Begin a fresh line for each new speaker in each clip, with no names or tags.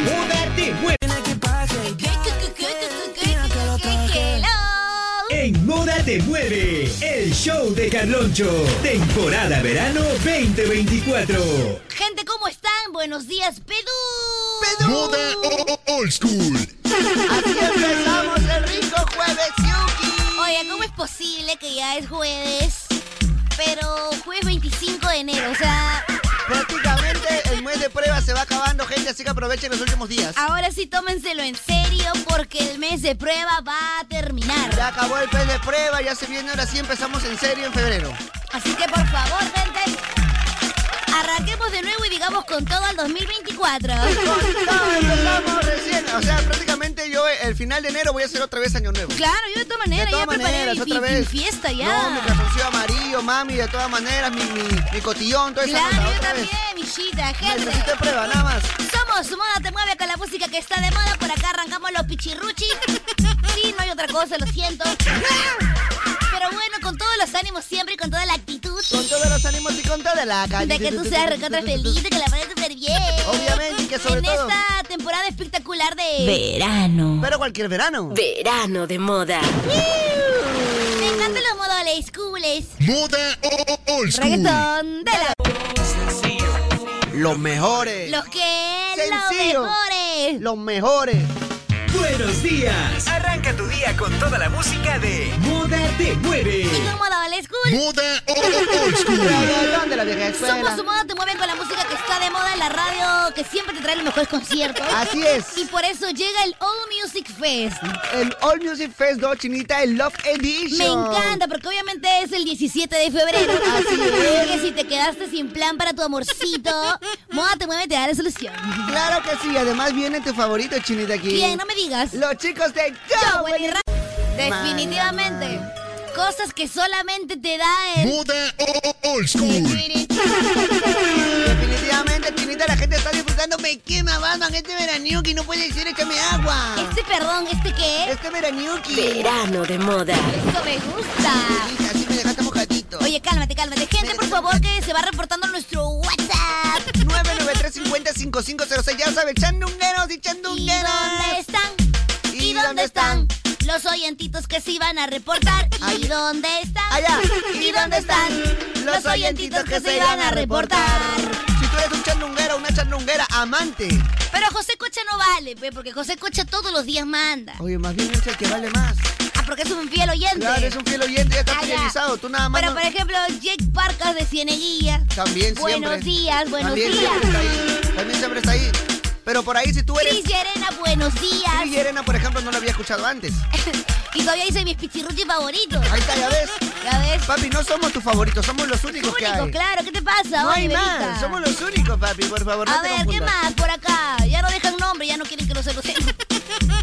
Moda Te Mueve. En Moda Te Mueve, el show de Carloncho. Temporada verano 2024.
Gente, ¿cómo están? Buenos días, Pedú.
Moda o- o- old school.
Aquí empezamos el rico jueves, Yuki.
Oye, ¿cómo es posible que ya es jueves? Pero jueves 25 de enero, o sea,
Prácticamente el mes de prueba se va acabando, gente, así que aprovechen los últimos días.
ahora sí tómenselo en serio porque el mes de prueba va a terminar.
Ya acabó el mes de prueba, ya se viene, ahora sí empezamos en serio en febrero.
Así que por favor, gente, arranquemos de nuevo y digamos con todo al 2024.
No, empezamos recién. O sea, prácticamente yo eh, el final de enero voy a hacer otra vez año nuevo.
Claro, yo de todas maneras
De
ya
todas
preparé
maneras,
mi,
otra
mi- mi
vez.
fiesta
No, mi
ya.
calzoncillo amarillo, mami, de todas maneras, mi, mi, mi cotillón, toda esa nota,
claro, yo
otra
también, mi chita,
vez.
gente.
Necesité prueba, nada más.
Somos Moda Te Mueve con la música que está de moda. Por acá arrancamos los pichirruchi. Sí, no hay otra cosa, lo siento. Pero bueno, con todos los ánimos siempre y con toda la actitud
Con todos los ánimos y con toda la calle.
de que tú seas recontra feliz, de que la pases súper bien.
Obviamente, y que sobre
En
todo-
esta temporada espectacular de...
Verano.
Pero cualquier verano.
Verano de moda.
Me encantan los modoles, cooles.
Moda o- o- old school.
Reggaetón de la...
Los mejores.
Los que...
Sencillo.
Los mejores.
Los mejores.
Buenos días. Arranca tu día con toda la música de Moda Te Mueve.
Y con modoles, cool.
Moda o- o- old school.
¿Dónde la vieja escuela?
Somos su moda, te mueven con la música que está de moda en la radio, que siempre te trae los mejores conciertos.
Así es.
Y por eso llega el All Music Fest.
El All Music Fest 2 Chinita, el Love Edition.
Me encanta, porque obviamente es el 17 de febrero. Así que si te quedaste sin plan para tu amorcito, moda te mueve, te da la solución.
Claro que sí, además viene tu favorito Chinita aquí.
Bien, no me digas.
Los chicos de
Yo,
Cowboy
Wendy Ra- Definitivamente. Cosas que solamente te da el...
Moda o- o- old school.
Definitivamente, Chinita, la gente está disfrutando. Me quema, Batman, este veraniuki. No puede decir échame agua.
Este perdón, este que es,
Este veraniuki.
Verano de moda.
esto me gusta.
Chinita, así me dejaste mojadito.
Oye, cálmate, cálmate. Gente, por favor, que se va reportando a nuestro WhatsApp.
993-50-5506. Ya sabes, chandungueros y
¿Y
chandungueras.
dónde están?
¿Y
¿Y dónde
dónde
están? Los oyentitos que se iban a reportar. ¿Y dónde están?
Allá.
¿Y dónde están? Los oyentitos que se iban a reportar.
Si tú eres un chandunguero, una chandunguera, amante.
Pero José Cocha no vale, pe, porque José Cocha todos los días manda.
Oye, más bien es el que vale más.
Ah, porque es un fiel oyente.
Claro, es un fiel oyente, ya está
Ah, ya.
fidelizado. Tú nada más.
Pero,
no-
por ejemplo, Jake Parkas de Cieneguilla.
También siempre.
Buenos días, buenos
También
días.
siempre está ahí. También siempre está ahí. Pero por ahí, si tú eres.
Cris Llerena, buenos días.
Y Elena, por ejemplo, no la había escuchado antes.
Y todavía dice mis pichirruchis favoritos.
Ahí está, ya ves.
Ya ves.
Papi, no somos tus favoritos, somos los únicos que
Único,
hay.
claro, ¿qué te pasa?
No hay
Oliverita?
más, somos los únicos, papi, por favor, no
A
te
ver, ¿qué
confundas.
más por acá? Ya no dejan nombre, ya no quieren que lo saludemos.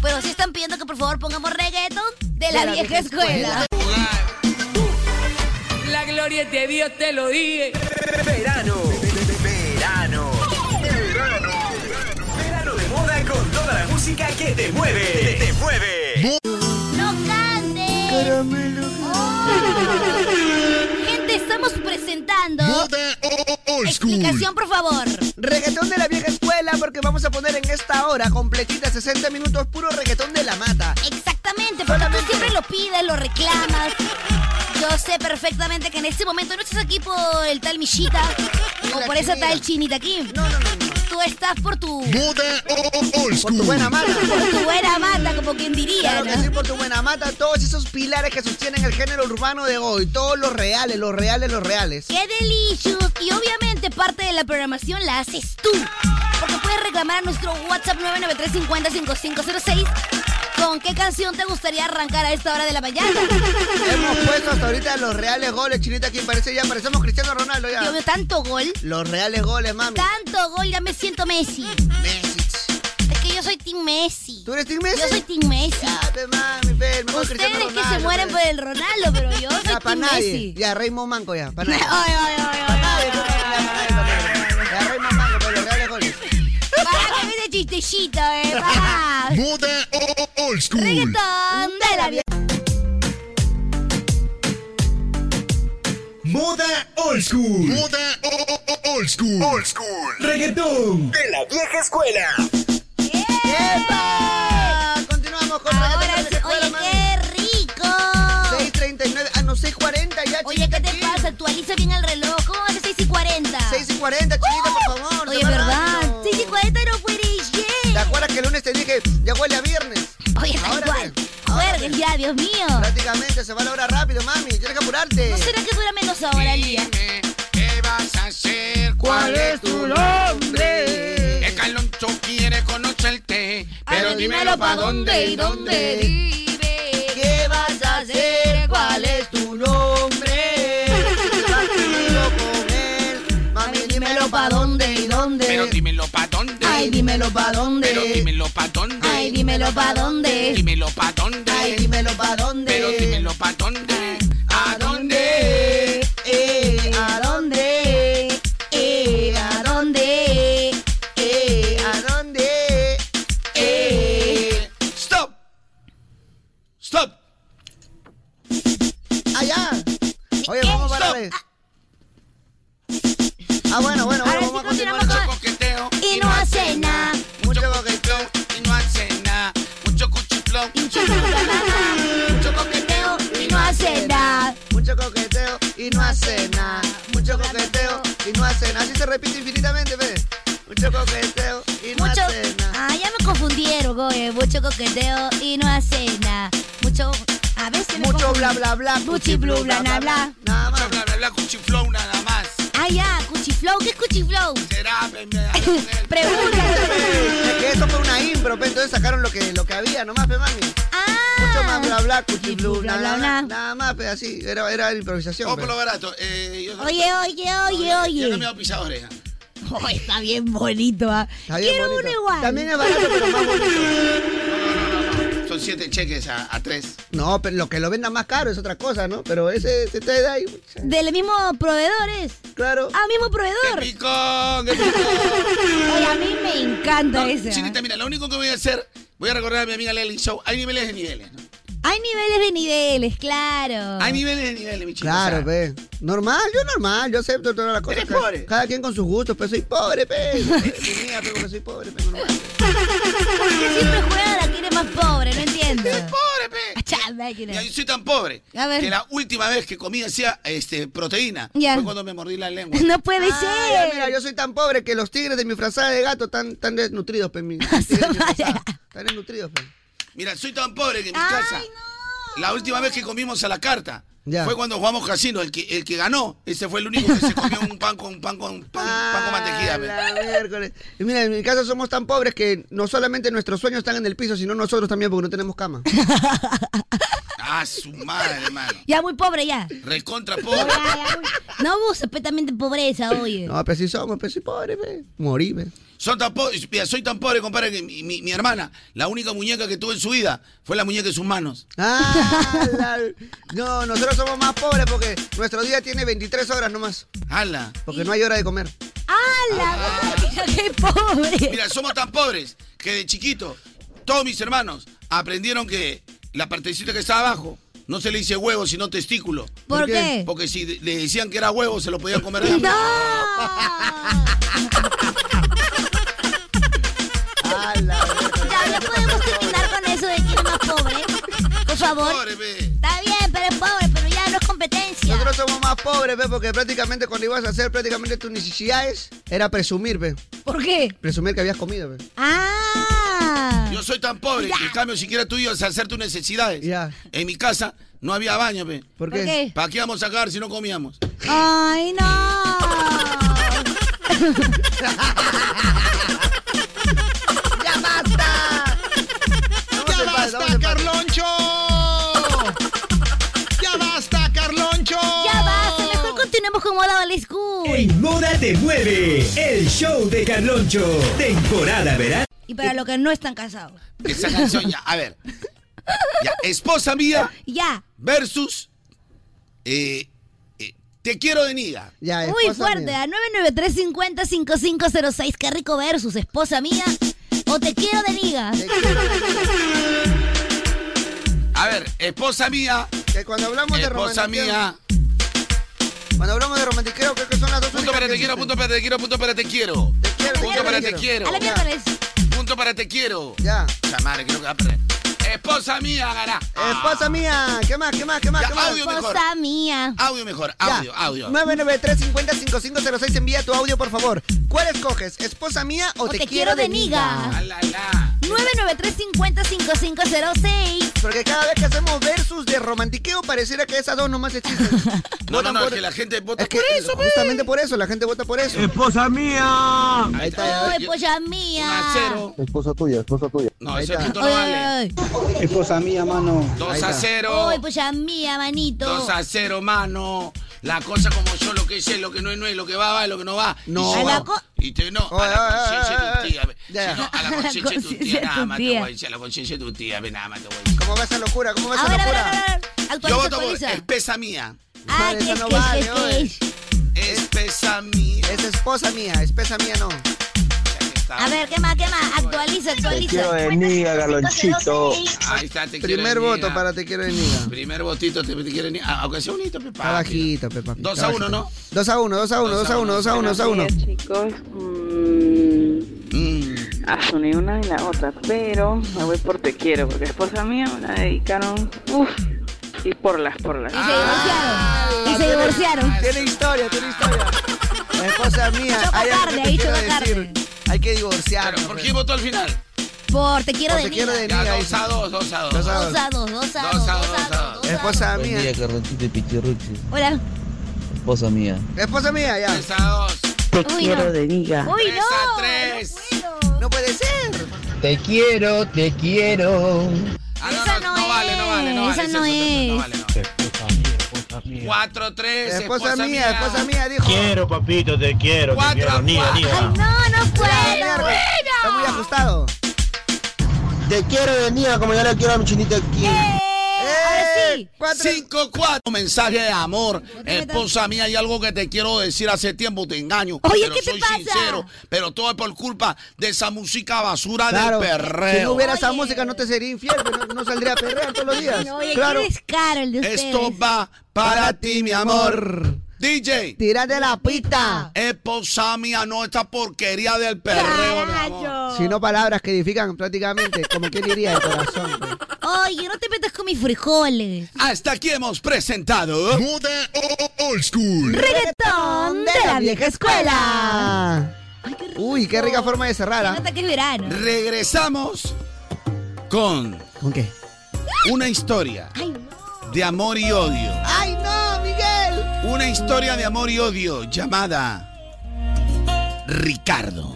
Pero sí están pidiendo que por favor pongamos reggaeton de la, vieja, escuela.
La gloria de Dios te lo dije.
Verano. Verano. Verano. Verano de moda con toda la música que te mueve. Te mueve.
¡No cantes! Oh. Gente, estamos presentando.
Moda o- o- old school.
Explicación, por favor.
Reggaetón de la vieja escuela, porque vamos a poner en esta hora completita 60 minutos puro reggaetón de la mata.
Exactamente, porque tú
Solamente.
siempre lo pides, lo reclamas. Yo sé perfectamente que en este momento no estás aquí por el tal Michita o
la
por esa
chinita.
tal chinita aquí.
No, no, no, no.
Tú estás por tu,
Moda o- o- old
Por tu buena
school.
mata.
por tu buena mata, como quien diría,
Claro que
¿no?
sí, por tu buena mata, todos esos pilares que sostienen el género urbano de hoy, todos los reales, los reales, los reales.
¡Qué delicious! Y obviamente parte de la programación la haces tú. Porque puedes reclamar a nuestro WhatsApp 993-50-5506 con qué canción te gustaría arrancar a esta hora de la mañana.
Hemos puesto hasta ahorita los reales goles, chinita, aquí parece ya, parecemos Cristiano Ronaldo
Yo
ya.
veo tanto gol,
Los reales goles, mami.
tanto gol, ya me siento Messi.
Messi.
Es que yo soy Team Messi.
¿Tú eres Team Messi?
Yo soy Team Messi.
Ya, pe, mami, pe, el mejor Cristiano
Ustedes que se
Ronaldo,
mueren
pe.
por el Ronaldo, pero yo soy
Ya, para
Team
nadie.
Messi.
Ya, Raymond Manco, ya, para
Ay,
nadie.
ay, ay, ay, chistecito, eh, papá.
Moda o- o- old school.
Reggaetón de la vida.
Moda old school. Moda o- o- o- old school. Old school. Reggaetón. De la vieja escuela.
¡Epa! Continuamos con
Oh. Ahora
Reggaetón
sí,
de la
oye,
Escuela, mami.
qué rico.
6.39, ah, no, 6.40 ya,
Oye, ¿qué te
chiquita,
pasa? Actualiza bien el reloj. ¿Cómo va a ser 6 y 40?
6 y 40, chiquita, por favor.
Oye,
no me
¿verdad?
rápido.
6 y 40 no puede ir.
¿Te
yeah.
acuerdas que el lunes te dije, ya huele a viernes?
Oye, tal
Ahora
cual.
ve, ahora
Juergues
ve.
ya, Dios mío.
Prácticamente se va la hora rápido, mami. Tienes que apurarte.
¿No será que dura menos ahora el día?
Dime, ¿Qué vas a hacer?
¿Cuál es tu nombre?
El caloncho quiere conocerte,
Ay,
pero dímelo pa' dónde y dónde.
vive.
¿Qué vas a hacer? ¿Cuál es tu nombre? ¿Estás conmigo con él? Mami, dímelo pa' dónde y
Pero
dónde.
dímelo pa' dónde.
Ay, dímelo pa'
Pero
dónde.
dímelo pa' dónde.
Ay, dímelo pa' dónde.
Dímelo pa' dónde.
Ay, dímelo pa' dónde.
Pero dímelo pa' dónde. ¿A dónde?
dónde? Eh, ¿A dónde? Eh, ¿a dónde?
dónde?
Eh, ¿a dónde? Eh,
Stop. Stop.
allá. Oye, vamos para ver. Ah, bueno, bueno, bueno,
Ahora sí
vamos a continuar.
continuamos
Mucho coqueteo
Y no hace nada.
Mucho
Mucho
coqueteo y no hace nada. Mucho cuchiflón.
Hincha su banana.
Mucho coqueteo
Y no hace nada.
Mucho coqueteo y no hace nada. Mucho coqueteo y no hace nada. Así se repite infinitamente, ve. Mucho coqueteo y no
Mucho.
hace nada.
Ah, ya me confundieron, oye. Mucho coqueteo y no hace nada. Mucho. A veces me
Mucho
confundí.
bla bla bla.
Muchi blu, bla, bla, bla.
Nada más.
Mucho bla bla bla cuchiflón nada más.
Ah, ya. Cuchiflow. ¿Qué es cuchiflow?
Será, me- me-
Pregunta.
Es que eso fue una impro, pe, entonces sacaron lo que, lo que había nomás, pe, mami.
Ah.
Mucho más bla bla, cuchi,
Cuchi, blu,
blu,
bla,
nada,
bla,
nada,
bla.
más, pero así, era, era improvisación.
Vamos
pe.
por lo barato. Eh, yo,
Oye, oye, oye,
Yo no me
oye.
he pisado oreja.
Oh, está bien bonito, ah.
Está bien
Quiero
bonito.
uno igual.
También es barato, pero más bonito.
Son siete cheques a, a tres.
No, pero lo que lo venda más caro es otra cosa, ¿no? Pero ese se te da ahí, pues,
Del mismo proveedor es.
claro.
Ah, mismo
¡Qué
proveedor.
picón! ¡Qué picón!
Oye, a mí me encanta ese. ah.
Chinita, mira, lo único que voy a hacer, voy a recordar a mi amiga Lely Show. Hay niveles de niveles. ¿no?
Hay niveles de niveles, claro.
Hay niveles de niveles, mi chica.
Claro,
o sea,
pe. Normal, yo normal, yo acepto todas las cosas.
Eres
Cada-
pobre.
Cada quien con sus gustos, pero soy pobre, pues. pe. Mi mía, pe, porque soy pobre, pe, normal.
¿Por qué siempre juegan a la que eres más pobre? No entiendo.
¡Pobre, pe!
Achá, máquina.
Mira, yo soy tan pobre
A ver.
que la última vez que comí hacía este, proteína
Ya.
fue cuando me mordí la lengua.
No puede
Ah, ya,
ser.
mira, yo soy tan pobre que los tigres de mi frazada de gato están, están desnutridos, pe. mi-
Ah,
los tigres de mi frazada. Están desnutridos, pe.
Mira, soy tan pobre que en mi
Ay,
casa,
no.
la última vez que comimos a la carta,
Ya.
fue cuando jugamos casino. El que, el que ganó, ese fue el único que se comió un pan con, un pan con, un pan, pan con mantequilla.
Ah,
pe.
la miércoles. Y mira, en mi casa somos tan pobres que no solamente nuestros sueños están en el piso, sino nosotros también porque no tenemos cama.
Ah, su madre, hermano.
Ya muy pobre, ya.
Recontra pobre.
No abuses pues, también de pobreza, oye.
No, pero sí somos, pero sí pobres, pe. Morí, pues. pe.
Son tan po- mira, soy tan pobre, compadre, que mi, mi- mi hermana, la única muñeca que tuvo en su vida, fue la muñeca de sus manos.
Ah, la- No, nosotros somos más pobres porque nuestro día tiene 23 horas nomás.
¡Hala!
Porque no hay hora de comer.
Ah,
¡Hala! Mira qué pobre.
Mira, somos tan pobres que de chiquito, todos mis hermanos aprendieron que la partecita que está abajo no se le dice huevo, sino testículo.
¿Por,
¿por
qué?
qué?
Porque si de- le decían que era huevo, se lo podían comer de hambre.
¡No!
Ah, la-
Ya, ya podemos terminar con eso de quién es más pobre. Por favor.
Pobre, pe.
Está bien, pero es pobre, pero ya no es competencia.
Nosotros somos más pobres, pe, porque prácticamente cuando ibas a hacer prácticamente tus necesidades era presumir, pe.
¿Por qué?
Presumir que habías comido, pe.
¡Ah!
Yo soy tan pobre que en cambio siquiera tú ibas a hacer tus necesidades.
Ya.
En mi casa no había baño, pe.
¿Por
¿Por
qué?
qué?
¿Para qué íbamos a cagar si no comíamos?
¡Ay, no!
¡Ya basta! Vamos en paz, vamos en paz.
Carloncho! ¡Ya basta, Carloncho!
Ya basta, mejor continuemos con moda old school.
En Moda te mueve, el show de Carloncho, temporada verano.
Y para los que no están casados.
Esa canción ya, a ver. Ya, esposa mía
Ya.
versus eh, eh, Te quiero de Nida.
Ya,
Muy
esposa
fuerte,
mía.
a 993 5506 Qué rico versus esposa mía. O
O te quiero de liga.
A ver, esposa mía.
Que cuando hablamos de
Esposa
romantiqueo-
mía.
Cuando hablamos de romantiqueo, creo que son las dos
Punto para te quiero, punto para te quiero, punto para te quiero.
quiero,
Punto para te quiero.
A la miércoles.
Punto para te quiero.
Ya.
Puta madre, creo que va a perder. Esposa mía, Ah. ganá.
Esposa mía, ¿qué más, qué más, qué más,
Ya,
qué más?
audio mejor.
Cosa mía.
Audio mejor,
Ya.
audio, audio.
993-50-5506, envía tu audio, por favor. ¿Cuál escoges, esposa mía o,
O te quiero de niga.
Ah, la, la.
993-50-5506.
Porque cada vez que hacemos versus de romantiqueo, pareciera que esas dos nomás existen.
No, no,
Votan
no,
por-
es que la gente vota
Es que
por eso,
pues.
pe.
justamente por eso, la gente vota por eso.
Eh, Ahí está,
Oh,
yo-
esposa
uno a
mía.
cero.
Esposa tuya, esposa tuya.
No,
Ahí
ese
está.
punto no
Oye,
vale.
oye, oye.
2
Ahí
a
está.
0.
Oh, esposa mía, manito.
2 a 0, mano. La cosa como yo, lo que sé, lo que no es, no es, lo que va, va, lo que no va.
No.
Y si
A
va-
la co-
Y te no, a
Oye,
la
oye,
conciencia de tu
oye,
tía. ve. Si
ya.
no, a la
A la
conciencia de tu
conciencia de
tía, nada
tu
más te
tía.
voy a decir, a la conciencia de tu tía, ve, nada más te voy a decir.
¿Cómo va esa locura? ¿Cómo va
A
esa
ver, a ver, a ver,
locura?
a ver.
Yo
Actualiza,
voto por
actualiza.
espesa mía.
Ah,
Compadre,
que
esa
es,
no
que es,
vale,
que es,
oye.
que es.
Espesa mía.
Es esposa mía, espesa mía no.
Ya que está.
A ver, ¿qué más, qué más? Actualiza, actualiza.
de niga, galonchito.
Ahí está, te quiero
Primer
de
voto
niga.
para te quiero ah. de niga.
Primer votito, te, te quiero de niga. Ah, Aunque sea bonito, pe,
Está bajito, Pepa.
Dos a uno, ¿no?
2 a 1, 2 a 1, 2 a 1, 2 a 1, 2 a 1.
chicos, mm,
Mm.
asumí una y la otra, pero me voy por te quiero, porque esposa mía me la dedicaron, uff, y por las, por las.
Y se
Ah,
divorciaron. Y se divorciaron.
Ah, Tiene historia, tiene historia. Esposa mía,
Chocó
hay algo
tarde,
que
ahí
te quiero
chocó
decir. Hay que divorciarnos.
Claro, ¿por qué votó al final?
Por te
O
quiero
te
de
quiero
niga.
de
Ya,
niga.
2 a 2, 2 a 2.
Dos
Dos
a
a dos, dos a
Dos
dos,
a
dos
dos,
a dos. dos a dos.
Esposa
Buen
mía.
día, Carlonchito y Pichirruchi.
Hola.
Esposa mía.
Esposa mía, ya.
3 a 2.
Te quiero de niga. Uy,
Tres
no.
a tres.
no puedo.
No puede ser.
Te quiero, te quiero.
Ah,
Esa
no,
no
no, no vale, no vale, no
es,
vale.
esa no es.
vale, no. 4 3,
Esposa mía, esposa mía, dijo.
papito, te quiero.
4 a 4.
Ay, no, no puedo.
Mierda, Está muy ajustado.
Te quiero de niga como yo le quiero a mi chinita aquí.
Eh, ahora sí.
4
5 4. Mensaje de amor. Esposa mía, hay algo que te quiero decir. Hace tiempo te engaño.
Oye,
pero
¿qué te
soy
pasa?
sincero. Pero todo es por culpa de esa música basura
Claro,
del perreo.
si no hubiera esa
Oye.
música no te sería infiel, pues, no, no saldría a perrear todos los días.
Oye,
claro.
qué descaro el de ustedes.
Esto va para ti, mi amor. DJ.
Tírate la pista.
Esposa mía, no esta porquería del perreo, mi amor.
Carajo.
Si no palabras que edifican prácticamente, como que diría de corazón. pues.
Oye, no te metas con mis frijoles.
Hasta aquí hemos presentado.
Moda o- o- old school.
Reggaetón de la vieja escuela.
Uy, qué rica forma de cerrar.
Se
¿ah?
nota que es verano.
Regresamos con
¿Con qué?
una historia
Ay, no.
de amor y odio.
¡Ay, no, Miguel!
Una historia de amor y odio llamada Ricardo.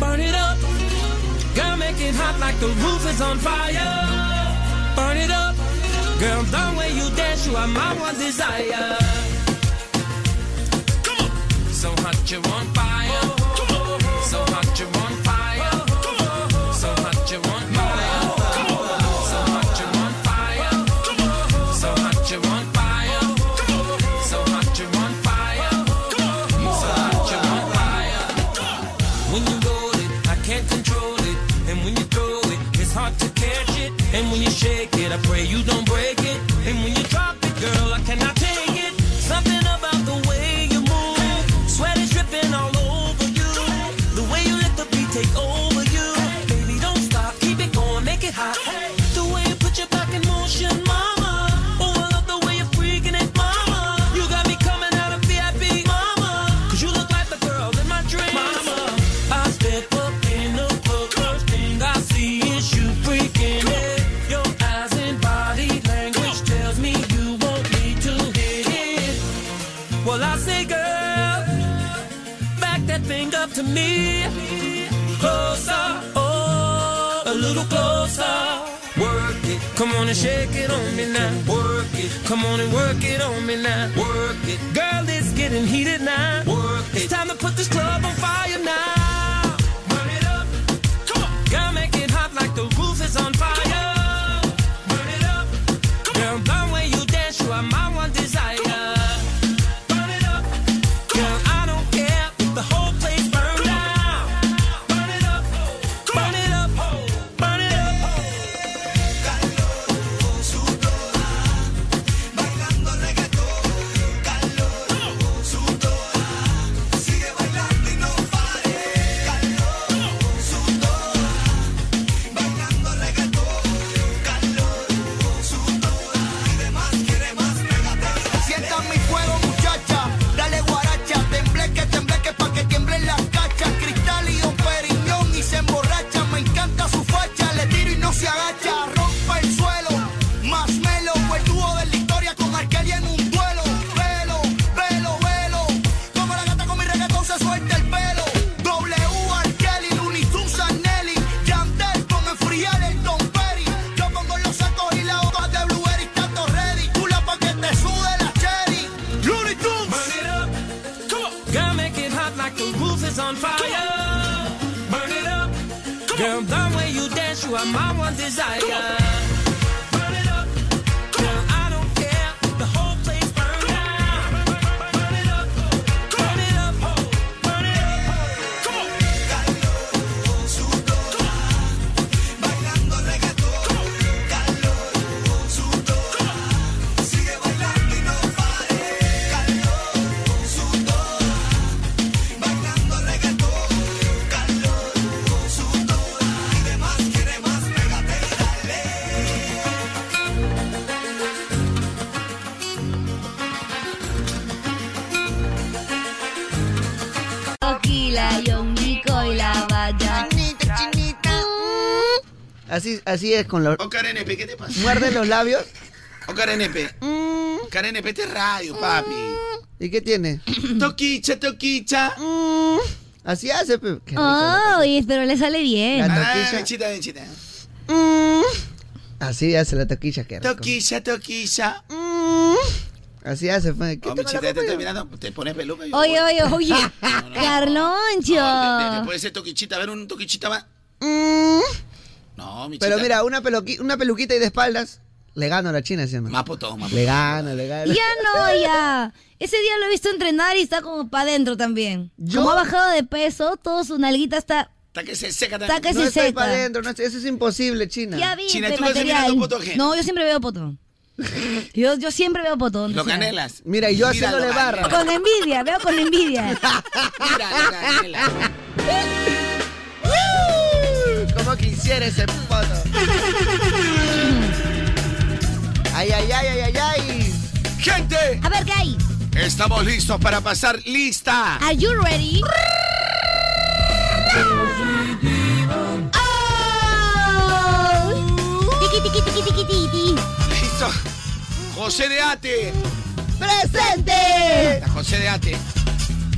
Burn it up. Girl, make it hot like the roof is on fire. Burn it up. Girl, the way you dance, you are my one desire. So hot, you're on fire. So hot, you're on fire. So hot, you're on fire. So hot, you're on fire. So hot, you're on fire. So hot, you're on fire. So hot, you're on fire. When you roll it, I can't control it. And when you throw it, it's hard to catch it. And when you shake it, I pray you don't break it. And when you drop it, girl, I cannot take it. Something about the way you move. Sweat is dripping all over you. The way you let the beat take over you. Baby, don't stop, keep it going, make it hot. The way you put your back in motion, mama. Oh, I love the way you're freaking it, mama. You got me coming out of VIP, mama. Cause you look like the girl in my dreams. Mama, I step up in the club. First thing I see is you freaking it. Your eyes and body language tells me you want me to hit it. Well, I say, girl, back that thing up to me. Closer, oh, a little closer. Work it, come on and shake it on me now. Work it, come on and work it on me now. Work it, girl, it's getting heated now. Work it, it's time to put this club on fire now. Burn it up, come on, girl, make it hot like the roof is on fire. Burn it up, girl, the way you dance, you are my one desire. Burn it up. Girl, I don't care if the whole place Girl, the way you dance, you are my one desire. Burn it up. Girl, I don't care. The whole place burn down. Burn it up. Burn it up. Burn it up. Come on. Calor, sudor. Bailando reggaetón. Calor, sudor. Sigue bailando y no pare. Calor, sudor. Bailando reggaetón. Calor, sudor. Y de más, quiere más, pégate y dale.
Coquila, yo, Nico y la valla. Chinita, chinita.
Así, así es con los.
Oh, Karen Epe, ¿qué te pasa?
Muerde los labios.
Oh, Karen Epe. Karen Epe, este es radio, papi.
¿Y qué tiene? Mm.
Toquicha, toquicha.
Así hace, pe. Qué rico.
Oh, oye, pero le sale bien.
La
Ah,
toquilla.
benchita, benchita.
Mm.
Así hace la toquilla, qué rico.
Toquilla, toquilla.
Mm.
Así hace, pe. ¿Qué
Oh,
te
mi chita, te estoy mirando, te pones peluca. y yo-
Oye, oye, oye.
Ah.
Te- te
Carloncho.
Puede ser toquichita, a ver un toquichita más. No, mi
Pero
chita.
mira, una, peluqui- una peluquita y de espaldas, le gano a la China, ¿sí o no?
Más potón, más
Le gano, le gano.
Ya no, ya. Ese día lo he visto entrenar y está como para adentro también. Como ha bajado de peso, todo su nalguita está.
Está que se seca
Está que
no
se
estoy
seca.
para adentro, no estoy- eso es imposible, China.
Ya vi,
China,
pe,
¿tú vas a mirar
material.
tu potogén?
No, yo siempre veo potón. Yo, yo siempre veo potón.
Lo
China.
canelas.
Mira, y yo
Mira,
haciéndole
lo
barra.
gané.
Con envidia, veo con envidia.
Mira, lo canelas.
Como quisiera ese poto. Ay, ay, ay, ay, ay, ay.
Gente,
A ver, ¿qué hay?
estamos listos para pasar lista.
Are you ready? Ah, Oh. Tiki, tiki, tiki, tiki, tiki.
Listo. José de Ate.
¡Presente!
Está José de Ate.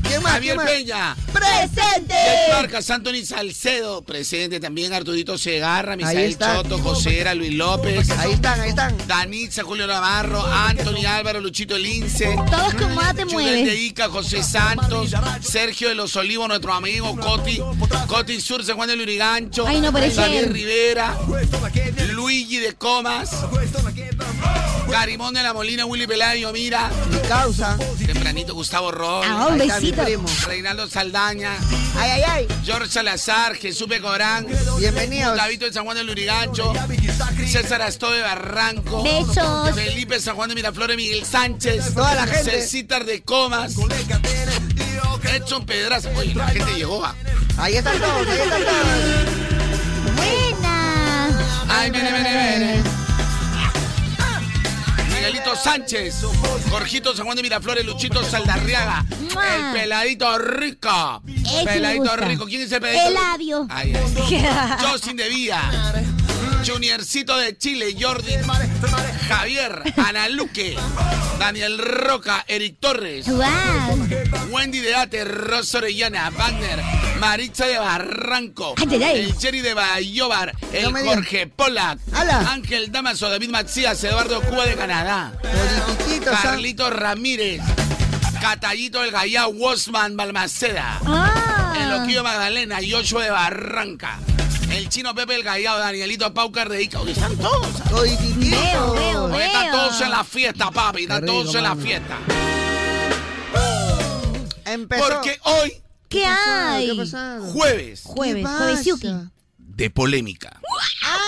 ¿Quién más?
Javier
¿Quién más?
Peña. Jack
¡Presente!
Vargas, Anthony Salcedo, presente también Arturito Segarra,
Ahí
Misael
está.
Choto, José Era, Luis López,
Ahí están, ahí están.
Danitza, Julio Navarro, Anthony Álvaro, Luchito Lince.
Todos como A te
Chudel de
mueves.
Ica, José Santos, Sergio de los Olivos, nuestro amigo Coti, Coti Surce, Juan de Lurigancho,
Ay, no, pero es
Javier
él.
Rivera, Luigi de Comas, Carimón de la Molina, Willy Pelayo, mira,
Mi causa.
tempranito Gustavo
Ah,
Ron,
un
Ahí está mi
besito.
primo.
Reinaldo Saldaña,
Ay, ay, ay.
George Salazar, Jesús Becorán,
Bienvenidos.
David de San Juan de Lurigancho, César Astove Barranco,
Besos.
Felipe San Juan de Miraflores, Miguel Sánchez,
Toda la gente.
Cecitar de Comas, Edson Pedraza, oye, la gente llegó ¿ah? a.
Ahí están todos, ahí están todos.
Buena.
Ay, viene, viene, viene. Miguelito Sánchez, Jorgito San Juan de Miraflores, Luchito Saldarriaga,
Mua.
el peladito rico.
Ese me
peladito
gusta.
rico. ¿Quién es el peladito?
Eladio.
Ay, ay. Josin de Vía. Juniorcito de Chile, Jordi, Javier, Ana Luque, Daniel Roca, Eric Torres,
Guau.
Wendy de Ate, Rosa Orellana, Wagner, Maritza de Barranco,
Ay, ay, ay.
el Jerry de Bayobar,
No
el
me digas.
Jorge Polak,
Ala.
Ángel Damaso, David Macías, Eduardo Cuba de Canadá,
Toditos, ¿ah?
Carlito Ramírez, Catallito del Gallá, Wasman Balmaceda. El
Ah.
Loquillo Magdalena, Yoshua de Barranca. El chino Pepe el Gallado, Danielito Paucar de Ica. Oye, están todos.
Todititos.
Veo, veo,
Oye, están
veo.
todos en la fiesta, papi. Están
Qué rico,
todos en la
mano.
fiesta.
Empezó.
Porque hoy,
¿Qué hay?
¿Qué ha pasado?
Jueves,
jueves
¿Qué
jueves
pasa?
Yuki.
de polémica.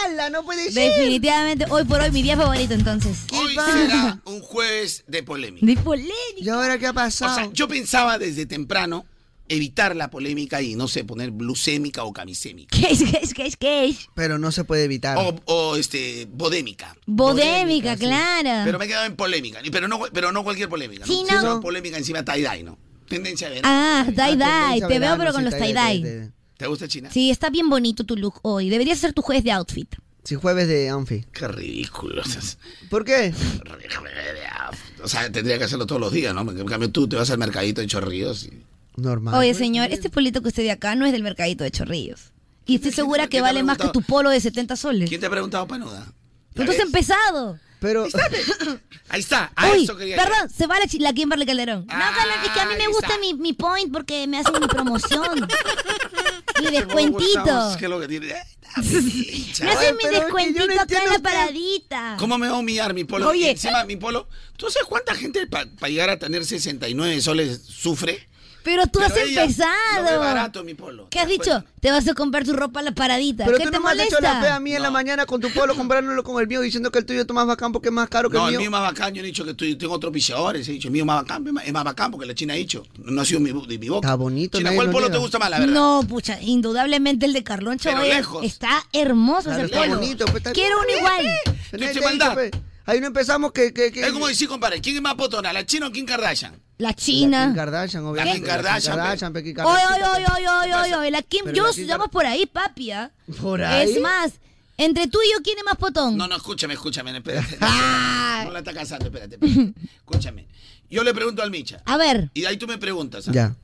¡Hala, no puede ser!
Definitivamente, hoy por hoy mi día favorito entonces.
Hoy
pasa?
será un jueves de polémica.
De polémica.
¿Y ahora qué ha
O sea,
pasado?
yo pensaba desde temprano evitar la polémica y no sé, poner blusémica o camisémica.
¿Qué es, qué es, qué es, qué es?
Pero no se puede evitar.
O, o, este, bodémica.
Bodémica,
Pero
claro.
me he quedado en polémica. Pero no, pero no cualquier polémica.
Ah. Sí,
Sino
no.
polémica encima tie-dye, ¿no? Tendencia a ver.
Ah, tie-dye.
Ah,
Te veo
verano,
pero con
sí,
los tie-dye.
¿Te gusta China?
Sí, está bien bonito tu look hoy. Deberías ser tu juez de outfit.
Sí, jueves de Anfi.
Qué ridículo.
¿Por qué?
Ah, O sea, tendría que hacerlo todos los días, ¿no? En cambio, tú te vas al mercadito de chorrillos y...
Normal.
Oye, señor, este polito que usted de acá no es del mercadito de Chorrillos. Y estoy
¿Quién te-
segura
quién
que
te
vale
ha
más que tu
preguntado?
polo de 70 soles.
¿Quién te ha preguntado, panuda? ¿Ya
Entonces
ves?
empezado.
Pero.
Ahí está. A
Uy,
eso quería llegar.
perdón, se va la, chi- la Kimberly Calderón.
Ah,
no, Carlos, es que a mí
ahí
me gusta
está.
mi, mi point porque me hacen mi promoción. mi
Qué bobos
descuentito.
estamos, ¿Qué es lo que tiene? Eh,
Me hacen mi
pero es que yo
descuentito acá
no
en
entiendo
la
usted.
paradita.
¿Cómo me va a humillar mi polo?
Ah. Oye. eh.
Y Encima, mi polo. ¿Tú sabes cuánta gente para llegar a tener 69 soles sufre?
Pero tú
Pero
has
ella
empezado.
lo ve barato, mi polo.
¿Qué has dicho? Te vas a comprar tu ropa a la paradita.
Pero
¿Qué
tú
te
no me has hecho la fe
molesta?
a mí en la mañana con tu pueblo comprándolo con el mío diciendo que el tuyo es más bacán porque es más caro que
No,
el
el
mío.
mío más bacán, yo no he dicho que estoy, tengo otros piseadores, he dicho, el mío más bacán, es más- es más bacán porque la China ha dicho, no ha sido mi, bu- de mi boca. Está bonito, China,
nadie
¿cuál
lo
polo te
niega.
gusta más, la verdad?
No, pucha, indudablemente el de Carloncho
Pero
eh,
lejos.
está hermoso
Claro,
ese
está
polo.
bonito, pues, está
Quiero uno
bien.
igual.
Tú dices
te he
maldad.
dicho, Ahí no empezamos que... que, que
Es como decir, compadre, ¿quién es más potona, la China o Kim Kardashian?
La China.
Kim Kardashian, obviamente.
Kim Kardashian,
Kim Kardashian, pe, Kim
Oye,
Kardashian. pues.
oye, oye, oye, oye, oye, oye, la Kim
Pero la
Jones,
Kim
vamos por ahí, papi, ¿ah?
¿Por ahí?
Es más, entre tú y yo, ¿quién es más potón?
No, no, escúchame, escúchame, espérate. espérate. no la está casando, espérate, espérate. Escúchame. Yo le pregunto al Micha.
A ver.
Y de ahí tú me preguntas. ¿ah?
Ya.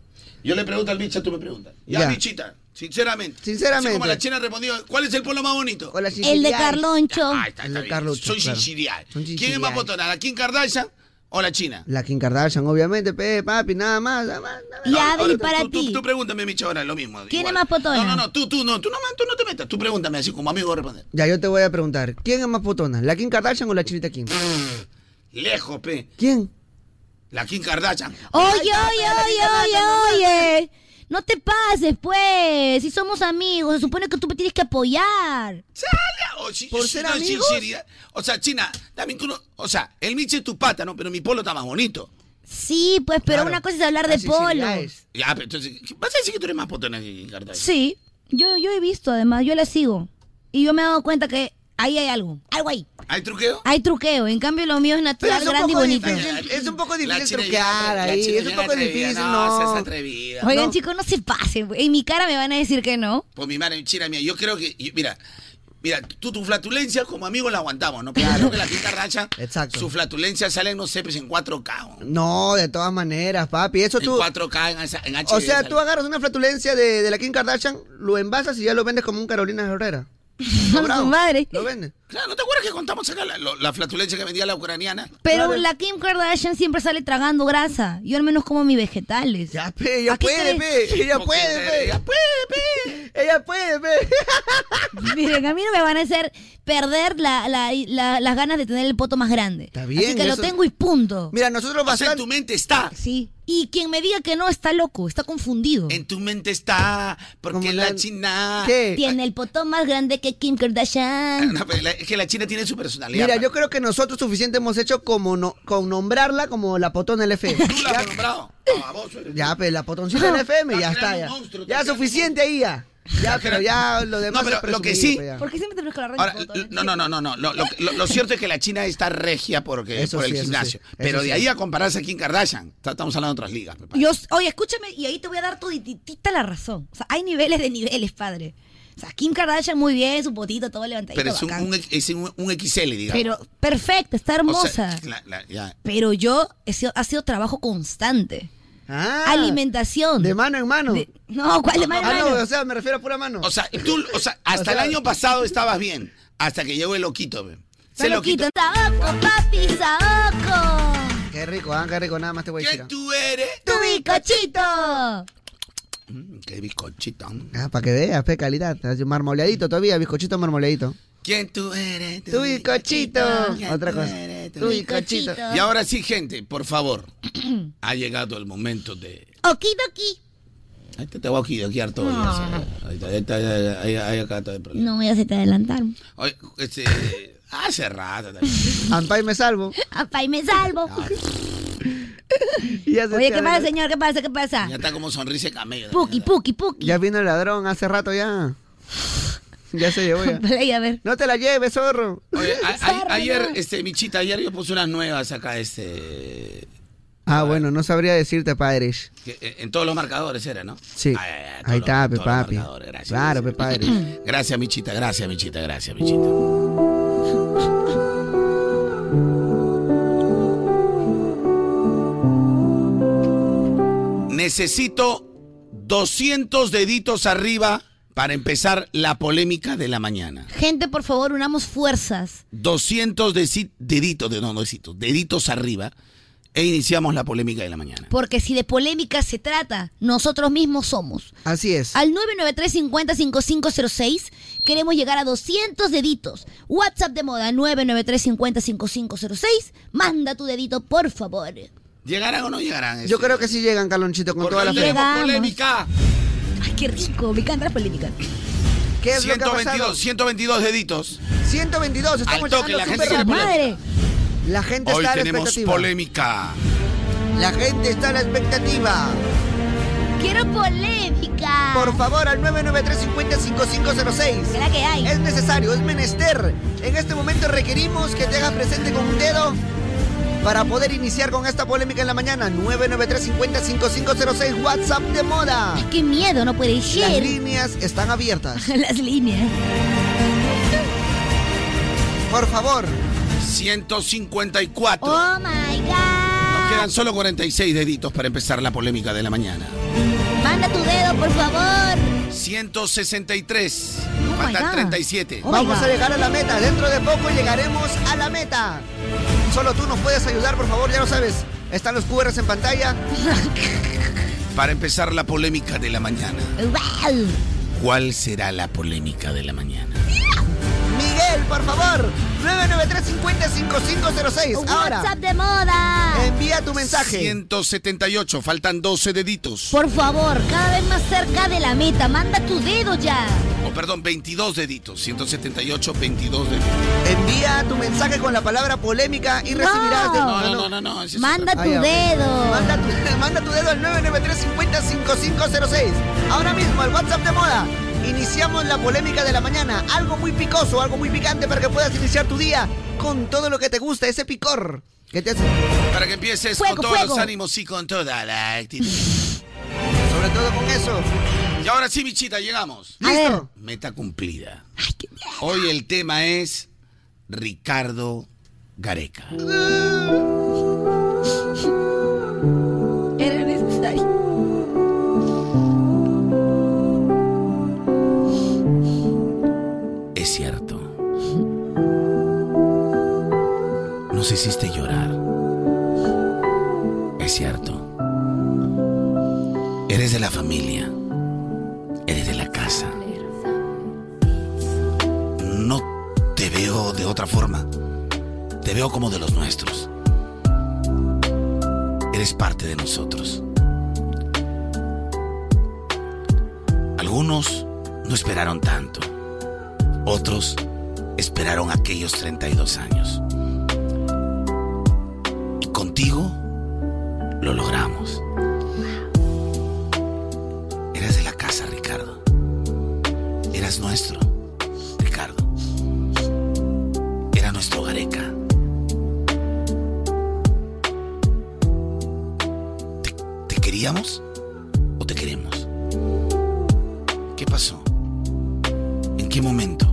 Yo le pregunto al Micha, tú me preguntas. Ya,
Ya.
Michita, sinceramente.
Sinceramente.
Así como la China respondió, ¿cuál es el polo más bonito? Ah,
El de Carloncho.
El de Carloncho. Soy
claro.
sincerial.
Son
¿Quién es más
sincerial.
potona, la Kim Kardashian o la China?
La Kim Kardashian, obviamente, pe, papi, nada más. nada más.
Y a ver,
Ahora
y
tú-
para
tú, tú-
ti.
tú pregúntame, Micha, ahora lo mismo.
¿Quién es
igual.
más potona?
No, no, no, tú, tú, no, tú no, me- tú no te metas. Tú pregúntame así como amigo voy a responder.
Ya, yo te voy a preguntar, ¿quién es más potona? ¿La Kim Kardashian o la chinita Kim?
Lejos, pe.
¿Quién?
La Kim Kardashian.
Oye, oye, oye, oye, oye. No te pases, pues. Si somos amigos, se supone que tú me tienes que apoyar.
O si-
¿Por
si
ser
Oh, no es
amigos?
sinceridad. O sea, China, también que uno- O sea, el Michi es tu pata, ¿no? Pero mi polo está más bonito.
Sí, pues, pero una cosa es hablar
Ah,
de polo.
Ya, pero entonces, ¿qué- ¿vas a decir que tú eres más potona que Kim Kardashian?
Sí, yo, yo he visto, además, yo la sigo. Y yo me he dado cuenta que ahí hay algo. Algo ahí.
¿Hay truqueo?
Hay truqueo. En cambio, lo mío es
Pero
natural,
es un
grande y
poco
bonito.
difícil, es un poco difícil
China
truquear
bien atre- la
ahí,
China
es un
bien
poco
atrevida,
difícil,
No,
no.
seas atrevida.
Oigan,
No.
chicos, no se pasen. En mi cara me van a decir que no.
Por mi madre, China mía, yo creo que. yo- mira. Mira, tú tu flatulencia como amigo la aguantamos, ¿no? Pero creo que la Kim Kardashian, su flatulencia sale, no sé, pues en 4K. ¿o?
No, de todas maneras, papi, eso
En
tú...
4K, en, esa- en HD.
O sea,
sale.
tú agarras una flatulencia de, de la Kim Kardashian, lo envasas y ya lo vendes como un Carolina Herrera. Sobrado.
madre.
Lo vendes.
Claro, ¿no te acuerdas que contamos acá la, lo- la flatulencia que vendía la ucraniana?
Pero la Kim Kardashian siempre sale tragando grasa. Yo al menos como mis vegetales.
Ya, pe, ella puede, pe, ella puede, pe.
Ella
puede, pe. Ella puede, pe.
Miren, a mí no me van a hacer perder la- la- la- las ganas de tener el poto más grande. Está
bien,
Así que
eso-
lo tengo y punto.
Mira, nosotros
O sea, en tu mente está.
Sí. Y quien me diga que no está loco, está confundido.
En tu mente está. Porque la, China.
Tiene el poto más grande que Kim Kardashian.
No, pero pues, la- es que la China tiene su personalidad. pues.
Mira, yo creo que nosotros suficiente hemos hecho como no, con nombrarla como la potona LF.
Tú la has nombrado. Ah, vos eres-
ya, pues la potoncita
Ah.
LFM, ya está. Ya, ya suficiente ahí ya. Ya, pero ya lo demás.
No, pero
es
lo que
presumir,
sí-
pues, ya.
¿Por qué siempre te busco la
Ahora, l- no, no, no, no, no. Lo, lo- lo- lo cierto es que la China está regia porque,
Eso
por
sí,
el
eso
gimnasio.
sí, eso
Pero
sí.
de ahí a compararse a Kim Kardashian, está- estamos hablando de otras ligas. pues. pe, pa.
Yo, oye, escúchame, y ahí te voy a dar toditita la razón. O sea, hay niveles de niveles, padre. O sea, Kim Kardashian muy bien, su potito todo levantadito,
Pero es un,
bacán.
un- es un- un XL, digamos.
Pero perfecta, está
O
hermosa.
sea, la- la- ya.
Pero yo, he sido- ha sido trabajo constante. Alimentación. De
mano en mano.
no, ¿cuál de mano en
Ah, no,
mano?
o sea, me refiero a pura mano.
O sea, tú, o sea, hasta el año pasado estabas bien. Hasta que llegó el loquito. pe.
Se lo quito. Saoco, papi, saoco.
Qué rico, ah, qué rico, nada más te voy a decir.
Tú eres.
Tu bicochito.
Mm, Qué bizcochito.
Ah, para que veas, pe, calidad. Marmoleadito todavía, bizcochito marmoleadito.
¿Quién tú eres?
Tu bizcochito. Otra cosa.
Este,
Tu bizcochito.
Y ahora sí, gente, por favor. ha llegado el momento de.
Okidoki.
Ahí te, te voy a quidoquear todo. ya sé. Ahí, está, ahí, está, ahí- ahí- ahí acá está el problema.
No me haces te adelantar.
Oye, este, hace rato también.
Ampay me salvo.
Apá, y me salvo.
Y ya se
Oye,
te
¿qué pasa,
adelantó.
señor? ¿Qué pasa? ¿Qué pasa?
Ya está como sonrisa de camello.
Puki, puki, puki.
Ya vino el ladrón hace rato ya. Ya se llevó ya.
Play, a ver.
No te la lleves, zorro.
Oye, a- a- ayer, este, Michita, ayer yo puse unas nuevas acá, este.
Ah, bueno, no sabría decirte, padres.
que, eh, en todos los marcadores era, ¿no?
Sí.
Ay, ay, ay, todos
Ahí
los-
está, pe,
todos los
papi.
marcadores, gracias.
Claro, pe, padres.
Gracias, Michita, gracias, Michita, gracias, Michita. Necesito 200 deditos arriba para empezar la polémica de la mañana.
Gente, por favor, unamos fuerzas.
200 deci- deditos, de, no, no deditos, deditos arriba E iniciamos la polémica de la mañana.
Porque si de polémica se trata, nosotros mismos somos.
Así es.
Al 993-50-5506 queremos llegar a 200 deditos. WhatsApp de moda 993-50-5506. Manda tu dedito, por favor.
¿Llegarán o no llegarán? Este,
Yo creo que sí llegan, Calonchito, con
Porque
toda la
hoy
fe.
tenemos polémica.
Ay, qué rico. Me encanta la polémica.
¿Qué es lo que ha
122,
pasado?
122 deditos.
122, estamos
Al toque,
llegando
la
súper
gente quiere
rápido.
polémica.
La gente
Hoy
está a la
tenemos
expectativa.
polémica.
La gente está a la expectativa.
Quiero polémica.
Por favor, al 993-50-5506.
la que hay.
Es necesario, es menester. En este momento requerimos que te hagas presente con un dedo para poder iniciar con esta polémica en la mañana. 993-50-5506, WhatsApp de moda.
Qué miedo, no puede
Las
ser.
líneas están abiertas.
Las líneas.
Por favor.
154.
Oh my god.
Nos quedan solo 46 deditos para empezar la polémica de la mañana.
Manda tu dedo, por favor.
163.
Oh
my
Faltan
God.
37.
Oh.
Vamos
Oiga.
a llegar a la meta. Dentro de poco llegaremos a la meta. Solo tú nos puedes ayudar, por favor, ya lo sabes. Están los QRs en pantalla.
Para empezar la polémica de la mañana.
Wow.
¿Cuál será la polémica de la mañana?
Miguel, por favor. 993-50-5506. Ahora,
WhatsApp de moda.
envía tu mensaje.
178. Faltan 12 deditos.
Por favor, cada vez más cerca de la meta. Manda tu dedo ya.
O perdón, 22 deditos. 178, 22 deditos.
Envía tu mensaje con la palabra polémica y recibirás... de-
No,
No, no, no, no. ese es
Manda
otro.
Ah,
tu
ya, ok.
dedo.
Manda tu, manda tu dedo al 993-50-5506. Ahora mismo, al WhatsApp de moda. Iniciamos la polémica de la mañana. Algo muy picoso, algo muy picante para que puedas iniciar tu día con todo lo que te gusta, ese picor. Que te hace,
Para que empieces
Fuego,
con todos
fuego.
los ánimos y con toda la actitud.
sobre todo con eso.
Y ahora sí, Michita, llegamos.
A ver.
¿Listo?
Meta cumplida. Hoy el tema es Ricardo Gareca.
Era necesario.
Es cierto. Nos hiciste llorar. Es cierto. Eres de la familia. Eres de la casa. No te veo de otra forma. Te veo como de los nuestros. Eres parte de nosotros. Algunos no esperaron tanto. Otros esperaron aquellos 32 años. Y contigo lo logramos. Eras de la casa, Ricardo. Eras nuestro, Ricardo. Era nuestro Gareca. ¿Te, te queríamos o te queremos? ¿Qué pasó? ¿En qué momento?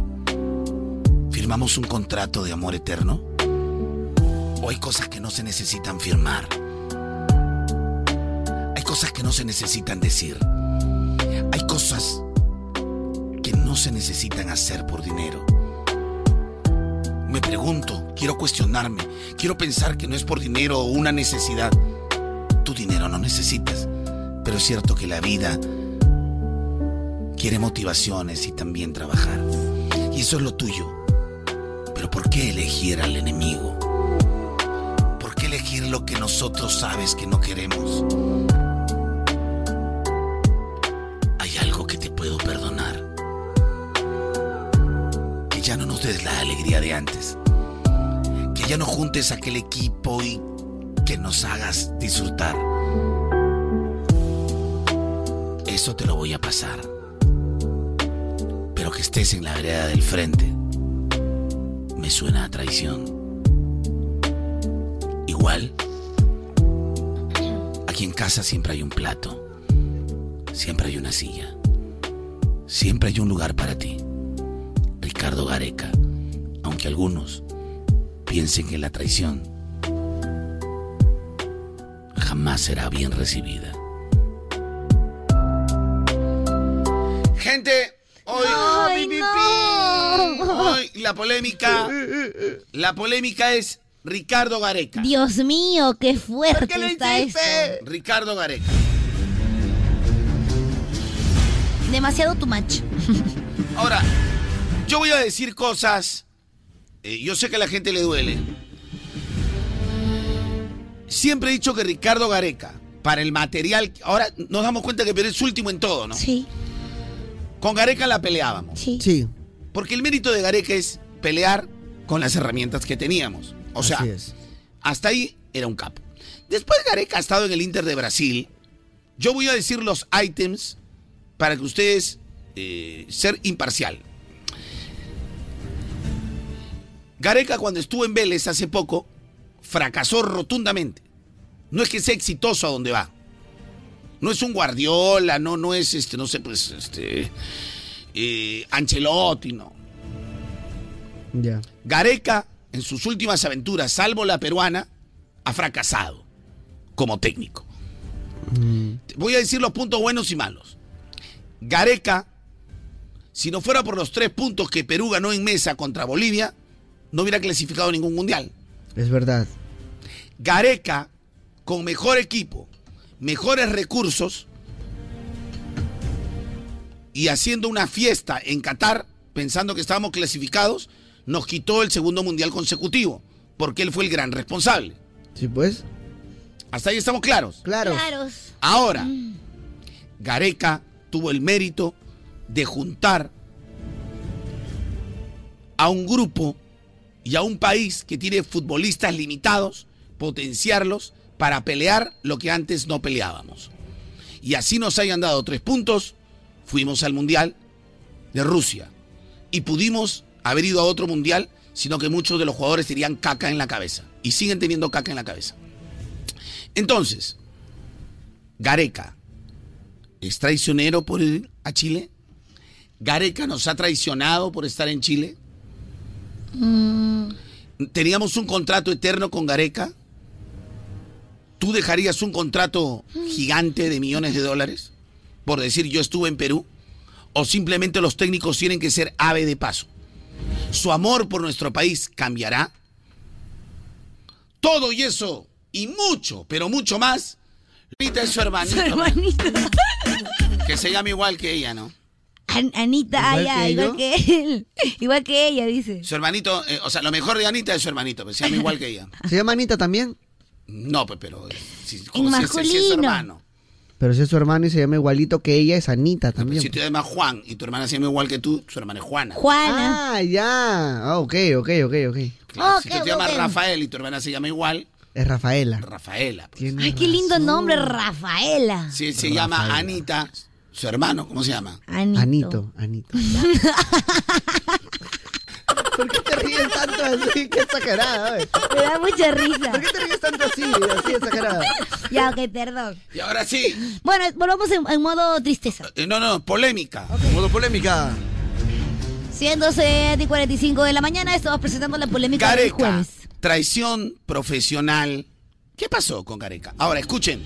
¿Firmamos un contrato de amor eterno? ¿O hay cosas que no se necesitan firmar? Hay cosas que no se necesitan decir. Hay cosas que no se necesitan hacer por dinero. Me pregunto, quiero cuestionarme, quiero pensar que no es por dinero o una necesidad. Tu dinero no necesitas, pero es cierto que la vida quiere motivaciones y también trabajar. Y eso es lo tuyo. Pero ¿por qué elegir al enemigo? ¿Por qué elegir lo que nosotros sabes que no queremos? Hay algo que te puedo perdonar. Que ya no nos des la alegría de antes. Que ya no juntes aquel equipo y que nos hagas disfrutar. Eso te lo voy a pasar pero que estés en la vereda del frente me suena a traición. Igual, aquí en casa siempre hay un plato, siempre hay una silla, siempre hay un lugar para ti. Ricardo Gareca, aunque algunos piensen que la traición jamás será bien recibida. Gente, hoy...
Ay, no.
Hoy la polémica. La polémica es Ricardo Gareca.
Dios mío, Oh, qué fuerte está esto.
Ricardo Gareca.
Demasiado too much.
Ahora, yo voy a decir cosas. eh, yo sé que a la gente le duele. Siempre he dicho que Ricardo Gareca, para el material. Ahora nos damos cuenta que Perú es último en todo, ¿no?
Sí.
Con Gareca la peleábamos.
Sí.
Sí.
Porque el mérito de Gareca es pelear con las herramientas que teníamos. O sea, hasta ahí era un capo. Después Gareca ha estado en el Inter de Brasil. Yo voy a decir los ítems para que ustedes eh, ser imparcial. Gareca cuando estuvo en Vélez hace poco fracasó rotundamente. No es que sea exitoso a donde va. No es un Guardiola, no, no es este, no sé, pues este eh, Ancelotti, no.
Ya.
Gareca, en sus últimas aventuras, salvo la peruana, ha fracasado como técnico.
Mm.
Te Voy a decir los puntos buenos y malos. Gareca, si no fuera por los tres puntos que Perú ganó en mesa contra Bolivia, no hubiera clasificado a ningún mundial.
Es verdad.
Gareca, con mejor equipo, mejores recursos y haciendo una fiesta en Qatar, pensando que estábamos clasificados, nos quitó el segundo mundial consecutivo, porque él fue el gran responsable.
Sí, pues.
Hasta ahí estamos claros.
Claro.
Claros.
Ahora, Gareca tuvo el mérito de juntar a un grupo y a un país que tiene futbolistas limitados, potenciarlos para pelear lo que antes no peleábamos. Y así nos hayan dado tres puntos, fuimos al Mundial de Rusia. Y pudimos haber ido a otro Mundial, sino que muchos de los jugadores tenían caca en la cabeza. Y siguen teniendo caca en la cabeza. Entonces, Gareca es traicionero por ir a Chile. Gareca nos ha traicionado por estar en Chile. Teníamos un contrato eterno con Gareca. ¿Tú dejarías un contrato gigante de millones de dólares por decir yo estuve en Perú? ¿O simplemente los técnicos tienen que ser ave de paso? ¿Su amor por nuestro país cambiará? Todo y eso, y mucho, pero mucho más, Lupita es su hermanita.
Su hermanita.
Que se llama igual que ella, ¿no?
An- Anita, ay,
¿Igual
ay,
que
igual
yo?
que él. Igual que ella, dice.
Su hermanito, eh, o sea, lo mejor de Anita es su hermanito, pero se llama igual que ella.
¿Se llama Anita también?
No, pues, pero eh, si, como si es- si es su
masculino.
hermano.
Pero si es su hermano y se llama igualito que ella, es Anita también.
Si tú llamas Juan y tu hermana se llama igual que tú, su hermana es Juana.
Juana. Ah, ya. Ah, ok, ok, ok, ok.
Claro, si tú te llamas Rafael y tu hermana se llama igual,
Es Rafaela.
Rafaela. pues.
Tiene
Ay, qué lindo nombre, Rafaela.
Si se llama Anita, su hermano, ¿cómo se llama?
Anito.
Anito, Anito. ¿Por qué te ríes tanto así? Qué exagerada, oye.
Me da mucha risa.
¿Por qué te ríes tanto así, así exagerada?
Ya, ok, perdón.
Y ahora sí.
Bueno, volvamos en, en modo tristeza.
eh, No, no, polémica.
Modo polémica.
Siendo 7 y 45 de la mañana, estamos presentando la polémica del
Careca,
jueves.
traición profesional. ¿Qué pasó con Careca? Ahora, escuchen.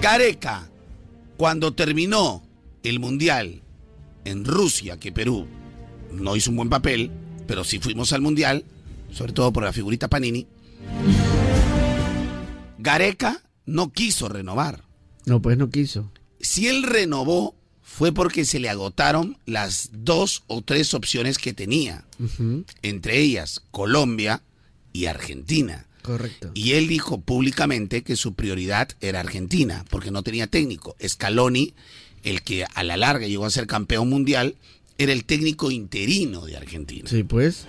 Gareca, cuando terminó el Mundial en Rusia, que Perú no hizo un buen papel, pero sí fuimos al Mundial, sobre todo por la figurita Panini, Gareca no quiso renovar.
No, pues no quiso.
Si él renovó, fue porque se le agotaron las dos o tres opciones que tenía,
Ujú,
entre ellas Colombia y Argentina.
Correcto.
Y él dijo públicamente que su prioridad era Argentina, porque no tenía técnico. Scaloni, el que a la larga llegó a ser campeón mundial, era el técnico interino de Argentina.
Sí, pues.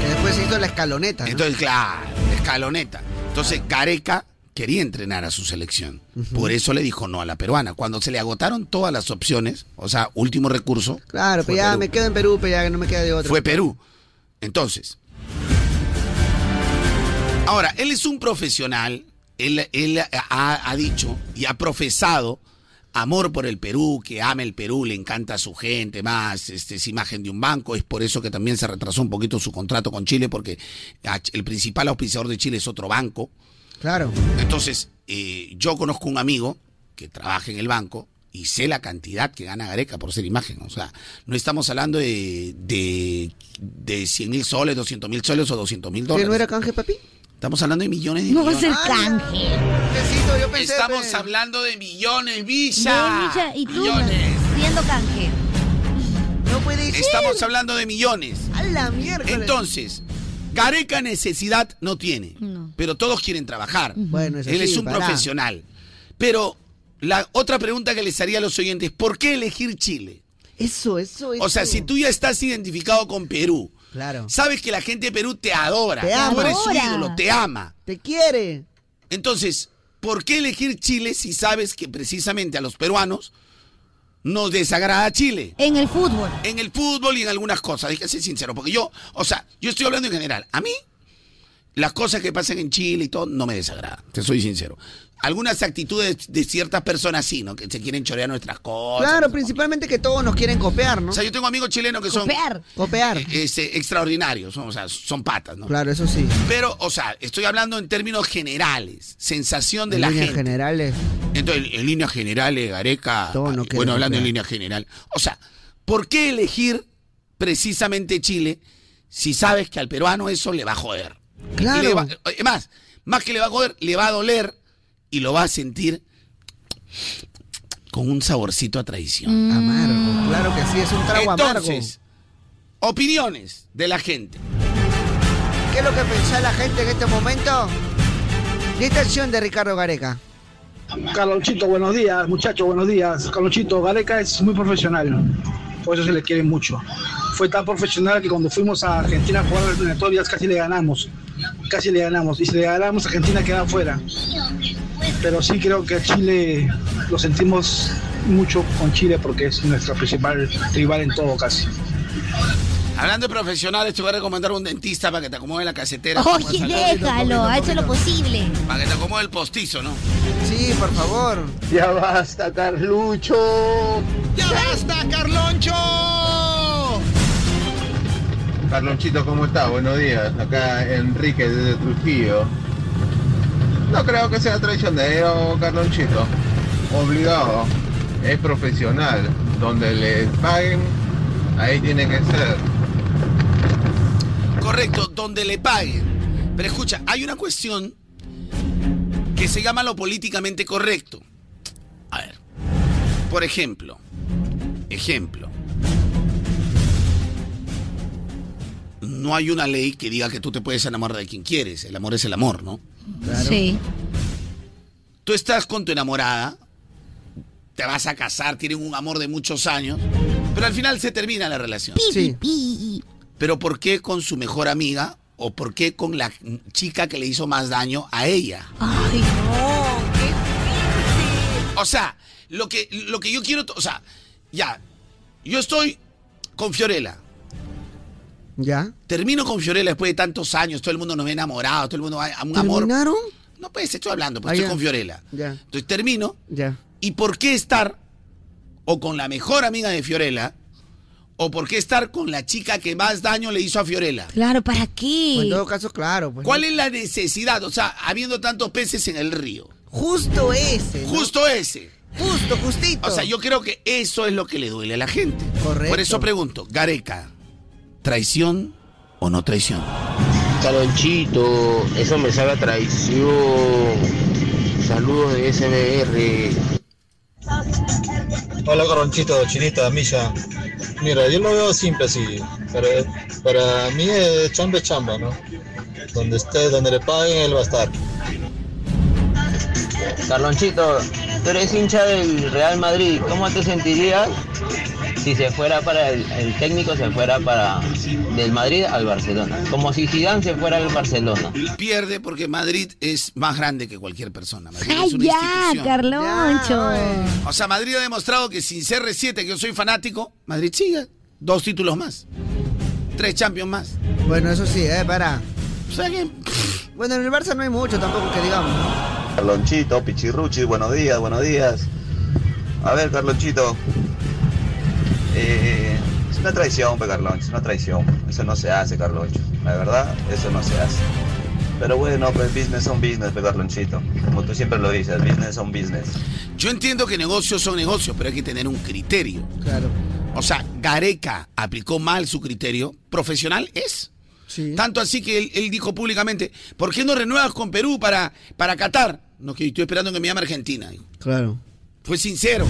Que después se hizo la escaloneta. ¿no?
Entonces, claro, escaloneta. Entonces, Gareca quería entrenar a su selección. Por eso le dijo no a la peruana. Cuando se le agotaron todas las opciones, o sea, último recurso,
Claro,
Fue
pero ya
Perú.
me quedo en Perú, pero ya que no me queda de otro.
fue Perú. Entonces, ahora, él es un profesional, él, él ha, ha dicho y ha profesado amor por el Perú, que ama el Perú, le encanta a su gente, más este, es imagen de un banco, es por eso que también se retrasó un poquito su contrato con Chile, porque a- el principal auspiciador de Chile es otro banco.
Claro.
Entonces, eh, yo conozco un amigo que trabaja en el banco y sé la cantidad que gana Gareca por ser imagen. O sea, no estamos hablando de, de, de 100 mil soles, 200 mil soles o 200 mil dólares.
¿Que no era canje, papi?
Estamos hablando de millones de
No es el
millones.
canje.
Estamos hablando de millones,
No,
Villa.
Misha, y tú
Millones.
siendo canje.
No puede
Estamos hablando de millones.
A la miércoles.
Entonces, Gareca necesidad no tiene, pero todos quieren trabajar.
Bueno, eso
Él es
sí,
un
pará.
profesional. Pero la otra pregunta que les haría a los oyentes, ¿por qué elegir Chile?
Eso, eso, eso.
O sea, si tú ya estás identificado con Perú,
Claro.
sabes que la gente de Perú te adora,
Te ama.
tú eres su
Adora.
ídolo, te ama.
Te quiere.
Entonces, ¿por qué elegir Chile si sabes que precisamente a los peruanos nos desagrada Chile?
En el fútbol.
En el fútbol y en algunas cosas, hay que ser sincero, porque yo, o sea, yo estoy hablando en general. A mí, las cosas que pasan en Chile y todo no me desagrada, te soy sincero. Algunas actitudes de ciertas personas sí, ¿no? Que se quieren chorear nuestras cosas.
Claro, principalmente que todos nos quieren copiar, ¿no?
O sea, yo tengo amigos chilenos que son
Copiar. Copiar.
eh, este, extraordinarios, son, o sea, son patas, ¿no?
Claro, eso sí.
Pero, o sea, estoy hablando en términos generales, sensación de
En
la
líneas
gente.
generales.
Entonces, en líneas generales, Gareca. eh,
Todos no
bueno,
queremos
hablando en
ver.
línea general. O sea, ¿por qué elegir precisamente Chile si sabes que al peruano eso le va a joder?
Claro.
Le va- es más, más que le va a joder, le va a doler y lo va a sentir con un saborcito a traición.
Amargo. Claro que sí, es un trago
Entonces, opiniones de la gente.
amargo. ¿Qué es lo que pensá la gente en este momento? Dictación de Ricardo Gareca.
Carlonchito, buenos días, muchachos, buenos días. Carlonchito, Gareca es muy profesional, por eso se le quiere mucho. Fue tan profesional que cuando fuimos a Argentina a jugar las eliminatorias casi le ganamos, casi le ganamos, y si le ganamos Argentina queda afuera. Pero sí creo que a Chile lo sentimos mucho con Chile porque es nuestra principal rival en todo casi.
Hablando de profesionales, te voy a recomendar un dentista para que te acomode la casetera.
Oye, déjalo, ha hecho lo posible.
Para que te acomode el postizo, ¿no?
Sí, por favor.
Ya basta, Carlucho.
¡Ya basta, Carloncho!
Carlonchito, ¿cómo está? Buenos días. Acá Enrique desde Trujillo. No creo que sea traicionero, Carlonchito. Obligado. Es profesional. Donde le paguen, ahí tiene que ser.
Correcto, donde le paguen. Pero escucha, hay una cuestión que se llama lo políticamente correcto. A ver. Por ejemplo, ejemplo. No hay una ley que diga que tú te puedes enamorar de quien quieres. El amor es el amor, ¿no?
Sí.
Tú estás con tu enamorada, te vas a casar, tienen un amor de muchos años, pero al final se termina la relación. Pero ¿por qué con su mejor amiga o por qué con la chica que le hizo más daño a ella?
Ay, no.
O sea, lo que, lo que yo quiero, o sea, ya, yo estoy con Fiorella.
¿Ya?
Termino con Fiorella después de tantos años, todo el mundo nos ve enamorado, todo el mundo va a un amor.
¿Terminaron?
No, pues estoy hablando, pues
Ah,
estoy
ya.
con Fiorella.
Ya.
Entonces termino.
Ya.
¿Y por qué estar o con la mejor amiga de Fiorella o por qué estar con la chica que más daño le hizo a Fiorella?
Claro, ¿para
Pues en
qué?
todo caso, claro. Pues,
¿Cuál es la necesidad? O sea, habiendo tantos peces en el río.
Justo ese. ¿no?
Justo ese.
Justo, justito.
O sea, yo creo que eso es lo que le duele a la gente.
Correcto.
Por eso pregunto, Gareca, ¿traición o no traición?
Calonchito, eso me sabe a traición. Saludos de SBR.
Hola Coronchito, Chinita, Milla. Mira, yo lo veo simple así. Para, para mí es chamba es chamba, ¿no? Donde esté, donde le paguen, él va a estar.
Carlonchito, tú eres hincha del Real Madrid. ¿Cómo te sentirías si se fuera para el, el técnico, se fuera para del Madrid al Barcelona? Como si Zidane se fuera al Barcelona.
Pierde porque Madrid es más grande que cualquier persona. Madrid
Ay,
es una
ya,
institución.
Carloncho.
O sea, Madrid ha demostrado que sin CR7, que yo soy fanático, Madrid sigue. Dos títulos más. Tres champions más.
Bueno, eso sí, eh, para.
O sea que.
Bueno, en el Barça no hay mucho tampoco que digamos. ¿no?
Carlonchito, Pichirruchi, buenos días, buenos días. A ver, Carlonchito. eh, es una traición, pe Carloncho, es una traición. Eso no se hace, Carloncho. La verdad, eso no se hace. Pero bueno, pues business son business, pues, Carlonchito. Como tú siempre lo dices, business son business.
Yo entiendo que negocios son negocios, pero hay que tener un criterio.
Claro.
O sea, Gareca aplicó mal su criterio. Profesional es. Tanto así que él, él dijo públicamente, ¿por qué no renuevas con Perú para, para Qatar? No, que estoy esperando que me llame Argentina.
Claro.
Fue sincero.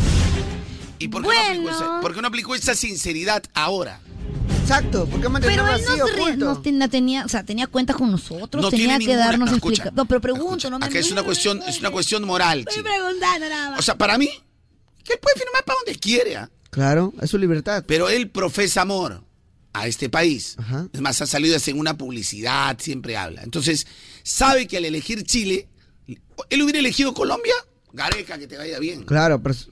¿Y por qué, no aplicó esa, por qué no aplicó esa sinceridad ahora?
Exacto, ¿por qué
Pero
mantenerlo
él
así
no, se re-
oculto?
no ten- la tenía, o sea, tenía cuentas con nosotros,
No
tenía
tiene
que
ninguna-
darnos
no, escucha,
explicación. No, pero pregunto, no me
Acá es una cuestión, es una cuestión moral.
Estoy
chico.
preguntando nada más.
O sea, para mí, que él puede firmar para donde quiere. ah.
Claro, es su libertad.
Pero él profesa amor a este país. Es más, ha salido hasta en una publicidad, siempre habla. Entonces, sabe que al elegir Chile, él hubiera elegido Colombia. Gareca, que te vaya bien.
Claro, pero es-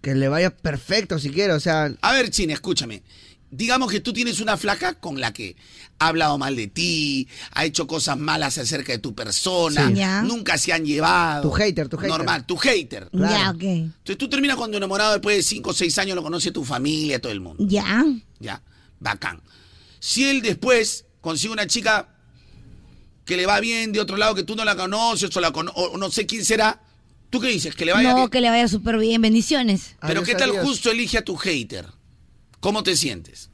que le vaya perfecto si quiere, o sea,
A ver, China, escúchame. Digamos que tú tienes una flaca con la que ha hablado mal de ti, ha hecho cosas malas acerca de tu persona,
Sí. Ya.
nunca se han llevado.
Tu hater, tu hater.
Normal, tu hater.
Ya, ok.
Entonces tú terminas cuando enamorado después de 5 o 6 años, lo conoce tu familia, todo el mundo.
Ya.
Ya, bacán. Si él después consigue una chica que le va bien de otro lado, que tú no la conoces o, la cono- o no sé quién será, ¿tú qué dices? Que le vaya
no,
bien.
que le vaya súper bien, bendiciones.
Ah,
Pero ¿qué tal justo elige a tu hater? ¿Cómo te sientes?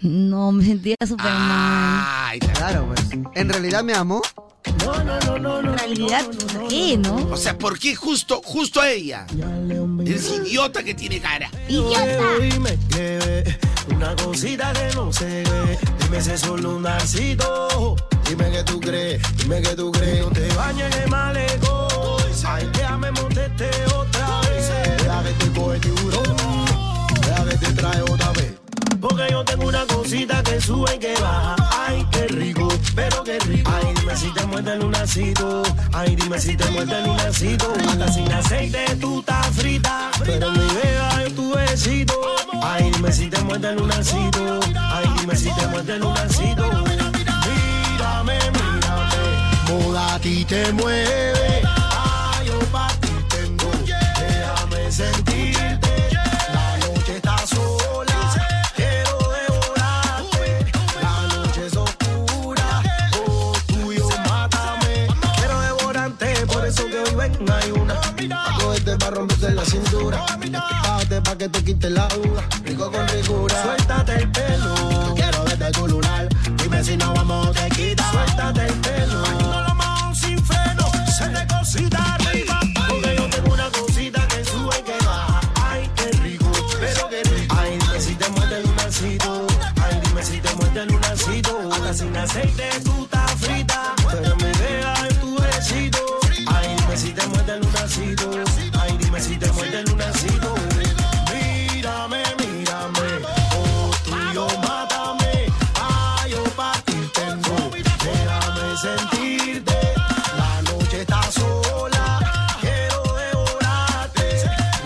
No, me sentía súper
Ah, Ay,
claro, pues. ¿En realidad me amó?
mal. No, no, no, no. En realidad, ¿qué, no?
O sea, ¿por qué justo, justo a ella? Eres idiota que tiene cara.
¡Idiota!
Y me lleve una cosita que no se ve. Dime si es solo un narcito. Dime que tú crees, dime que tú crees. No te bañes en el malecón. Ay, déjame montarte otra vez. Deja que te coge tiburón. Deja que te trae otra vez. Porque yo tengo una cosita que sube y que baja. Ay, qué rico, pero qué rico. Ay, dime si te muerde el lunacito. Ay, dime si te muerde el lunacito. Hasta sin aceite tú estás frita. Pero mi beba es tu besito. Ay, dime si te muerde el lunacito. Ay, dime si te muerde el lunacito. Mírame, mírame. Moda a ti te mueve. Ay, yo pa' ti tengo. Déjame sentirte. La noche está sola. Quiero devorarte. La noche es oscura. Oh, tuyo, mátame. Quiero devorarte. Por eso que hoy ven hay una. Cogerte para romperte la cintura. Bájate pa' que te quite la duda. Rico con ricura. Suéltate el pelo. Quiero verte tu lunar. Dime si no vamos te quita. Suéltate el pelo. lo sin freno. Se te cosita arriba. Porque yo tengo una cosita que sube y que baja. Ay, qué rico, pero qué rico. Ay, dime si te muerde el lunacito. Ay, dime si te muerde el lunacito. Hasta sin aceite tú estás frita. Pero me dejas en tu besito. Ay, dime si te muerde el lunacito. Ay, dime si te muerde el lunacito. Mírame, mírame. Oh, tú y yo mátame. Ay, yo pa' ti tengo. Déjame sentirte. La noche está sola. Quiero devorarte.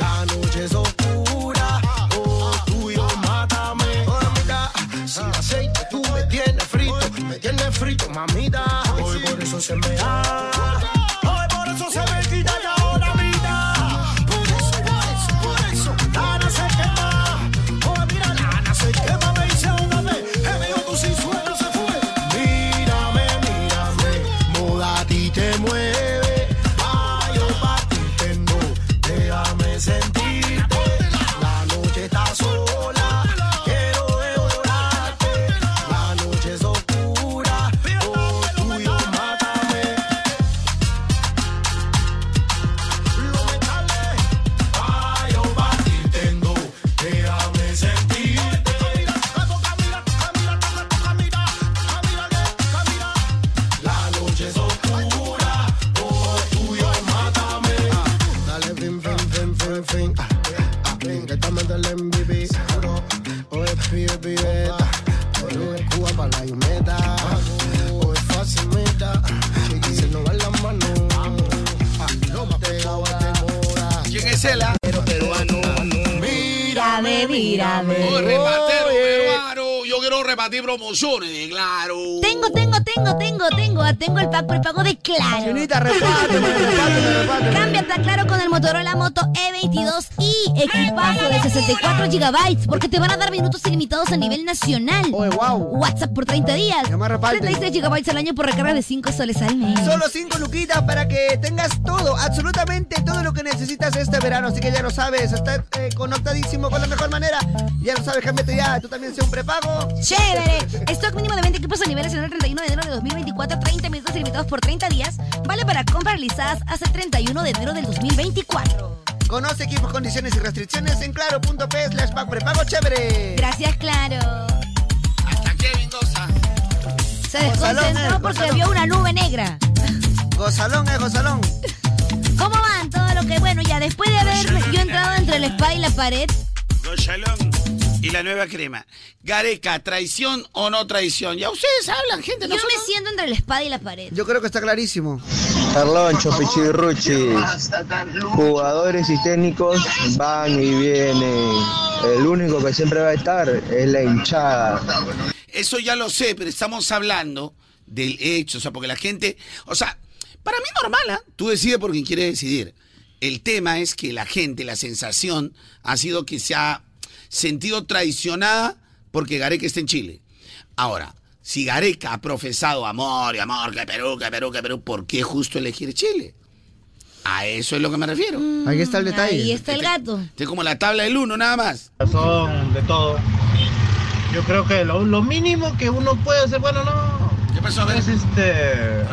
La noche es oscura. Oh, tuyo, mátame. Oh, mira, sin aceite tú me tienes frito. Me tienes frito, mamita. Hoy por eso se me da. Hoy por eso se me quita y ahora mira. Por eso, por eso, por eso. Nana se quema. Oh, mira, nana se quema. Me hice una vez. Que me dio tu suelo se fue. Mírame, mírame. Moda a ti te mueve. Ay, yo pa' ti tengo. Déjame sentirte. La noche está sola. Quiero devorarte. La noche es oscura. Oh, tuyo, mátame. Lo metale. Ay, yo pa' ti tengo. Déjame sentirte. La noche es oscura, oh tuyo, mátame. Dale, fin, fin, fin, fin, fin. Ah, ah, fin, que estamos del MVP. Seguro, hoy es pibe, pibeta. Hoy no es Cuba para la yumeta. Hoy es fácil, meta. Y se nos va la mano. Ah, no me pegaba de moda.
¿Quién es él? ah?
Pero peruano. Mírame, mírame.
Oh, rematero peruano. Yo quiero repartir promociones, dije, claro.
Tengo, tengo, tengo, tengo, tengo. Ah, Tengo el pack prepago de Claro. Cámbiate a Claro con el Motorola Moto E22 y equipazo de 64 GB porque te van a dar minutos ilimitados a nivel nacional. WhatsApp por 30 días. 36 GB al año por recarga de 5 soles al mes.
Solo 5 luquitas para que tengas todo, absolutamente todo lo que necesitas este verano. Así que ya lo sabes, está eh, conectadísimo con la mejor manera. Ya lo sabes, cámbiate ya. Tú también sea un prepago.
Chévere. Stock mínimo de 20 equipos a nivel nacional el 31 de enero de 2024, 30 minutos ilimitados por 30 días. Vale para compras realizadas hasta el 31 de enero del 2024.
Conoce equipos, condiciones y restricciones en claro.p slash pack prepago chévere.
Gracias, Claro.
Hasta Kevin Goza.
Se desconcentró
Gozalón, eh,
porque
gozalón.
vio una nube negra.
Gozalón, eh, gozalón.
¿Cómo van todo lo que... Bueno, ya después de haber yo entrado entre el spa y la pared,
Goyalón y la nueva crema. Gareca, traición o no traición. Ya ustedes hablan, gente.
yo me siento entre el spa y la pared.
Yo creo que está clarísimo.
Carloncho,
eh,
Pichirruchi, jugadores y técnicos van y vienen. El único que siempre va a estar es la hinchada.
Eso ya lo sé, pero estamos hablando del hecho. O sea, porque la gente. O sea, para mí normal, ¿ah? Tú decides por quien quieres decidir. El tema es que la gente, la sensación, ha sido que se ha sentido traicionada porque Gareca está en Chile. Ahora, si Gareca ha profesado amor y amor, que Perú, que Perú, que Perú, ¿por qué justo elegir Chile? A eso es lo que me refiero.
Mm, Ahí está el
Ahí está el gato.
Estoy como la tabla del uno, nada más.
Razón de todo. Yo creo que lo, lo mínimo que uno puede hacer, bueno, no.
¿Qué pasó?
Es este.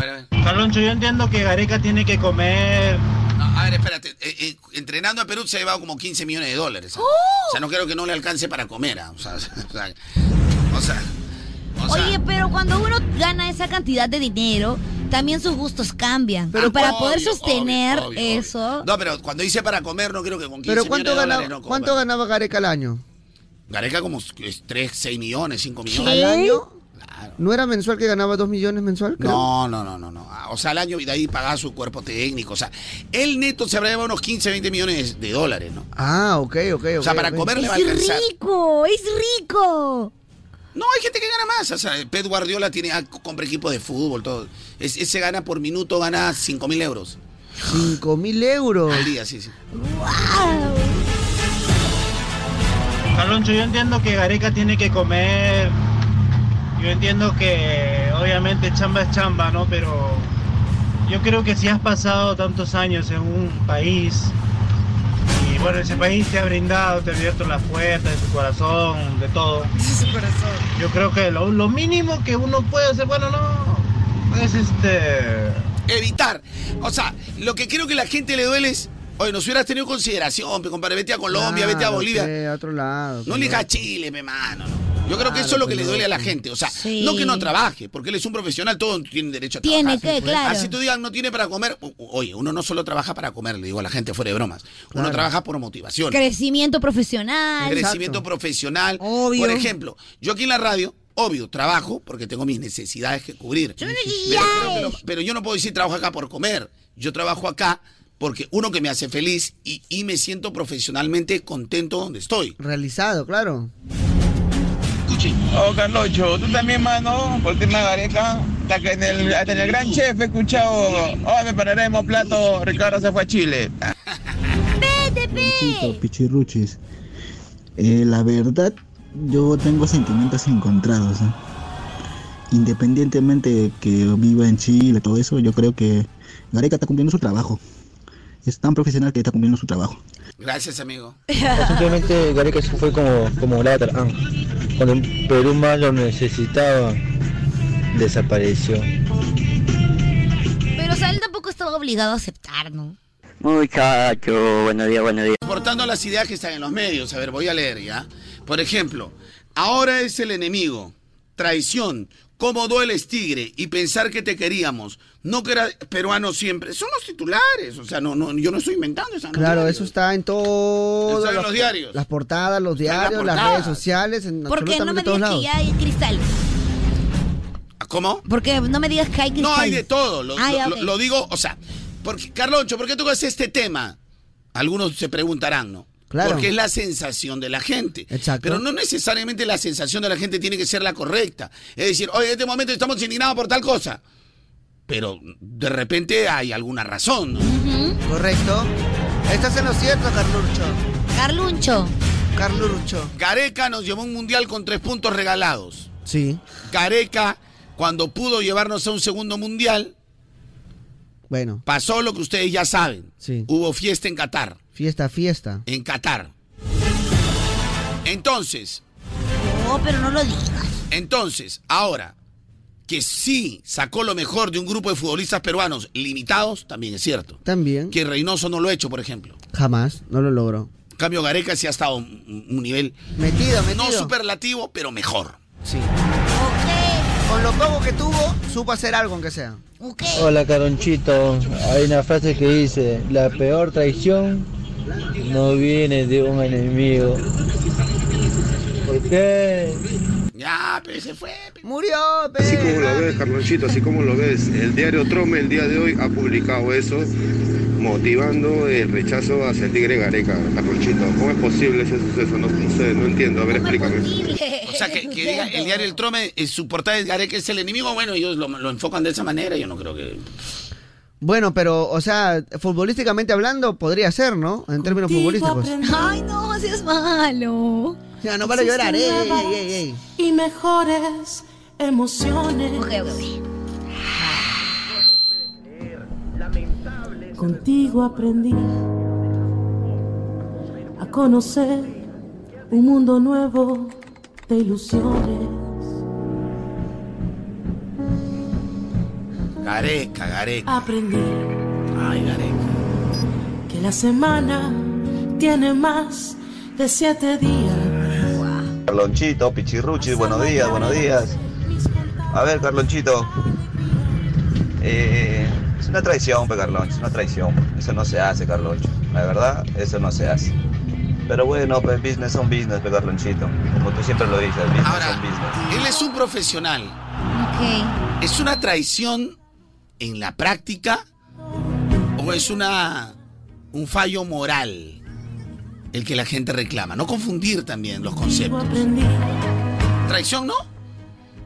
Carloncho, yo entiendo que Gareca tiene que comer.
No, a ver, espérate. Eh, eh, entrenando a Perú se ha llevado como 15 millones de dólares. ¿ah? O sea, no creo que no le alcance para comer. ah, O sea, o sea, o sea, o sea,
Oye, pero cuando uno gana esa cantidad de dinero, también sus gustos cambian.
Pero
Pero para
obvio,
poder
obvio,
sostener
obvio, obvio.
eso...
No, pero cuando dice para comer, no creo que con 15
Pero ¿cuánto,
millones de
gana-
dólares no coma.
¿cuánto ganaba Gareca al año?
Gareca como 3, 6 millones, 5 millones.
¿Al año? ¿No era mensual que ganaba 2 millones mensual? creo?
No, no, no, no, no. Ah, O sea, al año y de ahí pagaba su cuerpo técnico. O sea, el neto se habrá llevado unos 15, 20 millones de dólares, ¿no?
Ah, ok, ok, ok.
O sea, para
ok.
comer le va a
¡Es
alcanzar.
rico! ¡Es rico!
No, hay gente que gana más. O sea, Pep Guardiola tiene, ah, compra equipos de fútbol, todo. Es- ese gana por minuto, gana 5 mil euros.
5 mil euros.
Al día, sí, sí.
Carloncho, yo entiendo que Gareca tiene que comer. Yo entiendo que obviamente chamba es chamba, ¿no? Pero yo creo que si has pasado tantos años en un país y bueno, ese país te ha brindado, te ha abierto las puertas de su corazón, de todo. Yo creo que lo, lo mínimo que uno puede hacer, bueno, no, es este...
Evitar. O sea, lo que creo que la gente le duele es. Oye, nos hubieras tenido consideración, pe, compadre. Vete a Colombia, vete a
Claro,
Bolivia.
pe, a otro lado.
No
pe,
elija a Chile, mi mano. Yo creo que
Claro,
eso es lo que
pe,
le duele a la
loco.
gente. O sea,
Sí.
no que no trabaje, porque él es un profesional, todos tienen derecho a trabajar.
Tiene que, claro.
Así tú digas, no tiene para comer. O- Oye, uno no solo trabaja para comer, le digo a la gente fuera de bromas. Uno trabaja por motivación.
Crecimiento profesional.
crecimiento profesional. Por ejemplo, yo aquí en la radio, obvio, trabajo porque tengo mis necesidades que cubrir. Pero, creo que lo- pero yo no puedo decir trabajo acá por comer. Yo trabajo acá porque uno que me hace feliz y, y me siento profesionalmente contento donde estoy.
Realizado, claro.
Oh, Carlocho, tú también, mano, por tema Gareca, hasta que en el, hasta en el gran chef he escuchado, oh, prepararemos plato, Ricardo se fue a Chile.
Pichito, pichirruchis. Eh, la verdad, yo tengo sentimientos encontrados. ¿eh? Independientemente de que viva en Chile, todo eso, yo creo que Gareca está cumpliendo su trabajo. Es tan profesional que está cumpliendo su trabajo.
Gracias, amigo.
Simplemente Gareca se fue como, como la otra. ah, cuando Perú más lo necesitaba, desapareció.
Pero o sea, él tampoco estaba obligado a aceptar, ¿no?
Muchacho, buenos días, buenos días.
Portando las ideas que están en los medios. A ver, voy a leer ya. Por ejemplo, ahora es el enemigo. Traición. Cómo dueles tigre y pensar que te queríamos. No que era peruano siempre. Son los titulares. O sea, no, no, yo no estoy inventando esa
Claro, eso está en todos
Está en los diarios.
Las portadas, los
en las
diarios, las,
portadas.
redes sociales, en
Porque no me
absolutamente todos
digas
lados.
que ya hay cristal.
¿Cómo?
Porque no me digas que hay cristal.
No hay de todo. Lo,
Ah,
lo-
ya,
lo-
ok.
lo digo, o sea, porque, Carloncho, ¿por qué tocas este tema? Algunos se preguntarán, ¿no?
Claro.
Porque es la sensación de la gente.
Exacto.
Pero no necesariamente la sensación de la gente tiene que ser la correcta. Es decir, oye, en este momento estamos indignados por tal cosa. Pero de repente hay alguna razón, ¿no?
¿Mm?
Correcto. Estás en lo cierto, Carlucho.
Carluncho.
Carlucho.
Gareca nos llevó a un mundial con tres puntos regalados.
Sí.
Gareca, cuando pudo llevarnos a un segundo mundial,
Bueno,
pasó lo que ustedes ya saben.
Sí.
Hubo fiesta en Qatar.
fiesta, fiesta.
En Qatar. Entonces.
No, pero no lo digas.
Entonces, ahora, que sí sacó lo mejor de un grupo de futbolistas peruanos limitados, también es cierto.
También.
Que Reynoso no lo ha hecho, por ejemplo.
Jamás, no lo logró.
En cambio, Gareca sí ha estado a un, un nivel.
Metido,
No
metido.
superlativo, pero mejor.
Sí. Ok. Con lo poco que tuvo, supo hacer algo, aunque sea.
Hola Caronchito, hay una frase que dice, la peor traición no viene de un enemigo. ¿Por qué?
Ya, pero se fue.
Murió,
Así como lo ves, Carlonchito, así como lo ves, el diario Trome el día de hoy ha publicado eso, motivando el rechazo hacia el tigre Gareca, Carlonchito. ¿Cómo es posible ese suceso? No, no sé, no entiendo. A ver, explícame.
O sea, que, que diga el diario El Trome, eh, su portada es Gareca es el enemigo. Bueno, ellos lo, lo enfocan de esa manera. Yo no creo que.
Bueno, pero, o sea, futbolísticamente hablando, podría ser, ¿no? En términos futbolísticos.
Ay, no, así es malo.
Ya, no vale llorar, ey, ey, ey, ey.
Y mejores emociones.
Contigo aprendí a conocer un mundo nuevo de ilusiones.
Gareca, Gareca.
Aprendí
Ay, Gareca.
que la semana tiene más de siete días.
Carlonchito, Pichirruchi, buenos días, buenos días. A ver, Carlonchito. Eh, es una traición, pe Carloncho, es una traición. Eso no se hace, Carloncho. La verdad, eso no se hace. Pero bueno, pues business son business, pe Carlonchito. Como tú siempre lo dices, business son business.
Él es un profesional. ¿Es una traición en la práctica o es una un fallo moral el que la gente reclama? No confundir también los conceptos. Traición no,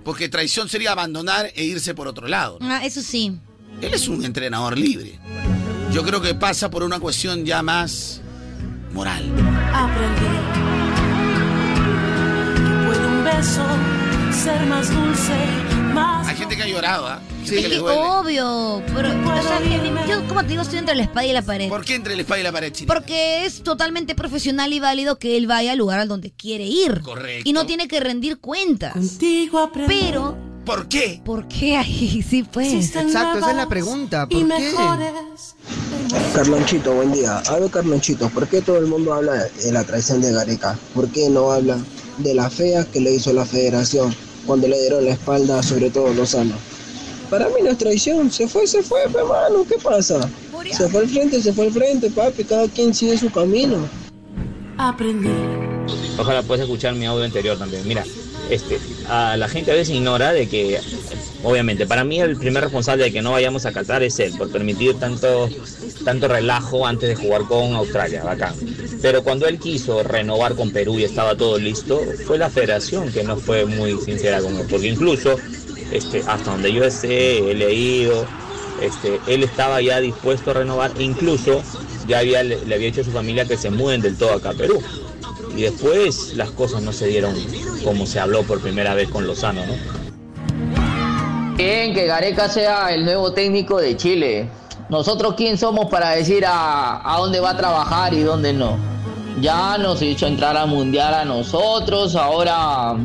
porque traición sería abandonar e irse por otro lado.
Ah, eso sí.
Él es un entrenador libre. Yo creo que pasa por una cuestión ya más moral.
Aprendí que puede un beso ser más dulce, más
Hay gente que ha llorado, ¿ah? Gente que
Es
le
que
duele.
obvio. Pero, o sea, que- yo, como te digo, estoy entre la espada y la pared.
¿Por qué entre el espalda y la pared chino?
Porque es totalmente profesional y válido que él vaya al lugar al donde quiere ir.
Correcto.
Y no tiene que rendir cuentas.
Contigo aprendí.
Pero.
¿Por qué?
¿Por qué ahí? Sí, pues.
Exacto, esa es la pregunta.
y
¿Por qué?
mejores.
Carlonchito, buen día. A ver, Carlonchito, ¿por qué todo el mundo habla de la traición de Gareca? ¿Por qué no habla de la fea que le hizo la federación cuando le dieron la espalda, sobre todo Lozano? Para mí no es traición, se fue, se fue, pe, mano, ¿qué pasa? Se fue al frente, se fue al frente, papi, cada quien sigue su camino.
aprendí.
Ojalá puedas escuchar mi audio anterior también. Mira, este, a la gente a veces ignora de que, obviamente, para mí el primer responsable de que no vayamos a Qatar es él, por permitir tanto, tanto relajo antes de jugar con Australia, bacán. Pero cuando él quiso renovar con Perú y estaba todo listo, fue la federación que no fue muy sincera con él, porque incluso, este, hasta donde yo sé, he leído, este, él estaba ya dispuesto a renovar, incluso ya había, le le había dicho a su familia que se muden del todo acá a Perú. Y después las cosas no se dieron como se habló por primera vez con Lozano, ¿no?
Bien, que Gareca sea el nuevo técnico de Chile. Nosotros quién somos para decir a, a dónde va a trabajar y dónde no. Ya nos hizo entrar al mundial a nosotros, ahora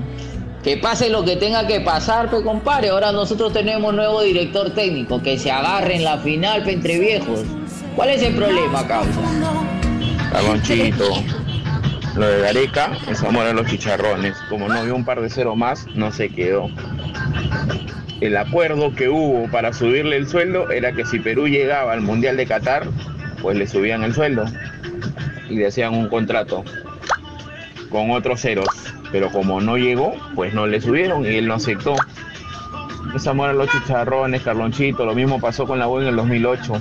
que pase lo que tenga que pasar, pues compadre, ahora nosotros tenemos nuevo director técnico, que se agarre en la final pe, entre viejos. ¿Cuál es el problema, causa?
Carlonchito, lo de Gareca es amor a los chicharrones. Como no vio un par de cero más, no se quedó. El acuerdo que hubo para subirle el sueldo era que si Perú llegaba al Mundial de Qatar, pues le subían el sueldo y le hacían un contrato con otros ceros. Pero como no llegó, pues no le subieron y él no aceptó. Es amor a los chicharrones, Carlonchito. Lo mismo pasó con la U en el 2008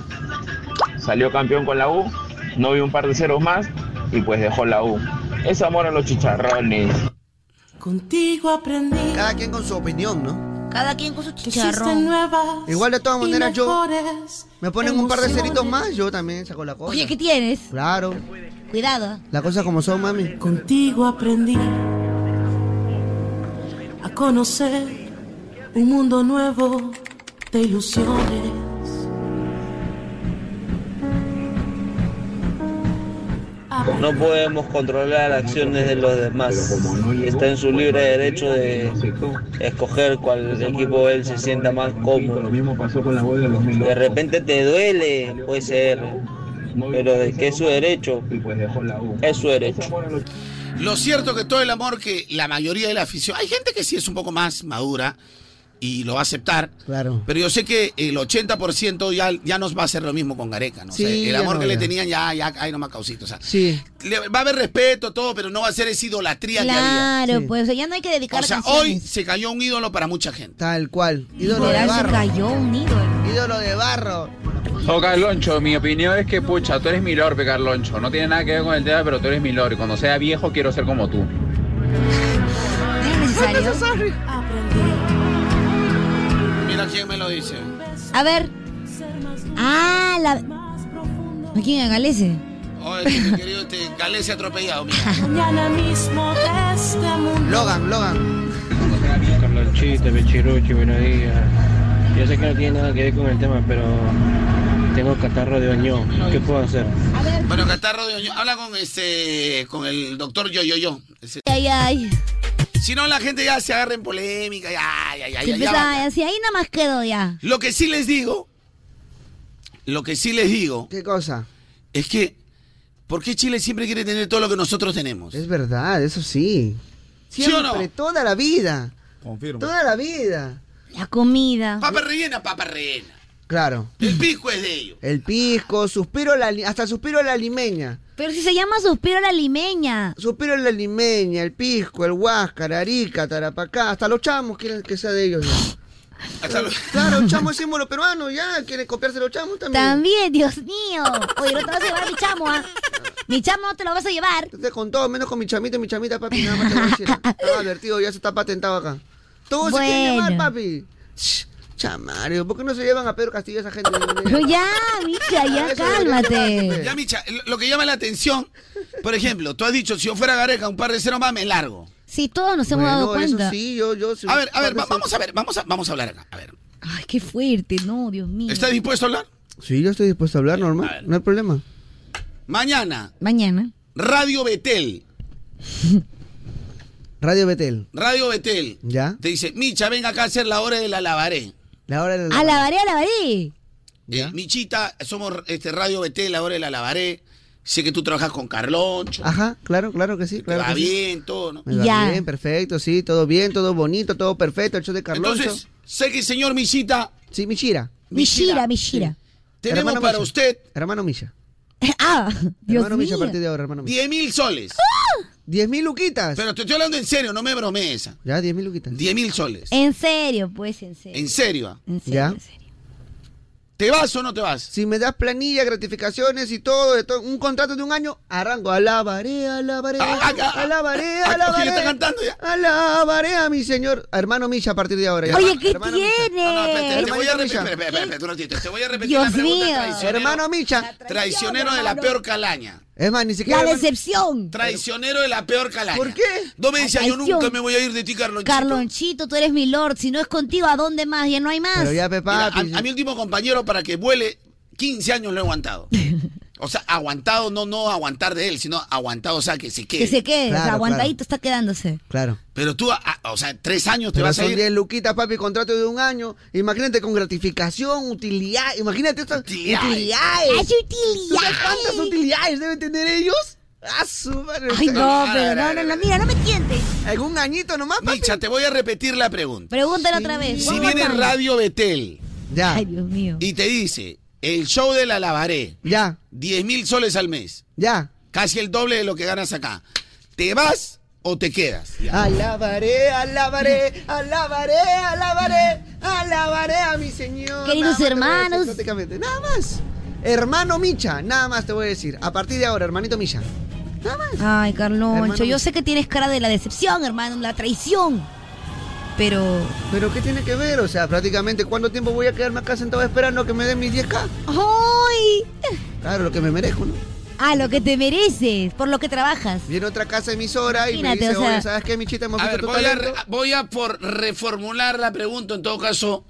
salió campeón con la U, no vio un par de ceros más y pues dejó la U. Es amor a los chicharrones.
Contigo aprendí. Cada quien con su opinión, ¿no?
Cada quien con su
Existen
chicharrón.
Igual de todas
y
maneras yo me ponen un par de
emociones.
ceritos más, yo también saco la cosa.
Oye, ¿qué tienes?
Claro.
Cuidado.
Las cosas como son, mami.
Contigo aprendí a conocer un mundo nuevo de ilusiones.
No podemos controlar acciones de los demás. Está en su libre derecho de escoger cuál equipo él se sienta más cómodo. De repente te duele, puede ser, pero de que es su derecho, es su derecho.
Lo cierto que todo el amor que la mayoría de la afición, hay gente que sí es un poco más madura y lo va a aceptar,
Claro.
pero yo sé que el 80% ya, ya nos va a hacer lo mismo con Gareca, ¿no? O sea,
Sí,
el
ya
amor
no,
que le
ya.
tenían ya, ya, ay, no me causito, o sea,
Sí.
le- va a haber respeto, todo, pero no va a ser esa idolatría que
Claro,
había.
pues o sea, ya no hay que dedicar
O sea, hoy se cayó un ídolo para mucha gente.
Tal cual. Ídolo de
Literal, se
barro.
cayó un eh. ídolo.
Ídolo de barro.
Oh, Carloncho, mi opinión es que, pucha, tú eres mi lord, pe, Carloncho. No tiene nada que ver con el tema, pero tú eres mi lord. Y cuando sea viejo, quiero ser como tú.
necesario.
Mira quién me lo dice.
A ver. Ah, la. ¿A quién agalece?
Oye, este, querido, este, Galese atropellado, mira.
Mañana mismo de este mundo.
Logan, Logan.
Carlonchito, Pechiruchi, buenos días. Yo sé que no tiene nada que ver con el tema, pero tengo catarro de oñón. ¿Qué puedo hacer?
Bueno, Catarro de Oño, habla con este, con el doctor Yo Yo Yo. Ese-
Ay, ay.
Si no, la gente ya se agarra en polémica, ya, ya, ya,
Se
ya, ya
empieza-
basta.
así ahí nada más quedó ya.
Lo que sí les digo, lo que sí les digo.
¿Qué cosa?
Es que, ¿por qué Chile siempre quiere tener todo lo que nosotros tenemos?
Es verdad, eso sí.
¿Sí o
Siempre,
no?
toda la vida.
Confirmo.
Toda la vida.
La comida.
Papa rellena, papa rellena.
Claro.
El pisco es de ellos.
El pisco, suspiro la, li- hasta suspiro la limeña.
Pero si se llama suspiro la limeña.
Suspiro la limeña, el pisco, el huáscara, Arica, Tarapacá, hasta los chamos quieren que sea de ellos. ya. Claro, el chamo es símbolo peruano, ya, quieren copiarse los chamos también.
También, Dios mío. Oye, no te vas a llevar mi chamo, ¿ah? Mi chamo no te lo vas a llevar.
Entonces, con todo, menos con mi chamito y mi chamita, papi, nada más te voy a decir. Estaba advertido, Ah, ya se está patentado acá. Todos se quieren llamar,
Bueno.
papi. Shh, Chamario, ¿por qué no se llevan a Pedro Castillo esa gente?
Pero ya, Micha, ya
Eso debería
cálmate.
Ya, Micha, lo- lo que llama la atención, por ejemplo, tú has dicho, si yo fuera Gareca, un par de cero más me largo.
Sí, todos nos hemos dado cuenta.
yo, yo.
A ver, a ver, va- vamos a ver, vamos a, vamos a hablar acá. A ver,
Ay, qué fuerte, no, Dios mío.
¿estás dispuesto a hablar?
Sí, yo estoy dispuesto a hablar, normal, no hay problema.
Mañana,
Mañana.
Radio Betel,
Radio Betel,
Radio Betel,
¿ya?
te dice, Micha, ven acá a hacer la hora de la lavaré.
La hora de la...
A la varé, a la varé.
Eh, Michita, somos este, Radio Betel, la hora de la lavaré. Sé que tú trabajas con Carloncho,
Ajá, claro, claro que sí, claro
va
que sí.
bien, todo, ¿no?
Me va bien, perfecto, sí, todo bien, todo bonito, todo perfecto, el show de Carloncho.
Entonces, sé que el señor Michita,
sí, Michira.
Mishira, Mishira.
tenemos
Misha.
para usted
Hermano Misha.
Ah, Dios
hermano Misha, a
mío.
partir de ahora, hermano Misha.
10 mil soles.
10 mil luquitas.
Pero te estoy hablando en serio, no me bromees.
Ya, 10 mil luquitas.
10 mil soles.
En serio, pues, en serio.
En serio. ah?
¿Ya?
¿Te vas o no te vas?
Si me das planilla, gratificaciones y todo, de todo, un contrato de un año, arranco. Alabaré, alabaré, alabaré,
ah,
alabaré.
Gil está cantando
Alabaré a mi señor, hermano Misha, a partir de ahora. ya.
Oye, ¿qué
Hermano
tiene?
No, espérate, te voy a
Hermanito
repetir,
Misha.
espera, espera, espera, un ratito, te voy a repetir
Dios
la pregunta
mío.
traicionero.
Hermano Micha.
Traicionero de la peor calaña.
Es más, ni siquiera. hermano-
decepción.
Traicionero de la peor calaña.
¿Por qué?
No me decía, yo
Traición.
nunca me voy a ir de ti, Carlonchito.
Carlonchito, tú eres mi lord. Si no es contigo, ¿a dónde más? Ya no hay más.
Mira,
pues,
a, a mi último compañero, para que vuele, 15 años lo he aguantado. O sea, aguantado, no, no aguantar de él, sino aguantado, o sea, que se quede.
Que se quede, o sea, aguantadito está quedándose.
Claro.
Pero tú, a- a- o sea, tres años te
Pero
vas a
son
ir.
10 luquitas, papi, contrato de un año. Imagínate con gratificación, utilidad. Imagínate estas utilidades.
Utilidades.
Las utilidades.
¿Tú sabes cuántas utilidades deben tener ellos? ¡Ah, su madre!
Ay, no,
Ah,
A ver, a
pero
ver, a
no, no,
ver,
no, mira, no me tientes.
¿Algún añito nomás, papi?
Micha, te voy a repetir la pregunta.
Pregúntale otra vez.
Si
Vamos
viene
a-
Radio Betel
Ya.
Ay, Dios mío.
y te dice, el show de la lavaré,
ya,
10 mil soles al mes,
ya.
casi el doble de lo que ganas acá, ¿te vas o te quedas?
Alabaré, alabaré, alabaré, alabaré, alabaré a mi señor.
Queridos
Nada más te voy a decir,
hermanos.
prácticamente, Nada más. Hermano Micha, nada más te voy a decir. A partir de ahora, hermanito Micha.
Ay, Carloncho,
Hermano,
yo sé que tienes cara de la decepción, hermano, la traición. Pero.
¿Pero qué tiene que ver? O sea, prácticamente, ¿cuánto tiempo voy a quedarme acá sentado esperando que me den mis 10K?
¡Ay!
Claro, lo que me merezco, ¿no?
A lo que te mereces, por lo que trabajas.
Viene otra casa emisora y
Imagínate,
me dice,
o sea-
oye, ¿sabes qué, Michita? Hemos
A
visto tu
ver, voy a,
talento.
re- voy a por reformular la pregunta, en todo caso,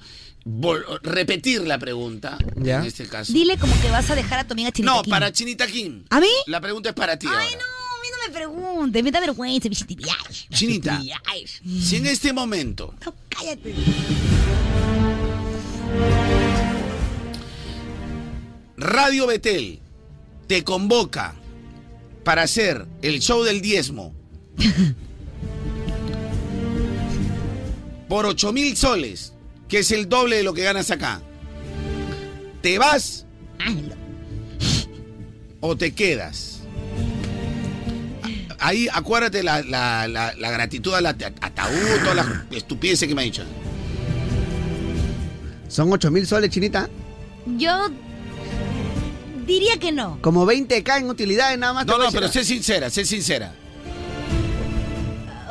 vol- repetir la pregunta, en este caso.
Dile como que vas a dejar a tu amiga Chinita
no,
Kim.
para Chinita Kim.
¿A mí?
La pregunta es para ti ahora.
A mí no me preguntes, me da vergüenza, bichiti. Ay,
Chinita,
ay,
si en este momento
Cállate.
Radio Betel te convoca para hacer el show del diezmo por 8 mil soles, que es el doble de lo que ganas acá. ¿Te vas? ¿O te quedas? Ahí acuérdate la, la- la- la gratitud al ata- ataúd, todas las estupideces que me ha dicho.
Son 8 mil soles, chinita.
Yo diría que no.
Como 20K en utilidades nada más. te
No,
voy a
no, pero
decir.
sé sincera, sé sincera.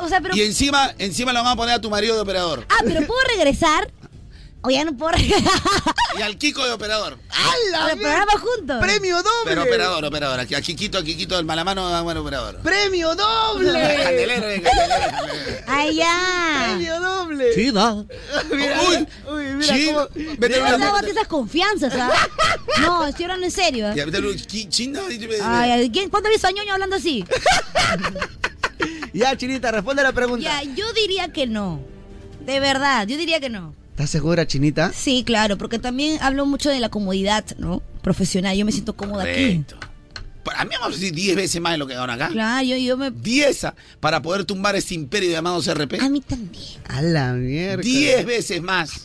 O sea, pero.
Y encima, encima lo van a poner a tu marido de operador.
Ah, pero ¿puedo regresar? O ya no puedo regresar.
Y al Kiko de operador.
Pero programa juntos.
¡Premio doble!
Pero operador, operador. Aquí, a Kikito, a Kikito, el malamano, ah, bueno, operador.
¡Premio doble!
Candelero, eh, candelero.
¡Ay, ya!
¡Premio doble!
Chida.
Mira,
Uy,
uy, mira
sí.
cómo-
Vete,
No
vete,
no
vete.
botes esas confianzas, ¿ah? No, estoy hablando en serio. ¿eh?
Ya, vete, Lu- Ki- China, dime, dime.
Ay, ¿quién- ¿Cuándo he visto a Ñoño hablando así?
Ya, chinita, responde la pregunta.
Ya, yo diría que no. De verdad, yo diría que no.
¿Estás segura, chinita?
Sí, claro, porque también hablo mucho de la comodidad, ¿no? Profesional, yo me siento cómoda aquí.
Correcto. Para mí vamos a decir 10 veces más de lo que ganan acá.
Claro, yo, yo me...
10 a- para poder tumbar ese imperio llamado CRP.
A mí también.
A la mierda.
10 veces más.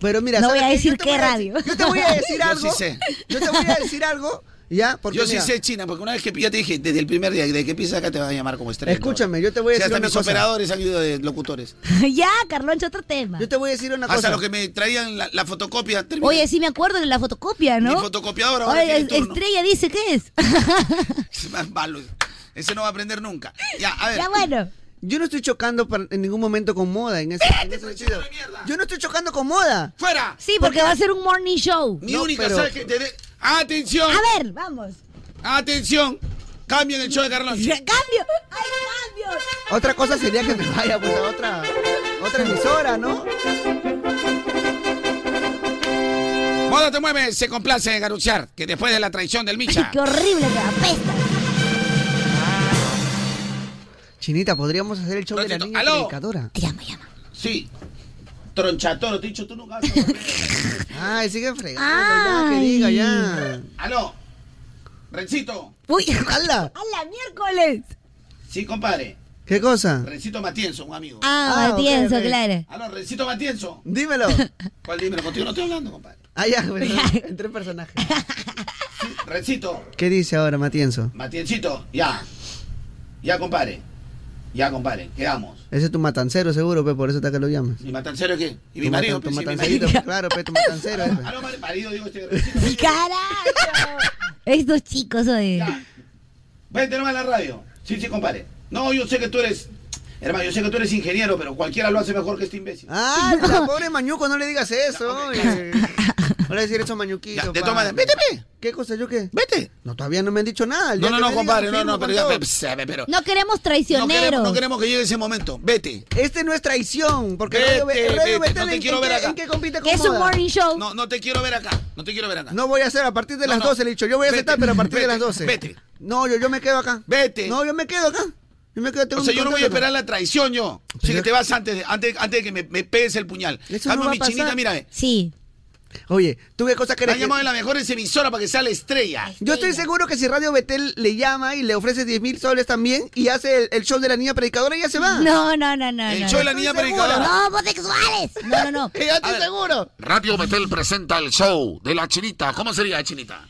Pero mira,
No voy
¿sabes
a
qué?
decir
Yo te
qué
voy a-
radio.
Yo te voy a decir
Yo
algo.
sí sé.
Yo te voy a decir algo. Ya, porque
Yo
mira,
sí sé China, porque una vez que ya te dije, desde el primer día, desde que empiezas acá te van a llamar como estrella.
Escúchame, yo te voy a
Si
decir
hasta
una
mis
cosa.
operadores han ido de locutores.
ya, Carloncho, otro tema.
Yo te voy a decir una
Hasta los que me traían la, la fotocopia. termina.
Oye, sí me acuerdo de la fotocopia, ¿no?
Mi fotocopiadora ahora
Oye,
tiene turno.
Estrella dice qué es.
Es más malo. Ese no va a aprender nunca. Ya, a ver.
ya bueno.
Yo no estoy chocando par- en ningún momento con moda en ese, en ese sentido. Yo no estoy chocando con moda.
¡Fuera!
Sí, porque va a ser un morning show.
Mi
No,
única
pero-
sal que te dé. ¡Atención!
A ver, vamos.
¡Atención! Cambien el show de Carlón.
¡Cambio! ¡Ay, cambio!
Otra cosa sería que me vaya pues, a otra, otra emisora, ¿no?
Moda te mueve, se complace en anunciar que después de la traición del Micha.
¡Qué horrible que apesta!
Chinita, podríamos hacer el show de la
Roncito,
niña
aló.
predicadora.
Sí. Tronchatoro, te he dicho tú nunca. vas a-
Ay, sigue fregando, ya, que diga, ya.
Aló. Rencito.
¡Uy!
¡Hala!
¡Hala, miércoles!
Sí, compadre.
¿Qué cosa?
Rencito Matienzo, un amigo.
Ah,
Ah, ok,
pienso,
ok.
claro.
Aló, Rencito Matienzo.
Dímelo.
¿Cuál dímelo? Contigo no estoy hablando, compadre.
Ah, ya, bueno, entré en personaje.
Rencito.
¿Qué dice ahora Matienzo?
Matiencito, ya. Ya, compadre. Ya, compadre. Quedamos.
Ese es tu matancero seguro, pe, por eso está que lo llamas.
¿Mi matancero qué? ¿Y
Tu
mi
mata-
marido?
tu
pues, sí, mi
matancerito,
marido.
claro, pe, tu matancero. eh, pe.
Aló, mar- marido, digo este.
¡Carajo! Estos chicos, oye.
Vente nomás a la radio. Sí, sí, compadre. No, yo sé que tú eres. Hermano, yo sé que tú eres ingeniero, pero cualquiera lo hace mejor que este imbécil.
Ah, la pobre mañuco, no le digas eso. eh. No le decir eso a mañuquito.
Ya,
pa.
de todas maneras, vete, pe.
¿Qué cosa, yo qué?
Vete.
No, todavía no me han dicho nada. El
No,
día
no,
que
no,
me
compadre, no,
digan,
no,
firmo
pero
con
ya,
todo.
pe- pe- pero.
No queremos
No
traicioneros.
queremos, no queremos que llegue ese momento. Vete.
Este no es traición, porque
Vete,
Radio, Be- Radio
vete,
Betel
no te
en,
quiero
en
ver
qué-
acá.
en qué compite con
Que es un
moda?
morning show.
No, no te quiero ver acá. No te quiero ver acá.
No voy a hacer a partir de
No,
las
no.
12, le he dicho. Yo voy a
Vete,
aceptar, pero a partir de
vete,
las 12.
vete.
No, yo, yo me quedo acá.
Vete.
No, yo me quedo acá. Yo me quedo, tengo
o sea,
mi
yo no voy a
contrato.
esperar la traición yo. Si que te vas antes de, antes, antes de que me, me pegues el puñal.
Eso
Cambio
no va a
mi
pasar.
chinita, mira. eh.
Sí.
Oye, ¿tú qué cosa
Me
crees?
han llamado de la mejor emisora para que sea la estrella.
Yo estoy seguro que si Radio Betel le llama y le ofrece 10 mil soles también y hace el, el show de la niña predicadora, ya se va.
No, no, no, no.
El
no,
show de
no.
la niña
Estoy seguro.
predicadora.
¡No, homosexuales! No, no, no.
Ya estoy seguro.
Radio Betel presenta el show de la chinita. ¿Cómo sería chinita?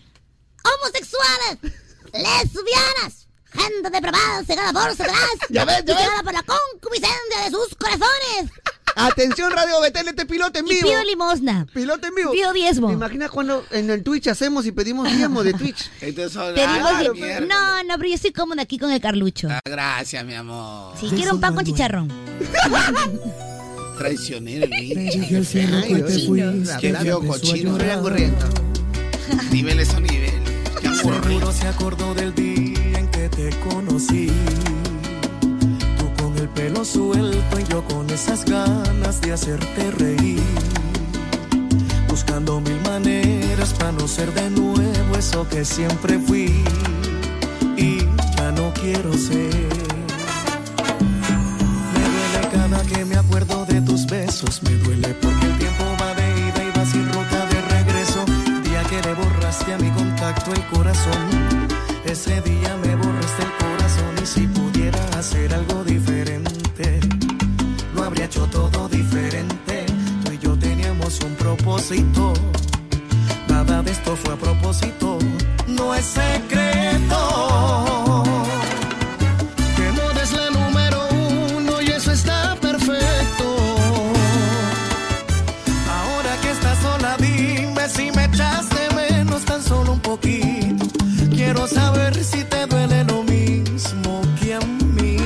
¡Homosexuales! ¡Lesbianas! Gente depravada, cegada por Satanás.
Ya ves, ya ves.
cegada por la concupiscencia de sus corazones.
Atención, Radio Betel, este piloto en
Y
vivo.
pido limosna.
Piloto en vivo.
Pido diezmo.
¿Te imaginas cuando en el Twitch hacemos y pedimos diezmo de Twitch?
Este
Pedimos di- No, no, pero yo estoy cómoda aquí con el Carlucho.
Ah,
Gracias, mi amor.
Si quiero un pan con chicharrón.
Traicionero,
Te
niña.
dije al cielo que te fuiste,
Qué feo,
empezó a
cochino.
llorar.
Era corriendo. Niveles son niveles.
Seguro se acordó del día en que te conocí. Tú con el pelo suelto y yo con esas ganas de hacerte reír. Buscando mil maneras para no ser de nuevo eso que siempre fui. Y ya no quiero ser. Me duele cada que me acuerdo de tus besos. Me duele porque el tiempo va de ida y va sin ruta de regreso. Día que le borraste a mi contacto el corazón. Ese día me borraste el corazón y si pudiera hacer algo diferente, lo habría hecho todo diferente. Tú y yo teníamos un propósito. Nada de esto fue a propósito. No es secreto. Que no eres la número uno y eso está perfecto. Ahora que estás sola, dime si me echaste menos tan solo un poquito. Quiero saber si te duele lo mismo que a mí.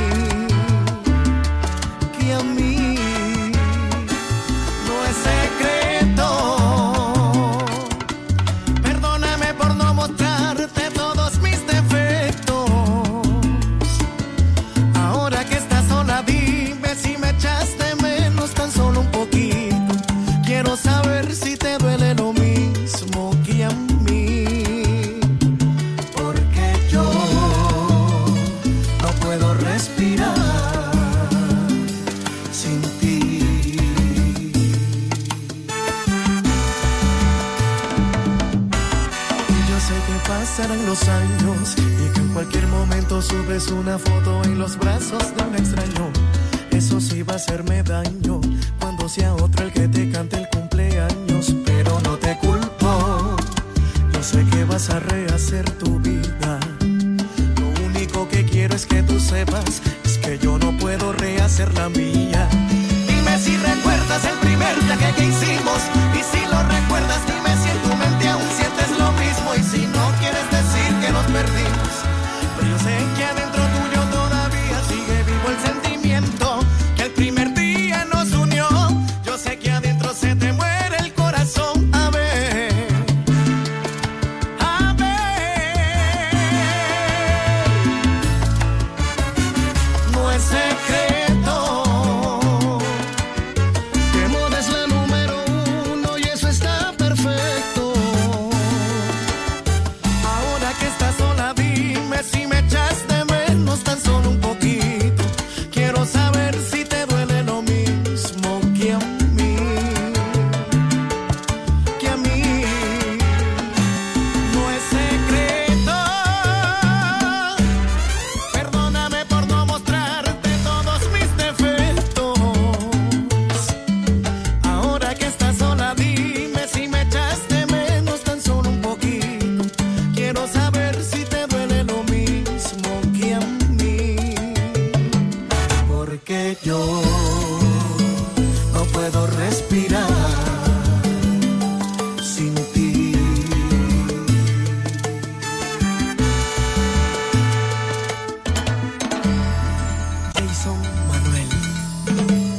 Que a mí. No es secreto. Perdóname por no mostrarte todos mis defectos. Ahora que estás sola, dime si me echaste menos tan solo un poquito. Quiero saber si te duele lo mismo que a mí. Porque yo no puedo respirar sin ti. Y yo sé que pasarán los años y que en cualquier momento subes una foto en los brazos de un extraño. Eso sí va a hacerme daño cuando sea otro el que te cante el cumpleaños, pero no te culpo. Yo sé que vas a rehacer tu vida. Lo único que quiero es que tú sepas es que yo no puedo rehacer la mía. Dime si recuerdas el primer viaje que hicimos y si lo recuerdas dime si en tu mente aún sientes lo mismo y si no quieres decir que nos perdimos. Pero yo sé que adentro tuyo todavía sigue vivo el sentimiento que el primer día nos unió. Yo sé que adentro se te muere el corazón. A ver, a ver. No es secreto. Que moda es la número uno y eso está perfecto. Ahora que estás sola, dime si me echaste menos tan solo un poquito. Quiero saber si te duele lo mismo que a mí. Que a mí no es secreto. Perdóname por no mostrarte todos mis defectos. Ahora que estás sola, dime si me echaste menos tan solo un poquito. Quiero saber si te duele lo mismo que a mí. Porque yo no puedo respirar sin ti. Jason Manuel.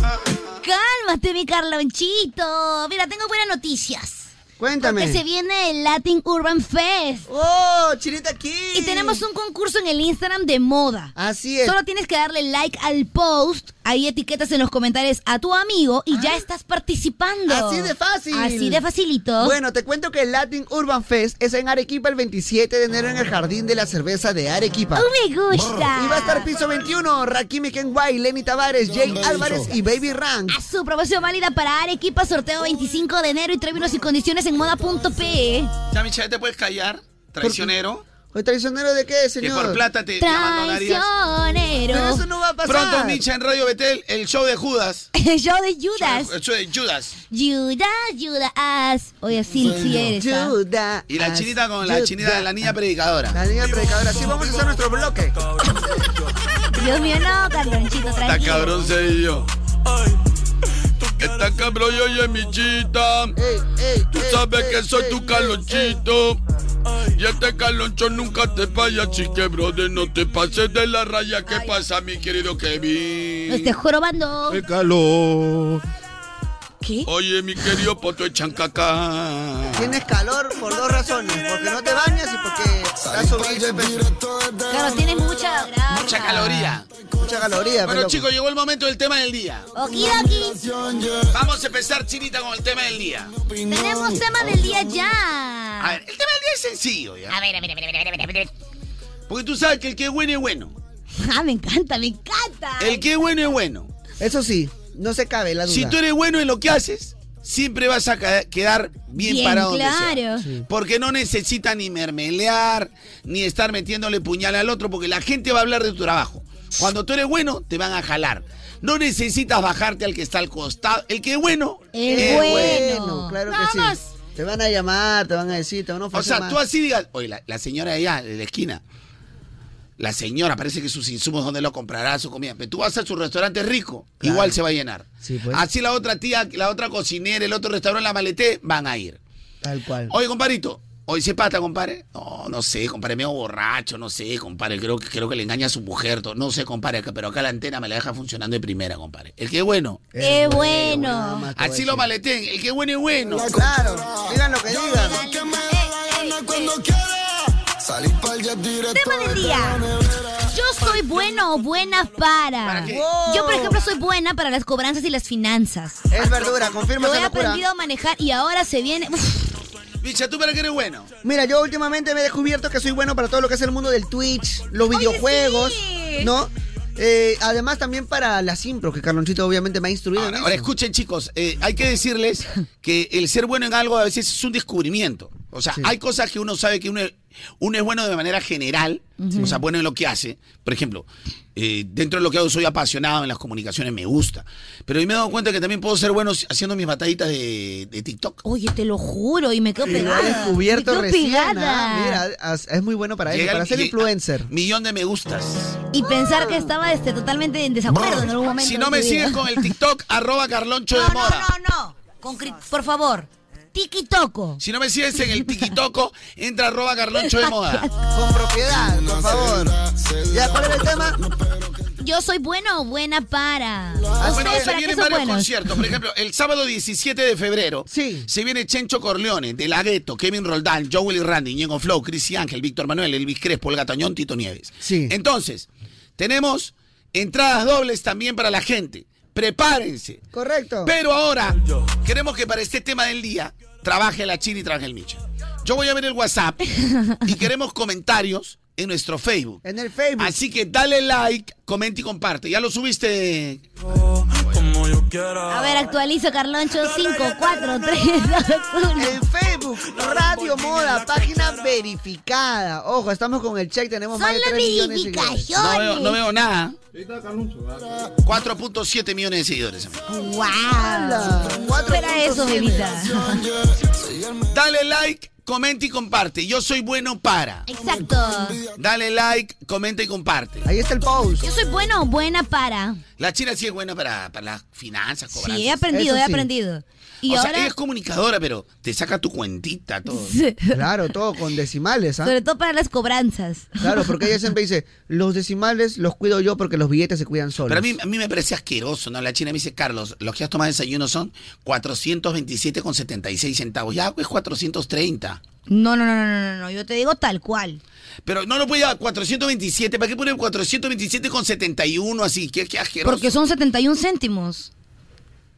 Cálmate, mi Carlonchito. Mira, tengo buenas noticias.
Cuéntame.
Porque se viene el Latin Urban Fest.
¡Oh, Chinita aquí!
Y tenemos un concurso en el Instagram de moda.
Así es.
Solo tienes que darle like al post, ahí etiquetas en los comentarios a tu amigo y
Ah.
ya estás participando.
Así de fácil.
Así de facilito.
Bueno, te cuento que el Latin Urban Fest es en Arequipa el 27 de enero en el Jardín de la Cerveza de Arequipa.
¡Oh, me gusta!
Y va a estar piso 21, Rakimi Kenway, Lenny Tavares, Jake Álvarez y Baby Rank.
A su promoción válida para Arequipa, sorteo 25 de enero y términos y condiciones en moda.pe.
Ya, Michelle, ¿te puedes callar? Traicionero.
¿Oye, traicionero de qué,
Que
señor?
por plata te, te abandonarías.
Traicionero.
Pero eso no va a pasar.
Pronto, Micha, en Radio Betel, el show de Judas.
El show de Judas.
El show de Judas.
Judas, Judas. Oye, sí, sí eres. ¿ah?
Y la chinita con la chinita de la niña predicadora.
La niña predicadora. Sí, vamos a hacer nuestro bloque.
Dios mío, no, Carlonchito,
Está
tranquilo.
cabrón soy yo. Ay, Está cabrón yo y mi chita. Tú sabes que soy tu calonchito. Y este caloncho nunca te falla, así que brother, no te pases de la raya. ¿Qué pasa, mi querido Kevin?
No estés jorobando.
¡Qué calor!
¿Qué?
Oye, mi querido poto de chancacá.
Tienes calor por dos razones, porque no te bañas y porque estás sobrepeso.
Claro, tienes mucha grasa.
Mucha caloría.
Mucha caloría,
Bueno,
pero-
chicos, llegó el momento del tema del día.
Okidoki.
Vamos a empezar, Chinita, con el tema del día.
pues,
Tenemos tema del día ya.
A ver, el tema del día es sencillo, ¿ya?
A ver, a ver, a ver, a ver, a ver, a ver, a ver.
Porque tú sabes que el que es bueno es bueno.
Ah, me encanta, me encanta.
El que es bueno es bueno.
Eso sí, no se cabe la duda.
Si tú eres bueno en lo que haces, siempre vas a ca- quedar bien,
Bien,
parado. donde
claro.
sea.
Sí.
Porque no necesita ni mermelear, ni estar metiéndole puñal al otro, porque la gente va a hablar de tu trabajo. Cuando tú eres bueno, te van a jalar. No necesitas bajarte al que está al costado. El que es bueno
Es Eh, bueno, claro que
Nada
sí.
más.
Te van a llamar, te van a decir, te van a
O
ofrecer
sea,
más.
tú así digas, oye, la, la señora de allá, de la esquina, la señora, parece que sus insumos, ¿dónde lo comprará su comida? Pero tú vas a su restaurante rico, igual se va a llenar.
Sí, pues.
Así la otra tía, la otra cocinera, el otro restaurante, la maleté, van a ir.
Tal cual.
Oye, comparito, hoy se pata, compadre. No, no sé, compadre, medio borracho, no sé, compadre, creo que, creo que le engaña a su mujer, to- no sé, compadre, acá- pero acá la antena me la deja funcionando de primera, compadre. El que es bueno.
Qué bueno.
Así lo maleten, el que es bueno es bueno.
Claro, digan lo que digan.
Eh, Tema del día. Yo soy bueno o buena para. Yo, por ejemplo, soy buena para las cobranzas y las finanzas.
Es verdura, confirma
Lo
esa
he
locura.
aprendido a manejar y ahora se viene. Uf,
Bicha, ¿tú para qué eres bueno?
Mira, yo últimamente me he descubierto que soy bueno para todo lo que es el mundo del Twitch, los videojuegos, ¿no? Eh, además también para las impro, que Carlonchito obviamente me ha instruido en
Ahora escuchen chicos, eh, hay que decirles que el ser bueno en algo a veces es un descubrimiento. O sea, hay cosas que uno sabe que uno, es- uno es bueno de manera general,
Ujú.
o sea, bueno en lo que hace. Por ejemplo, eh, dentro de lo que hago soy apasionado en las comunicaciones, me gusta. Pero hoy me he dado cuenta que también puedo ser bueno haciendo mis batallitas de, de TikTok.
Oye, te lo juro, y me quedo
Y lo ha
pegada.
descubierto
me quedo
recién. ah,
ah, pegada.
Mira, as- es muy bueno para eso,
Llega el-
para ser
llega-
influencer.
Millón de me gustas.
Y pensar que estaba este, totalmente en desacuerdo en algún momento.
Si no
de
me
tu
sigues
vida.
con el TikTok, arroba Carloncho de Mora.
No, no, con cri- por favor. Tiki toco.
Si no me sigues en el TikTok, entra arroba Carloncho de Moda.
Con propiedad, por favor. Ya, ¿cuál era el tema?
Yo soy bueno o buena para.
Bueno,
Ah, ¿Ustedes
se
para qué
vienen
son
varios
buenos?
conciertos. Por ejemplo, el sábado 17 de febrero se viene Chencho Corleone, De La Ghetto, Kevin Roldán, Joel y Randy, Ñengo Flow, Chris y Ángel, Víctor Manuel, Elvis Crespo, El Gatañón, Tito Nieves. Entonces, tenemos entradas dobles también para la gente. Prepárense.
Correcto.
Pero ahora queremos que para este tema del día trabaje la China y trabaje el Micha. Yo voy a ver el WhatsApp y queremos comentarios en nuestro Facebook.
En el Facebook.
Así que dale like, comenta y comparte. Ya lo subiste.
A ver, actualizo, Carloncho. 5, 4, 3, 2, 1.
En Facebook, Radio Moda, página verificada. Ojo, estamos con el check, tenemos más de
Son
3
las
millones de seguidores.
No veo, no veo nada. 4.7 millones de seguidores. amigo.
¡Wow! Espera eso, bebita.
Dale like, comenta y comparte. Yo soy bueno para.
Exacto.
Dale like, comenta y comparte.
Ahí está el post.
Yo soy bueno o buena para.
La China sí es buena para, para las finanzas, cobranzas.
Sí, he aprendido, he aprendido. Y
o sea,
ahora,
ella es comunicadora, pero te saca tu cuentita, todo.
Claro, todo con decimales, ¿ah?
sobre todo para las cobranzas.
Claro, porque ella siempre dice, los decimales los cuido yo porque los billetes se cuidan solos.
Pero a mí, a mí me parece asqueroso, ¿no? La China me dice, Carlos, los que has tomado de desayuno son 427,76 centavos. Ya, pues 430.
No, no, no, no, no, no, yo te digo tal cual.
Pero no lo puede llevar 427. ¿Para qué poner 427,71 así? Qué, qué asqueroso.
Porque son 71 céntimos.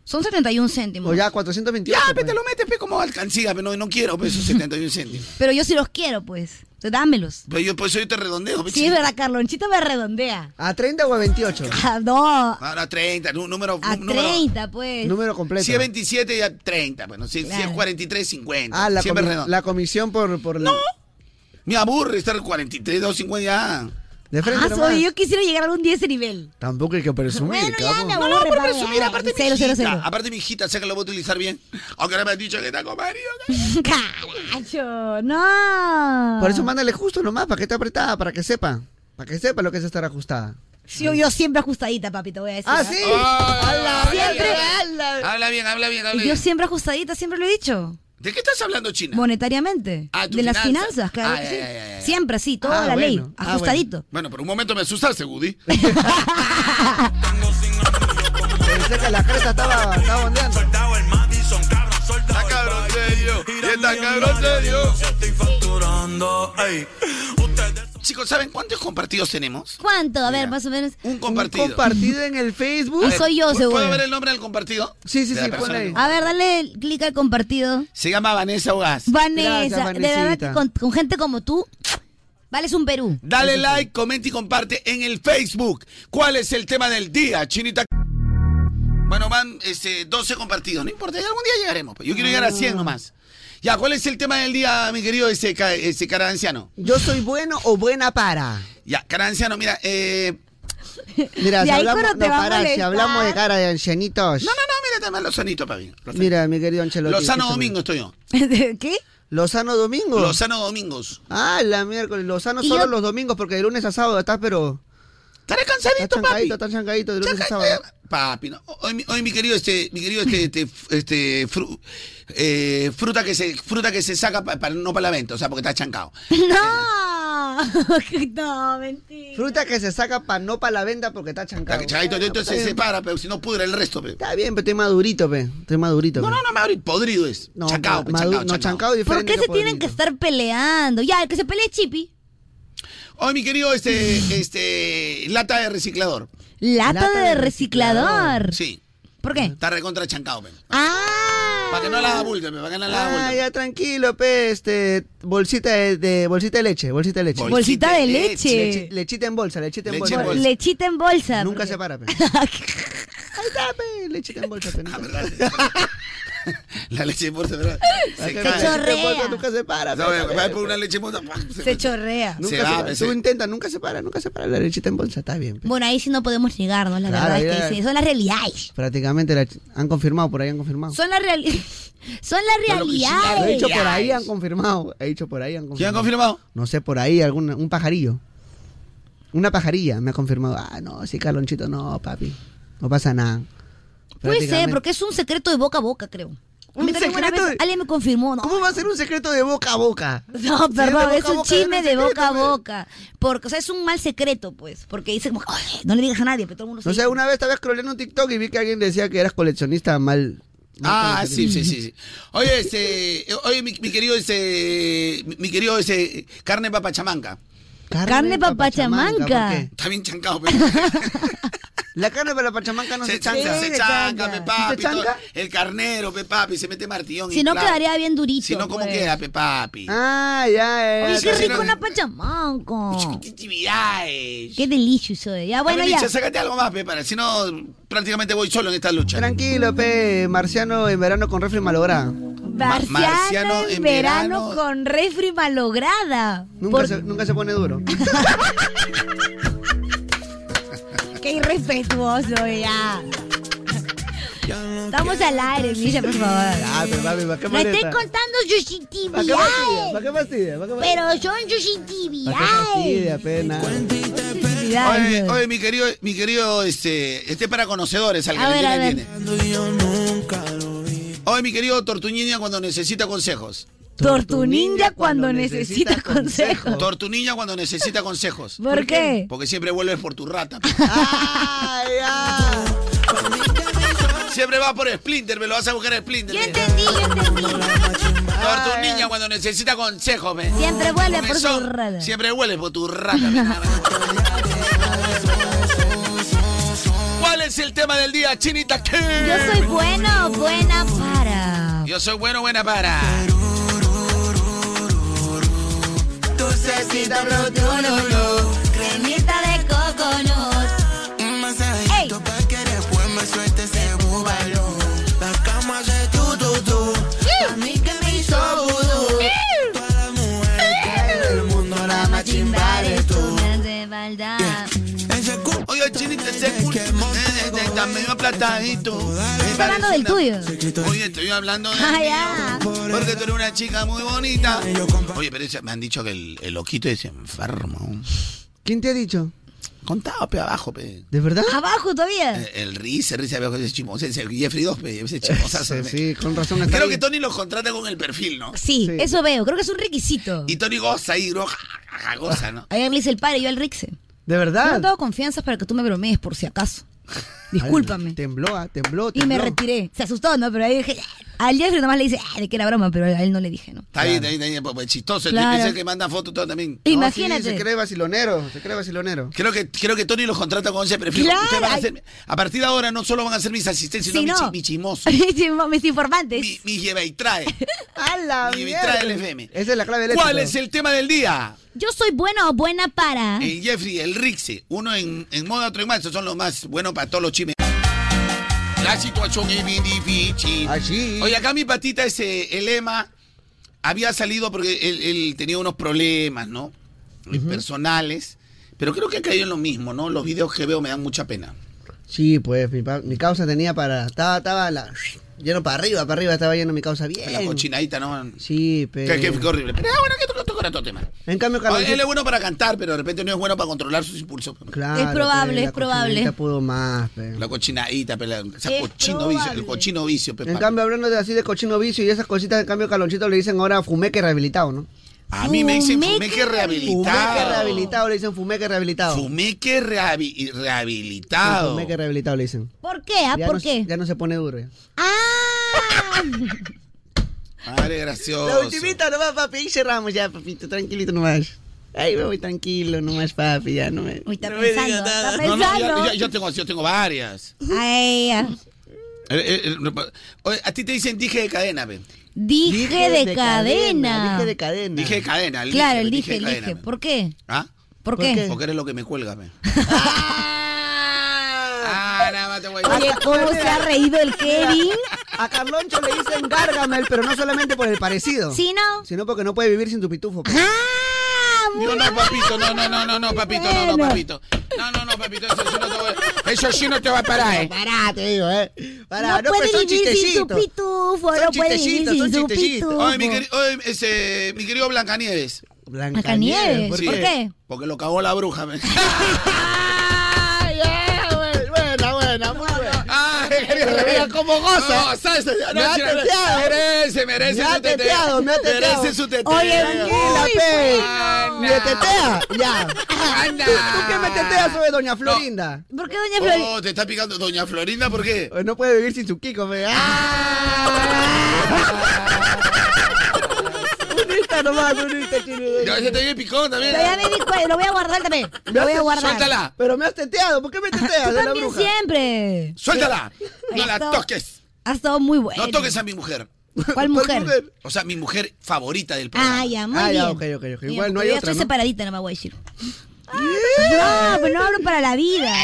Son 71 céntimos.
O ya, pues. 428.
Ya, pe, te lo metes, pe, como alcancía, pero no, no quiero, pe, esos 71 céntimos.
Pero yo sí los quiero, pues. Entonces, Dámelos.
Pero yo, por eso yo te redondeo, pues, pe,
Sí, es verdad, Carlonchito me redondea.
¿A 30 o a 28?
Ah, no,
Ahora 30, nu- número.
a
número
30, pues.
completo.
Si es 27, ya 30. Bueno, si, si es
Claro.
43, 50.
Ah, la,
Siempre
comi-
redondo.
la comisión por... por la-
Me aburre estar 43, 250 ya.
De frente
Ah,
nomás.
soy, yo quisiera llegar a un 10 de nivel.
Tampoco hay que presumir,
Bueno, ya,
cabrón.
me
No, no,
aburre,
por
vaya,
presumir,
vaya.
aparte mi
Cero, cero,
hijita,
cero.
aparte mi hijita, sé que lo voy a utilizar bien, aunque ahora me han dicho que está con Mario.
Caracho, no.
Por eso mándale justo nomás, para que esté apretada, para que sepa. Para que sepa lo que es estar ajustada.
Sí, yo, yo siempre ajustadita, papi, te voy a decir.
Ah,
¿ah?
sí.
Siempre.
Habla bien, habla bien, habla
Yo
bien.
siempre ajustadita, siempre lo he dicho.
¿De qué estás hablando, China?
Monetariamente.
Ah, tu
de las
finanza.
finanzas, claro.
Ah,
que
ya,
sí.
ya, ya, ya.
Siempre, sí, toda
Ah,
la ley.
bueno. Ah, bueno.
Ajustadito.
Bueno, por un momento me asustaste, Woody.
Pensé que la cresta estaba, estaba ondeando.
Está cabrón serio. Y está cabrón serio.
Chicos, ¿saben cuántos compartidos tenemos?
¿Cuánto? A ver, más o menos.
Un compartido.
Compartido en el Facebook.
A ver,
soy yo,
¿pu-
seguro.
¿Puedo ver el nombre del compartido?
Sí, sí,
De la
sí,
persona
ponle ahí.
que-
A ver, dale clic al compartido.
Se llama Vanessa Hogas.
Vanessa, de verdad que con, con gente como tú, vales un Perú.
Dale like, comenta y comparte en el Facebook. ¿Cuál es el tema del día, Chinita? Bueno, van este, 12 compartidos. No importa, algún día llegaremos. pues. Yo quiero llegar a
Mm.
100 nomás. Ya, ¿cuál es el tema del día, mi querido ese, ca- ese cara anciano?
Yo soy bueno o buena para.
Ya, cara anciano, mira, eh...
Mira, si
De ahí
hablamos,
cuando te
no,
va a
para, si
molestar.
hablamos de cara de ancianitos.
No, no, no, mira también Lozanito, papi.
Mira, mi querido Ancelotti.
Lozano
¿qué se-
Domingo estoy yo.
¿Qué?
¿Lozano Domingo?
Lozano Domingos.
Ah, la miércoles. Lozano
Y
solo
yo-
los domingos porque de lunes a sábado estás, pero.
Estás cansadito,
estás chancadito, Estás chancadito de lunes a sábado.
Papi, no. Hoy, mi- hoy mi querido este, mi querido este, este, este, fru- eh, fruta que se, fruta que se saca pa- para no para la venta, o sea, porque está chancado.
No, no, mentira.
Fruta que se saca pa' no para la venta porque está chancado.
Está chancadito, entonces se para, pero si no pudre el resto, pe.
Está bien, pero estoy madurito, pe. Estoy madurito.
No, no, no, Mauri, podrido es.
No,
chancado, pe,
madu-
chancado,
no, chancado es
¿Por
diferente
qué
que
se tienen que estar peleando? Ya, el que se pelee es Chippy.
Hoy mi querido este, este, lata de reciclador.
Lata, de reciclador.
Sí.
¿Por qué?
Está recontra chancado, pe.
Ah.
Para que no la abulte, pe, para que no la
Ah,
abulte.
ya tranquilo, pe, este, bolsita de, de- bolsita de leche, bolsita de leche.
Bolsita Bolsita de de leche. leche.
Lechi- lechita en bolsa, lechita en
Leche
bolsa.
en bolsa. Lechita en bolsa.
Nunca
porque-
se para, pe. Ahí está, pe, lechita en bolsa, pe. nunca se para.
La leche de bolsa, ¿verdad?
Se
cae.
chorrea. Nunca se para, pe.
No, pe, va por una leche en bolsa,
Se chorrea.
Nunca
Se
se
va,
para.
pe,
pues, Tú
se-
intentas, nunca se para, nunca se para. La lechita en bolsa está bien, pe.
Bueno, ahí sí no podemos negar, ¿no? La
Claro,
verdad
ya.
es que sí, son las realidades.
Prácticamente la ch- han confirmado, por ahí han confirmado.
Son las reali- son las
Lo he
realidades.
dicho por ahí, han confirmado. He dicho por ahí, han confirmado.
¿Quién ha confirmado?
No sé, por ahí, algún, un pajarillo. Una pajarilla me ha confirmado. Ah, no, sí, Carlonchito, no, papi. No pasa nada.
Puede ser,
Prácticamente.
porque es un secreto de boca a boca, creo. A mí
¿Un
también una
secreto
vez
de-
Alguien me confirmó, ¿no?
¿Cómo va a ser un secreto de boca a boca?
No,
Si es de
perdón,
boca
es
a
un
boca, ya no
chisme
es
de
secreto,
boca a
pe.
boca. Porque, o sea, es un mal secreto, pues. Porque dice como, "Ay, no le digas a nadie, pero todo el mundo
No
se
sé, una vez estaba scrolleando un TikTok y vi que alguien decía que eras coleccionista mal.
Ah, sí, sí, sí, sí. Oye, este, eh, oye, mi, mi querido ese, mi, mi querido ese, carne papachamanca.
Carne, papachamanca.
¿por qué?
Está bien chancado, pe.
La carne para la pachamanca no se,
se
chanca.
chanca, se chanca, pe
¿Sí
papi.
se chanca?
todo. El carnero, pe papi, se mete martillón.
Si
y
no,
clavo.
quedaría bien durito.
Si no, ¿cómo
pues.
queda, pe papi?
Ah, ya,
Oye, qué
Si
rico
no-
una pachamanca.
Actividades.
Qué delicioso. eh. Ya, bueno,
Dame
ya.
leche, sácate algo más, pe, para, si no, prácticamente voy solo en esta lucha.
Tranquilo, pe. Marciano en verano con refri malogrado.
Marciano,
Marciano
en
en
verano, con refri malograda.
Nunca, se, nunca se pone duro.
Qué irrespetuoso, ya. Estamos al aire, Misha, por favor.
Ah, pero papi, ¿para qué
Me estoy
molesta?
contando
¿Para qué fastidia?
suscitividades.
¿Para qué fastidia? ¿Para qué fastidia?
Pero son
¿Para qué
suscitividades.
fastidia, pe? Nada.
Oye, oye, mi querido, mi querido, este, este es para conocedores, al que
A
le
ver, a
entiende, entiende. Oye, mi querido Tortuñiña cuando necesita consejos.
Tortu ninja cuando necesita consejo.
Tortuñiña cuando necesita consejos.
¿Por qué?
Porque siempre vuelves por tu rata. Siempre vas por Splinter, me lo vas a buscar a Splinter. Yo
entendí, yo entendí.
Tortuñiña cuando necesita consejos, me.
Siempre vuelve por su
Comezón,
rata.
Siempre vuelves por tu rata, me. ¿Cuál es el tema del día, Chinita King?
Yo soy bueno, buena para.
Yo soy bueno, buena para.
Tu cecita
brotololo, cremita de coconut.
Un masajito pa' que después me suelte ese búbalo. La cama de tu, tu, tu. A mí que me hizo vudú. Todas las mujeres que hay del mundo la más chimba eres tú.
Oye, Chinita, ese culo. Está medio aplatadito.
Está hablando del tuyo.
Oye, estoy hablando de.
Ah, ya.
Porque tú eres una chica muy bonita. Oye, pero ese- me han dicho que el, el loquito es enfermo.
¿Quién te ha dicho?
Contaba, pe, abajo, pe.
¿De verdad?
Abajo todavía.
El Rice, Rice abajo, ese chimo, ese ese Jeffrey 2, pe, ese chimosazo. pe.
Sí, con razón. está
Creo
ahí.
que Tony los contrata con el perfil, ¿no?
Sí, eso veo. Creo que es un requisito.
Y Tony goza ahí, bro, ja, ja, ja, goza, ¿no?
Ayer le hice el padre, yo al Rixe.
¿De
Yo
verdad?
no tengo confianza para que tú me bromees, por si acaso. Discúlpame.
tembló, ah, tembló,
Y
tembló.
me retiré. Se asustó, ¿no? Pero ahí dije... Al Jeffrey nomás le dice, ah, de que era broma, pero a él no le dije, ¿no?
Está bien, está bien, está bien, pues, pues, chistoso. El
Claro.
tipo ese que manda fotos todo también.
Imagínate.
se cree vacilonero, se cree vacilonero.
Creo que, creo que Tony los contrata con ese perfil.
Claro,
Ustedes van a,
ay.
ser- a partir de ahora no solo van a ser mis asistentes, sino
Si
mis,
no.
chi- mis chismosos.
Mis- Mis informantes.
Mis lleva y trae.
¡A la
Y
mierda!
trae el FM.
Esa es la clave del
¿Cuál
éxito.
es el tema del día?
Yo soy buena o buena
Ah.
para...
El Jeffrey, el Rixe, uno en, en moda, otro en más. Esos son los más buenos para todos los chimes. La situación es bien difícil.
Ah,
Oye, acá mi patita, ese, el Ema, había salido porque él, él tenía unos problemas, ¿no? Eh, Personales. Pero creo que ha caído en lo mismo, ¿no? Los videos que veo me dan mucha pena.
Sí, pues mi, pa- mi causa tenía para. Estaba, estaba la, lleno para arriba, para arriba, estaba lleno mi causa bien.
La cochinadita, ¿no?
Sí, pero.
Que, que- que horrible. Pero ah, bueno, que to- tocará todo tema.
En cambio,
Oye,
Carlos.
Él es bueno para cantar, pero de repente no es bueno para controlar sus impulsos.
Claro,
Es probable,
pe, la
es probable.
cochinadita pudo más, pe.
La cochinadita, pe, la- esa
Es
cochino vicio, el cochino vicio, pe,
En
papi.
cambio, hablando de así de cochino vicio y esas cositas, en cambio, Calonchito le dicen ahora fumeque rehabilitado, ¿no?
A mí me dicen fumeque
Fumeque
rehabilitado.
rehabilitado, le dicen fumeque rehabilitado.
Fumeque rehabi-
Sí,
rehabilitado.
Fumeque rehabilitado, le dicen.
¿Por qué? ah?
Ya
¿Por
no-
qué? Ah.
Ya no se pone duro. ya.
Madre
La
gracioso.
ultimita nomás, papi. Ahí cerramos ya, papito. Tranquilito nomás. Ahí me voy tranquilo nomás, papi. Ya no me.
está
no me digas
pensando, está
No, no, ya-
pensando.
ya- yo, tengo, yo tengo varias.
Ay, ah.
Eh, eh, eh, oye, a ti te dicen dije de cadena, pe.
Dije de cadena.
Dije de cadena.
Dije de cadena. el
Claro,
dije,
el
pe,
dije,
de
el
cadena,
dije.
pe.
¿Por qué?
¿Ah?
¿Por qué?
Porque eres lo que me cuelga, pe. Ah,
Oye, ¿cómo se ha reído el Kevin?
A Carloncho le dicen Gargamel, pero no solamente por el parecido.
Sí, no. Ah,
Sino porque no puede vivir sin tu pitufo. pues. pe.
No, no, papito, no, no, no, no, no, papito, no, no,
Bueno.
papito. No, no, no, papito, eso sí no te va- eso sí no te va a parar, eh.
Pará, te digo, eh. Pará,
No puede
pues, son
vivir sin su
chistecitos.
pitufo,
Son
no puede vivir
chistecitos,
sin
son
su
chistecitos.
pitufo.
Oye, mi, queri- oye, ese, mi querido Blancanieves.
Blancanieves, ¿por qué?
Porque lo cagó la bruja. me.
Buena, buena, muy buena.
¡Ah,
Mira cómo goza.
No, ¿sabes? No,
Me ha
chira-
teteado.
Merece, merece
Me ha
su teteo.
teteado, me ha teteado.
Merece su teteo. pues.
Oye, tranquila,
Uy,
pe.
buena.
Me tetea, ya.
Anda.
¿Tú, tú qué me teteas sobre Doña Florinda?
¿Por qué Doña
Oh, te está picando. Doña Florinda, ¿por qué?
No puede vivir sin su Kiko, fe.
Ah.
Unita nomás, unita, chino.
Ya, ese está bien picón también.
Pero ya me di cuenta, lo voy a guardar también. Lo voy a guardar.
Suéltala.
Pero me has teteado, ¿por qué me teteas
Tú
de la
también
bruja?
siempre.
Suéltala. No la
Esto-
toques.
Ha estado muy bueno.
No toques a mi mujer.
¿Cuál mujer?
O sea, mi mujer favorita del programa.
Ah, ya, muy
Ah,
bien.
ya, ok, ok, ok.
Bien,
Igual no
porque
hay
yo
otra,
estoy
¿no?
separadita, no me voy a decir. No, pero no hablo para la vida.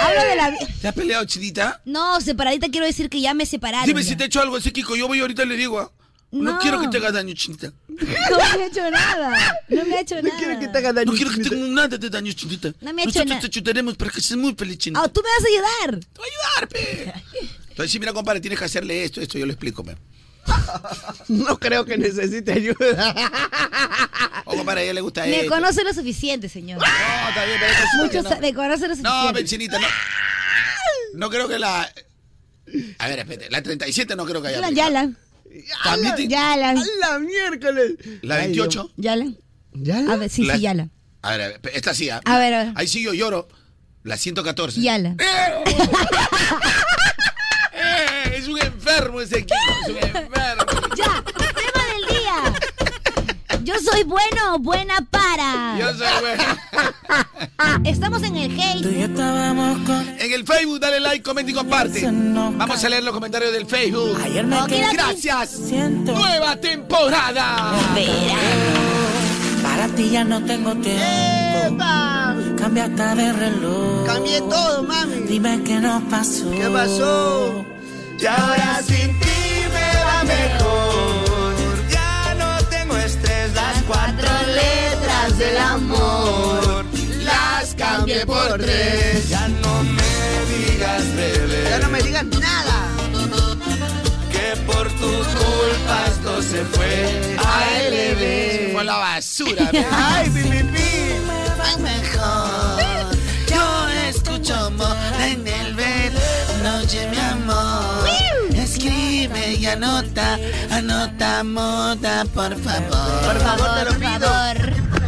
Hablo de la vida.
¿Te has peleado, chinita?
No, separadita quiero decir que ya me separaron.
Dime
ya.
si te he hecho algo ese Kiko. Yo voy ahorita y le digo. ah. No,
No.
quiero que te hagas daño, chinita.
No me ha hecho nada. No me ha hecho nada.
No quiero que te hagas nada de daño, chinita.
No me ha hecho
Nosotros
nada.
te ayudaremos para que seas muy feliz, chinita.
Ah, tú me vas a ayudar.
Entonces, sí, mira, compadre, tienes que hacerle esto, esto, yo lo explico. pe.
No creo que necesite ayuda.
O Oh, compadre, a ella le gusta
Me
esto.
conoce lo suficiente, señor. No,
está bien, pero eso sí
Mucho
que no.
sa- Me conoce lo suficiente.
No, Benchinita, no. No creo que la. A ver, espérate, la 37 no creo que haya.
Yala,
aplicado.
Yala.
También te-
Yala.
la miércoles.
La 28.
Yala.
Yala.
A ver, sí,
La-
sí, Yala.
A ver, a ver, esta sí. ¿ah?
A ver, a ver.
Ahí sí yo lloro. La 114.
Yala.
Eh, es un enfermo ese equipo. Es un enfermo.
Ya, tema del día. Yo soy bueno, buena para.
Yo soy bueno.
Estamos en el hate.
En el Facebook, dale like, comenta y comparte. Vamos a leer los comentarios del Facebook.
me quedé-
Gracias. Nueva temporada.
Para ti ya no tengo tiempo. Cambia hasta de reloj. Cambié todo, mami. Dime qué nos pasó. ¿Qué pasó? Y ahora sin ti me va mejor. Ya no tengo estrés. Las cuatro letras del amor. Las cambié por tres. Ya no me digas, bebé.
Ya no me digas nada.
Que por tu culpa esto se fue.
Se fue a la basura.
Ay, pi, pi, pi.
la mejor. Yo escucho amor en el noche mi amor. Escribe y anota, anota moda, por favor. Por favor, te lo pido.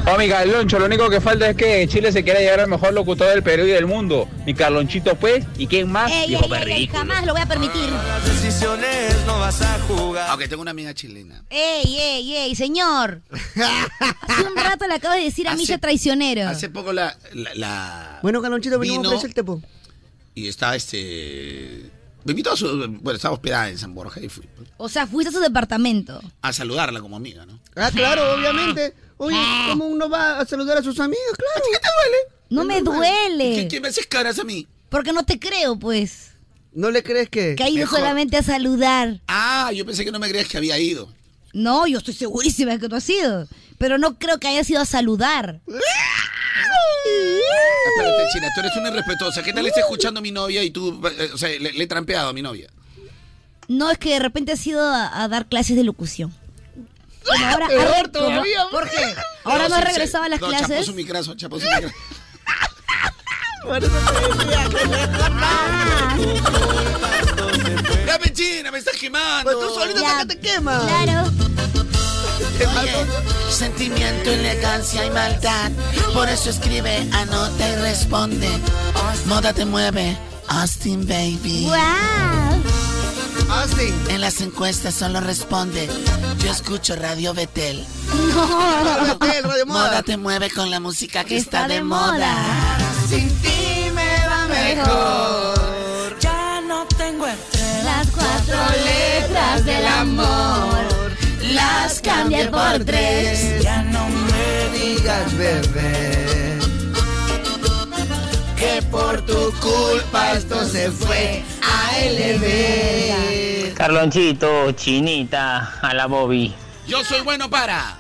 Oh, mi Carloncho, lo único que falta es que Chile se quiera llegar al mejor locutor del Perú y del mundo. Mi Carlonchito, pues, ¿y quién más?
Ey,
Viejo
ey, ey, ey,
perrículo.
jamás lo voy a permitir.
Ah. Decisiones no vas a jugar. Aunque tengo una amiga chilena.
Ey, ey, ey, señor. Hace un rato le acabo de decir a Misha traicionero.
Hace poco la. la, la-
Bueno, Calonchito, venimos
Vino.
preso el tepo.
y estaba este. Me invitó a su. Bueno, estaba hospedada en San Borja y fui pues,
O sea, fuiste a su departamento.
a saludarla como amiga, ¿no?
Ah, claro, obviamente. Oye, ¿cómo uno va a saludar a sus amigos? Claro. ¿Qué te duele?
Ah. No me duele.
pues, ¿Qué me haces caras a mí?
Porque no te creo, pues.
¿No le crees que?
Que ha ido
Mejor.
solamente a saludar.
Ah, yo pensé que no me creías que había ido.
No, yo estoy segurísima que tú has ido. Pero no creo que haya sido a saludar.
Espérate, China, tú eres una irrespetuosa. ¿Qué tal está escuchando a mi novia y tú. eh, o sea, le, le he trampeado a mi novia?
No, es que de repente has ido a, a dar clases de locución. Como ahora,
Peor
ahora-
todavía,
como- ¿Por qué? Ahora
No,
no has
sí, sí.
regresado a las
no, Chapó
clases.
su micrazo, chapó su micrazo. Ya, pe, China, me estás quemando.
Pues tú solito Ya.
te quemas.
Claro.
Oye, sentimiento, elegancia y maldad. Por eso escribe, anota y responde. Moda te mueve, Austin Baby.
¡Wow!
Austin. En las encuestas solo responde. Yo escucho Radio Betel.
No.
Betel, Radio
Moda. te mueve con la música que está, de,
Sin ti me va
mejor.
Ya no tengo
Las
cuatro
letras del amor. Las cambié por tres.
Ya no
me digas, bebé, que por tu culpa esto se fue a LB.
Carlonchito, Chinita, a la Bobby.
Yo soy bueno para.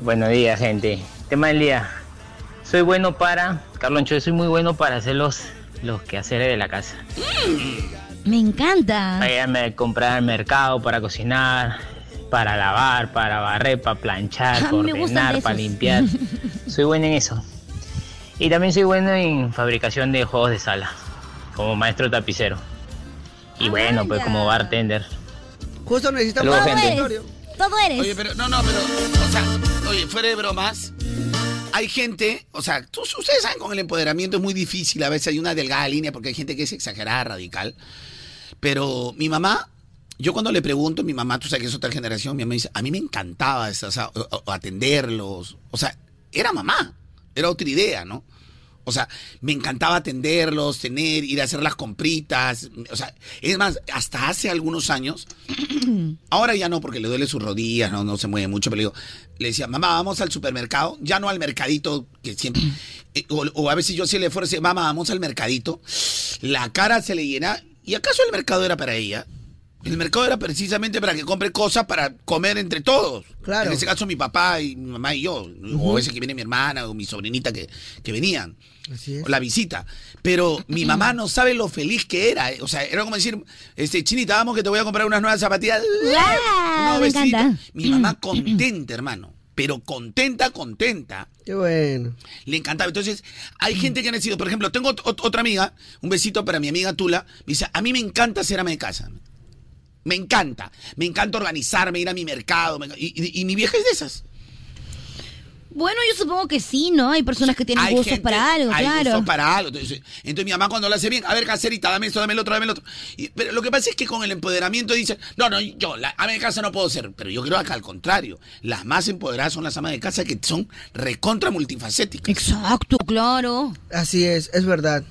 Buenos días, gente. Tema del día. Soy bueno para, Carloncho, yo soy muy bueno para hacer los, los quehaceres de la casa.
Me encanta.
Para irme a comprar al mercado, para cocinar, para lavar, para barrer, para planchar,
Ah,
para
me gustan de
ordenar, para
esos.
limpiar. Soy bueno en eso. Y también soy bueno en fabricación de juegos de sala, como maestro tapicero. Y
Ah,
bueno, pues como bartender.
Justo necesitamos
Saludos,
un
gente.
auditorio.
Todo eres.
Oye, pero no, no, pero, o sea, oye, fuera de bromas, hay gente, o sea, tú- ustedes saben con el empoderamiento es muy difícil, a veces hay una delgada línea porque hay gente que es exagerada, radical. Pero mi mamá, yo cuando le pregunto, mi mamá, tú sabes que es otra generación, mi mamá dice, a mí me encantaba esa- esa- o- o atenderlos, o sea, era mamá, era otra idea, ¿no? O sea, me encantaba atenderlos, tener, ir a hacer las compritas. O sea, es más, hasta hace algunos años, ahora ya no, porque le duele sus rodillas, no, no se mueve mucho, pero le digo, le decía, mamá, vamos al supermercado, ya no al mercadito, que siempre. eh, o, o a veces yo sí le fuerce, mamá, vamos al mercadito. La cara se le llena. ¿Y acaso el mercado era para ella? El mercado era precisamente para que compre cosas para comer entre todos. En ese caso, mi papá y mi mamá y yo. O
Ujú.
a veces que viene mi hermana o mi sobrinita que, que venían
Así es.
la visita. Pero mi mamá no sabe lo feliz que era. eh. O sea, era como decir, este, Chinita, vamos que te voy a comprar unas nuevas zapatillas.
¡Guau!
No,
Me
besito.
encanta. Mm.
Mi mamá contenta, hermano. Pero contenta, contenta.
Qué bueno.
Le encantaba. Entonces,
Mm.
hay gente que ha nacido. Por ejemplo, tengo ot- ot- otra amiga, un besito para mi amiga Tula. Me dice, a mí me encanta ser ama de casa. Me encanta. Me encanta organizarme, ir a mi mercado. me enc- y, y- y mi vieja es de esas.
Bueno, yo supongo que sí, ¿no? Hay personas que tienen
Hay
gustos
gente-
para algo,
hay
claro.
gustos para algo. Entonces, entonces mi mamá cuando lo hace bien, a ver, caserita, dame esto, dame el otro, dame el otro. Y- pero lo que pasa es que con el empoderamiento dice, no, no, yo, la ama de casa no puedo ser. Pero yo creo que al contrario, las más empoderadas son las amas de casa que son recontra multifacéticas.
Exacto, claro.
Así es, es verdad.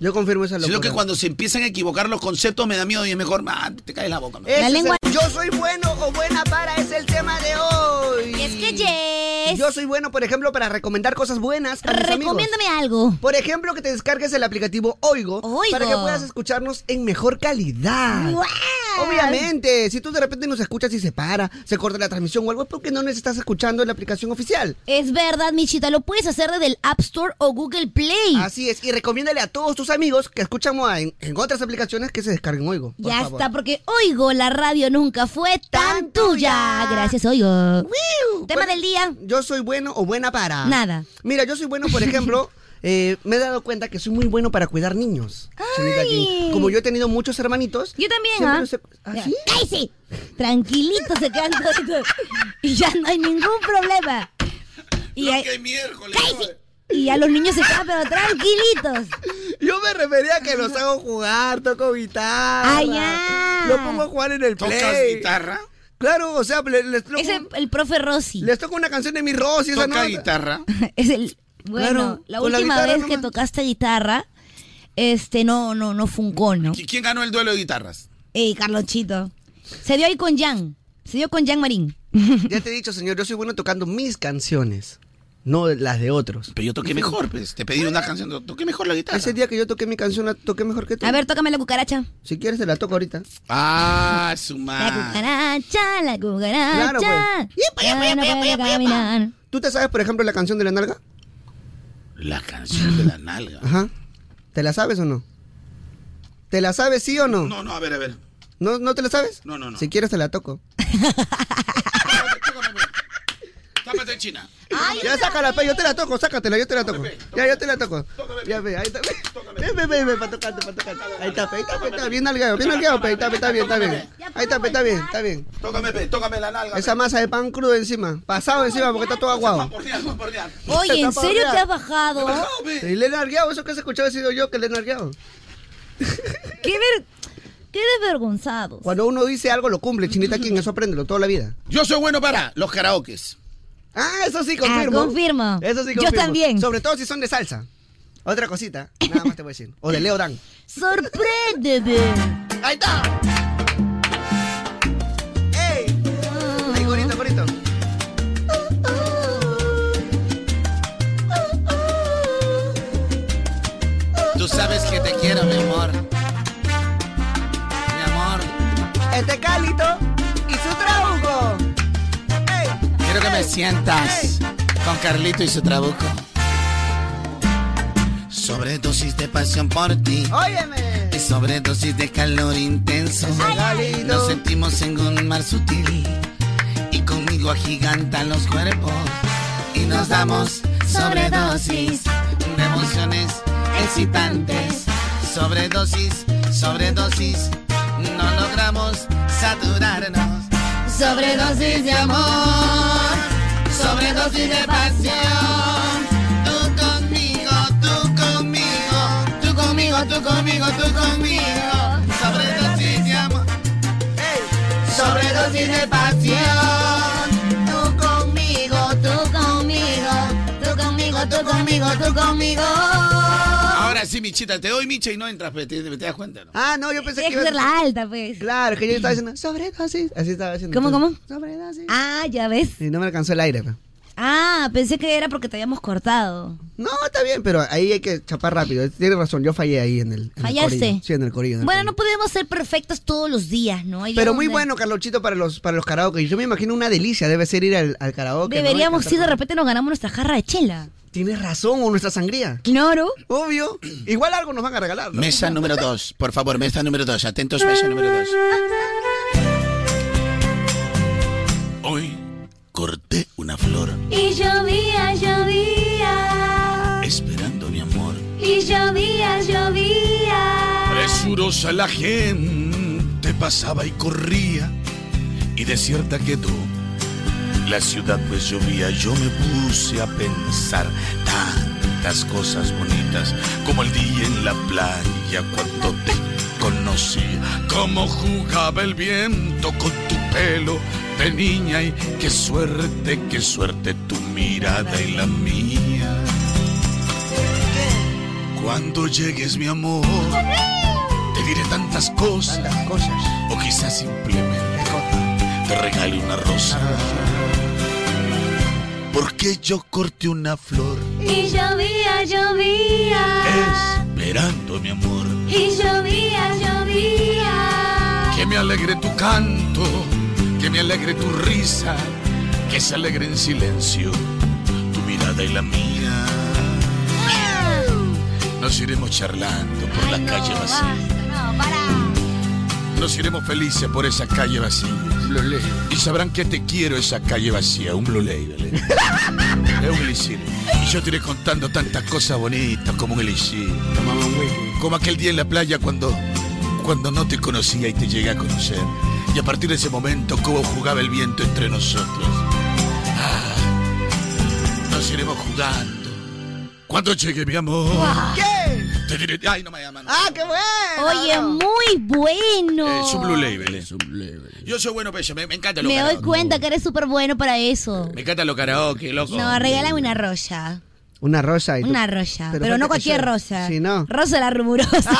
Yo confirmo esa locura.
Sino que cuando se empiezan a equivocar los conceptos me da miedo y es mejor, ah, te caes la boca. man.
Ese es el- yo soy bueno o buena para es el tema de hoy. es que
yes.
Yo soy bueno, por ejemplo, para recomendar cosas buenas a mis
Recomiéndame algo.
Por ejemplo, que te descargues el aplicativo Oigo, para que puedas escucharnos en mejor calidad. Obviamente, si tú de repente nos escuchas y se para, se corta la transmisión o algo, es porque no nos estás escuchando en la aplicación oficial.
Es verdad, Michita, lo puedes hacer desde el App Store o Google Play.
Así es, y recomiéndale a todos tus amigos que escuchamos en, en otras aplicaciones que se descarguen Oigo. por
Ya
favor.
está, porque Oigo, la radio nunca fue tan tuya. Gracias, Oigo. Tema del día.
Yo soy bueno o buena para.
Nada.
Mira, yo soy bueno, por ejemplo. eh, me he dado cuenta que soy muy bueno para cuidar niños. señorita Kim. Como yo he tenido muchos hermanitos.
Yo también,
siempre
¿ah?
los he-
Ya. ¡Cállese! Tranquilito se quedan todos. Y ya no hay ningún problema. Y hay... ¡Cállese! Y ya los niños se quedan, pero tranquilitos.
Yo me refería a que los hago jugar, toco guitarra.
Ay, ya.
Los pongo a jugar en el
¿Tocas
play. guitarra? Claro, o sea, le- les toco...
Es el, el profe Rossi.
Les toco una canción de mi Rosy. esa
¿Toca
nota.
guitarra? Es el. Bueno,
Claro,
la
con la
última
guitarra
vez que tocaste guitarra, este no, no, no fungó, ¿no?
¿Y quién ganó el duelo de guitarras?
Ey, Carlonchito. Se dio ahí con Jan. Se dio con Jan Marín.
Ya te he dicho, señor, yo soy bueno tocando mis canciones, no las de otros.
Pero yo toqué mejor, pues. Te pedí una canción, to- toqué mejor la guitarra.
Ese día que yo toqué mi canción, la toqué mejor que tú.
A ver, tócame la cucaracha.
Si quieres, te la toco ahorita.
Ah, su
La
madre.
cucaracha, la cucaracha.
Claro, pues.
Ya no puede caminar.
¿Tú te sabes, por ejemplo, la canción de la nalga?
La canción de la nalga.
Ajá. ¿Te la sabes o no? ¿Te la sabes, sí o no?
No, no, a ver, a ver.
¿No, no te la sabes?
No, no, no.
Si quieres, te la toco.
Tápate en China.
Ah.
ya sácala, pe, yo te la toco, sácatela, yo te la toco. ya, yo te la toco. ya, ve, ahí está. ve. Ve, ve, ve, ve, para tocarte, para tocarte. Ahí está, pe, ahí está, pe, está bien nalgueado, bien nalgueado, pe, ahí está, pe, está bien, está bien. Ahí está, pe, está bien, está bien.
Tócame, pe, tócame la nalga.
Esa masa de pan crudo encima, pasado encima porque está todo aguado.
Oye, ¿en
Está
serio te
pavorreal.
has bajado?
Sí, le he nalgueado, eso que has escuchado he sido yo que le he nalgueado.
Qué, ver... Qué desvergonzado.
Cuando uno dice algo lo cumple, chinita quien, eso apréndelo toda la vida.
Yo soy bueno para los karaokes.
Ah, eso sí, confirmo.
Ah, confirmo.
Eso sí,
Yo
confirmo.
también.
Sobre todo si son de salsa. Otra cosita, nada más te voy a decir. O de Leo Dan.
¡Sorpréndeme!
¡Ahí está! ¡Ey! ¡Ahí, bonito, bonito!
Tú sabes que te quiero, mi amor.
Mi amor. Este cálito y su trago.
Quiero que me sientas con Carlito y su trabuco. Sobredosis de pasión por ti.
Óyeme.
Y sobredosis de calor intenso. Nos sentimos en un mar sutil. Y conmigo agigantan los cuerpos. Y nos damos sobredosis de emociones excitantes. Sobredosis, sobredosis. No logramos saturarnos.
Sobredosis de amor, sobredosis de pasión. Tú conmigo, tú conmigo, tú conmigo, tú conmigo, tú conmigo. Sobredosis de amor, sobredosis de pasión. Tú conmigo, tú conmigo, tú conmigo, tú conmigo, tú conmigo.
Ahora sí, Michita, te doy Micha y no entras, pe, te, te das cuenta, ¿no?
Ah, no, yo pensé que.
Tienes que
iba-
ser la alta, pues.
Claro, que yo estaba diciendo sobredosis. Así estaba diciendo.
¿Cómo, cómo?
Sobredosis.
Ah, ya ves.
Y no me alcanzó el aire. pe.
Ah, pensé que era porque te habíamos cortado.
No, está bien, pero ahí hay que chapar rápido. Tienes razón, yo fallé ahí en el. en el
¿Fallaste?
corillo. Sí, en el corillo. en el
Bueno, no podemos ser perfectos todos los días, ¿no? Hay días
Pero muy
donde
bueno, Carlochito, para los, para los karaoke. Yo me imagino una delicia debe ser ir al, al karaoke. ¿no? Y
Deberíamos
cantar
ir, de
con-
repente nos ganamos nuestra jarra de chela.
Tienes razón, o nuestra sangría.
Claro.
Obvio. Igual algo nos van a regalar. ¿no?
Mesa número 2, por favor, mesa número 2, atentos, mesa número 2. Hoy corté una flor,
Y llovía, llovía.
esperando mi amor.
Y llovía, llovía.
Presurosa la gente pasaba y corría y desierta quedó. La ciudad pues llovía, yo me puse a pensar tantas cosas bonitas como el día en la playa cuando te conocí, cómo jugaba el viento con tu pelo de niña y qué suerte, qué suerte tu mirada y la mía. Cuando llegues mi amor, te diré tantas cosas, o quizás simplemente te regale una rosa. Porque yo corté una flor
Y llovía, llovía.
esperando mi amor
Y llovía, llovía.
que me alegre tu canto, que me alegre tu risa, que se alegre en silencio tu mirada y la mía. Nos iremos charlando por la calle vacía.
No, para.
Nos iremos felices por esa calle vacía. Y sabrán que te quiero esa calle vacía. Un Blue Label. ¿eh? es un elixir. Y yo te iré contando tantas cosas bonitas como un elixir. Como aquel día en la playa cuando, cuando no te conocía y te llegué a conocer. Y a partir de ese momento, cómo jugaba el viento entre nosotros. Ah, nos iremos jugando. Cuando llegue mi amor. Te diré. Ay, no me llaman.
¡Ah, qué bueno!
Oye, muy bueno.
Es un Blue Label. eh. Yo soy bueno, pecho. Me, me encanta lo
Me doy
karaoke.
cuenta que eres súper bueno para eso.
Me encanta lo karaoke, loco.
No, regálame una roya.
Una rosa. y tú-
Una roya. Pero,
falta
no
que
cualquier
yo-
rosa.
Sí, no.
Rosa la rumorosa.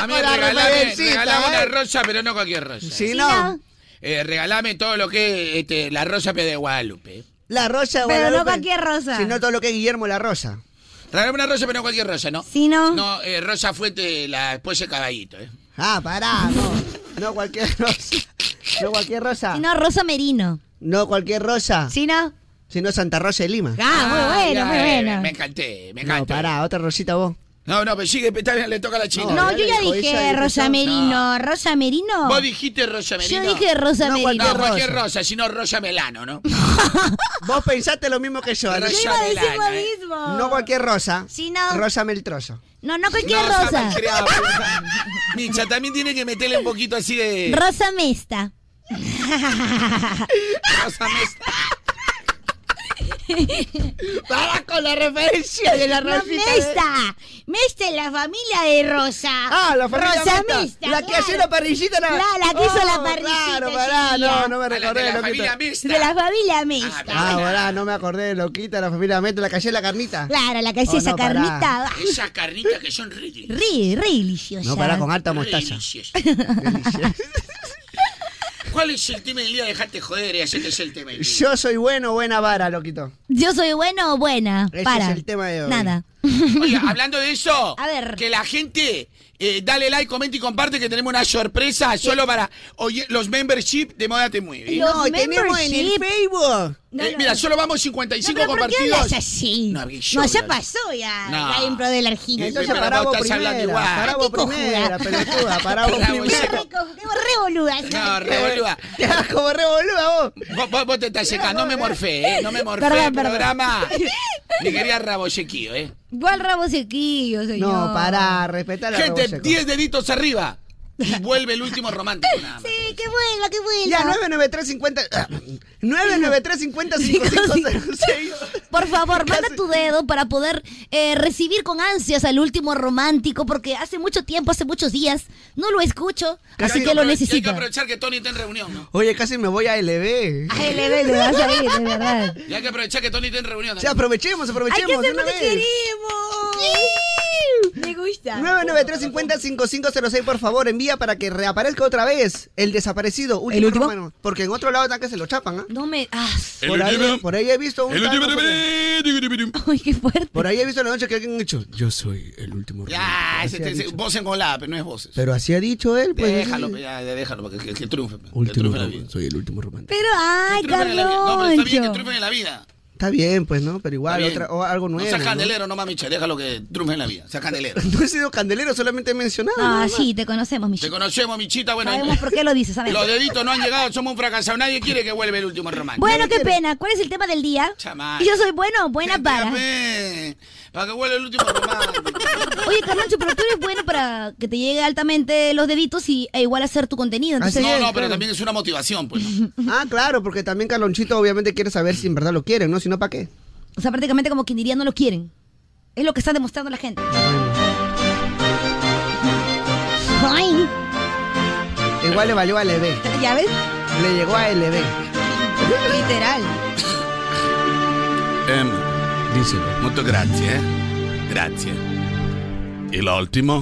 A mí
la
regalame,
reverencita,
regalame
¿eh?
una rosa, pero no cualquier rosa.
Sí, Sí, no.
Eh, regalame todo lo que es este, la rosa pero de Guadalupe.
La rosa,
Pero
Guadalupe.
no cualquier rosa.
Sino todo lo que es Guillermo la rosa.
Regalame una rosa, pero no cualquier rosa, ¿no?
Sí, no.
No, eh, rosa fuente, la esposa de caballito, ¿eh?
Ah, pará, no. No cualquier rosa. No cualquier rosa.
Sino rosa merino.
No cualquier rosa.
Sino.
Sino Santa Rosa de Lima.
Ah, muy bueno,
ya,
muy
eh,
bueno.
Me, encanté, me
No,
encanté.
pará, otra rosita vos.
No, no, pero sigue, está bien, le toca a la china.
No, yo ya dije rosa merino. ¿Rosa merino?
Vos dijiste rosa merino.
Yo dije rosa
no,
merino.
cualquier no, cualquier rosa, sino rosa melano, ¿no?
Vos pensaste lo mismo que yo.
Yo
¿no?
iba a decir lo Melana, ¿eh?
mismo.
No cualquier rosa.
Sino.
Rosa meltroso.
No, no cualquier
No, está
rosa.
malcriada, pues. Micha, también tiene que meterle un poquito así de...
Rosa mesta.
rosa mesta.
Para con la referencia de la
No,
rosita. ¿eh?
mesta. Mesta es la familia de Rosa.
Ah, la familia
Rosa
Mesta.
Mesta,
La que hacía la parrillita, la-
La, la que hizo
Oh,
la parrillita.
claro, pará,
ese día.
no, no me A la- recordé, de la loquito. familia Mesta.
De la familia Mesta.
Ah, pará, no me acordé, loquita, la familia Meta, la calle la carnita.
Claro, la que hacía
Oh,
esa
no, pará.
carnita.
Esas carnitas que son ridículas.
Re, re deliciosa.
No, pará, con harta mostaza.
¿Cuál es el tema del día? Dejate joder y hacete el tema del día.
Yo soy bueno, buena vara, loquito.
Yo soy bueno o buena.
Ese
Para.
es el tema de hoy.
Nada.
Oiga, hablando de eso, que la gente eh, dale like, comenta y comparte que tenemos una sorpresa solo para oye, los membership de Moda Te Mueve.
no, tenemos en el
membership.
Facebook.
Eh, mira, solo vamos 55
No, pero ¿por qué
compartidos.
hablas así?
No,
No, ya pasó ya.
No.
La impro del argentino. Ah,
Entonces pará vos primera, pará vos primera, pelotuda, pará vos primera.
Re boluda.
No, re boluda.
Te vas como re boluda vos.
Vos, vos- vos te estás secando, no me morfé, ¿eh? No me morfé
Perdón,
el
perdón.
programa. Me quería raboyequío, ¿eh?
Igual Ramos sequillo, señor.
No, pará, respetá la
Gente,
Raboseco.
10 deditos arriba. Y vuelve el último romántico. nada más.
Sí, que vuelva, que vuelva.
Ah, Ya, 99350. 993505506.
Por favor, manda tu dedo para poder eh, recibir con ansias al último romántico, porque hace mucho tiempo, hace muchos días, no lo escucho,
Pero
así
hay
que
que
lo
aprove-
Y hay que
necesito.
aprovechar que Tony está en reunión, ¿no?
Oye, casi me voy a LB.
A LB le vas a ir, de verdad.
Y hay que aprovechar que Tony está en reunión.
O sea, aprovechemos, aprovechemos.
Hay que hacer
de una
lo que
vez.
queremos. Me gusta.
993505506, por favor, envía para que reaparezca otra vez el desaparecido último, romano. Porque en otro lado tan que se lo chapan, ¿ah?
No me. Ah,
El
Por ahí,
último-
por ahí he visto un
el
tango
último-
que-
Ay, qué fuerte.
Por ahí he visto en la noche que alguien ha dicho, yo soy el último romano.
Ya,
Así
ese,
ha
ese-
dicho.
voz engolada, pero no es voces.
Pero así ha dicho él, pues.
déjalo, pe, ya, ya, déjalo, que, que- que triunfe. pe. que
Último
triunfe la
romano,
vida.
soy el último romano.
Pero, ay,
Que triunfe en la vida. No, pero está bien que
Carloncho.
triunfe en la vida.
Está bien, pues, ¿no? Pero igual,
Está bien.
otra, o algo
No
nuevo.
seas
¿no?
candelero, no mames, che, déjalo que triunfe en la vida. Seas candelero.
No he sido candelero, solamente he mencionado.
Ah,
nada más.
sí, te conocemos,
Te
Michelle.
conocemos, Michita, bueno.
Sabemos por qué lo dices, sabemos.
Los deditos no han llegado, somos un fracasado. Nadie quiere que vuelva el último romántico.
Bueno, qué pena. ¿Cuál es el tema del día?
Chamán.
Yo soy bueno o buena para.
Ven, Para que vuelva el último romántico.
Oye, Carloncho, pero tú eres bueno para que te llegue altamente los deditos y e igual hacer tu contenido. Entonces,
no, no, pero también es una motivación, pues.
Ah, claro, porque también Carlonchito obviamente quiere saber si en verdad lo quieren, ¿no? Si no, ¿para qué?
O sea, prácticamente como quien diría no lo quieren. Es lo que está demostrando la gente. Ay,
Igual le valió a LB.
¿ya ves?
Le llegó a LB.
Literal.
Em, Molto grazie, eh. Grazie. E l'ultimo?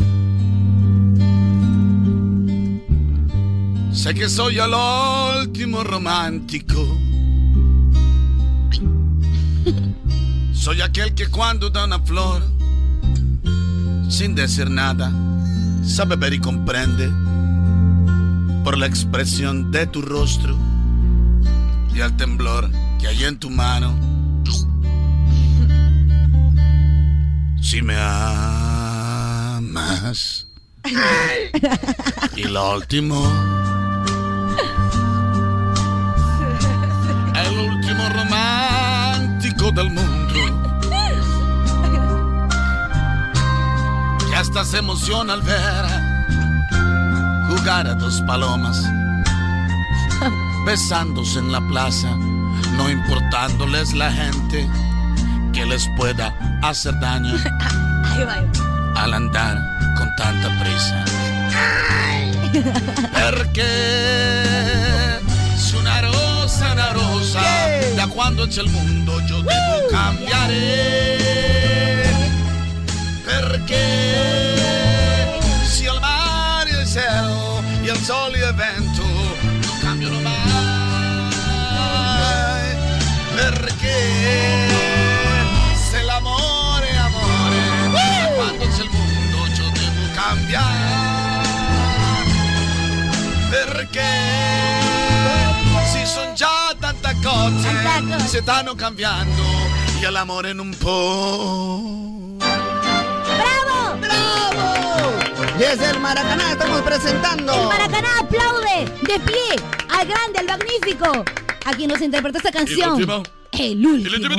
Sai che sono io l'ultimo romantico. Soy aquel que cuando da una flor, sin decir nada, sabe ver y comprende por la expresión de tu rostro y al temblor que hay en tu mano. Si me amas, Y lo último.
El último romántico del mundo. Que hasta se emociona al ver jugar a dos palomas. Besándose en la plaza, no importándoles la gente que les pueda hacer daño
Ahí va.
al andar con tanta prisa. Perché su una rosa, una rosa, da quando c'è il mondo io devo cambiare. Perché se il mare è il cielo, e il sole è il vento, non cambiano mai. Perché se l'amore è amore,
eh.
da quando c'è il mondo io devo cambiare. Perché si sono già tante cose, si stanno cambiando e l'amore non può.
¡Bravo! ¡Bravo!
Desde el Maracaná estamos presentando.
El Maracaná aplaude de pie al grande, al magnífico, a quien nos interpretó esta canción.
último.
El último.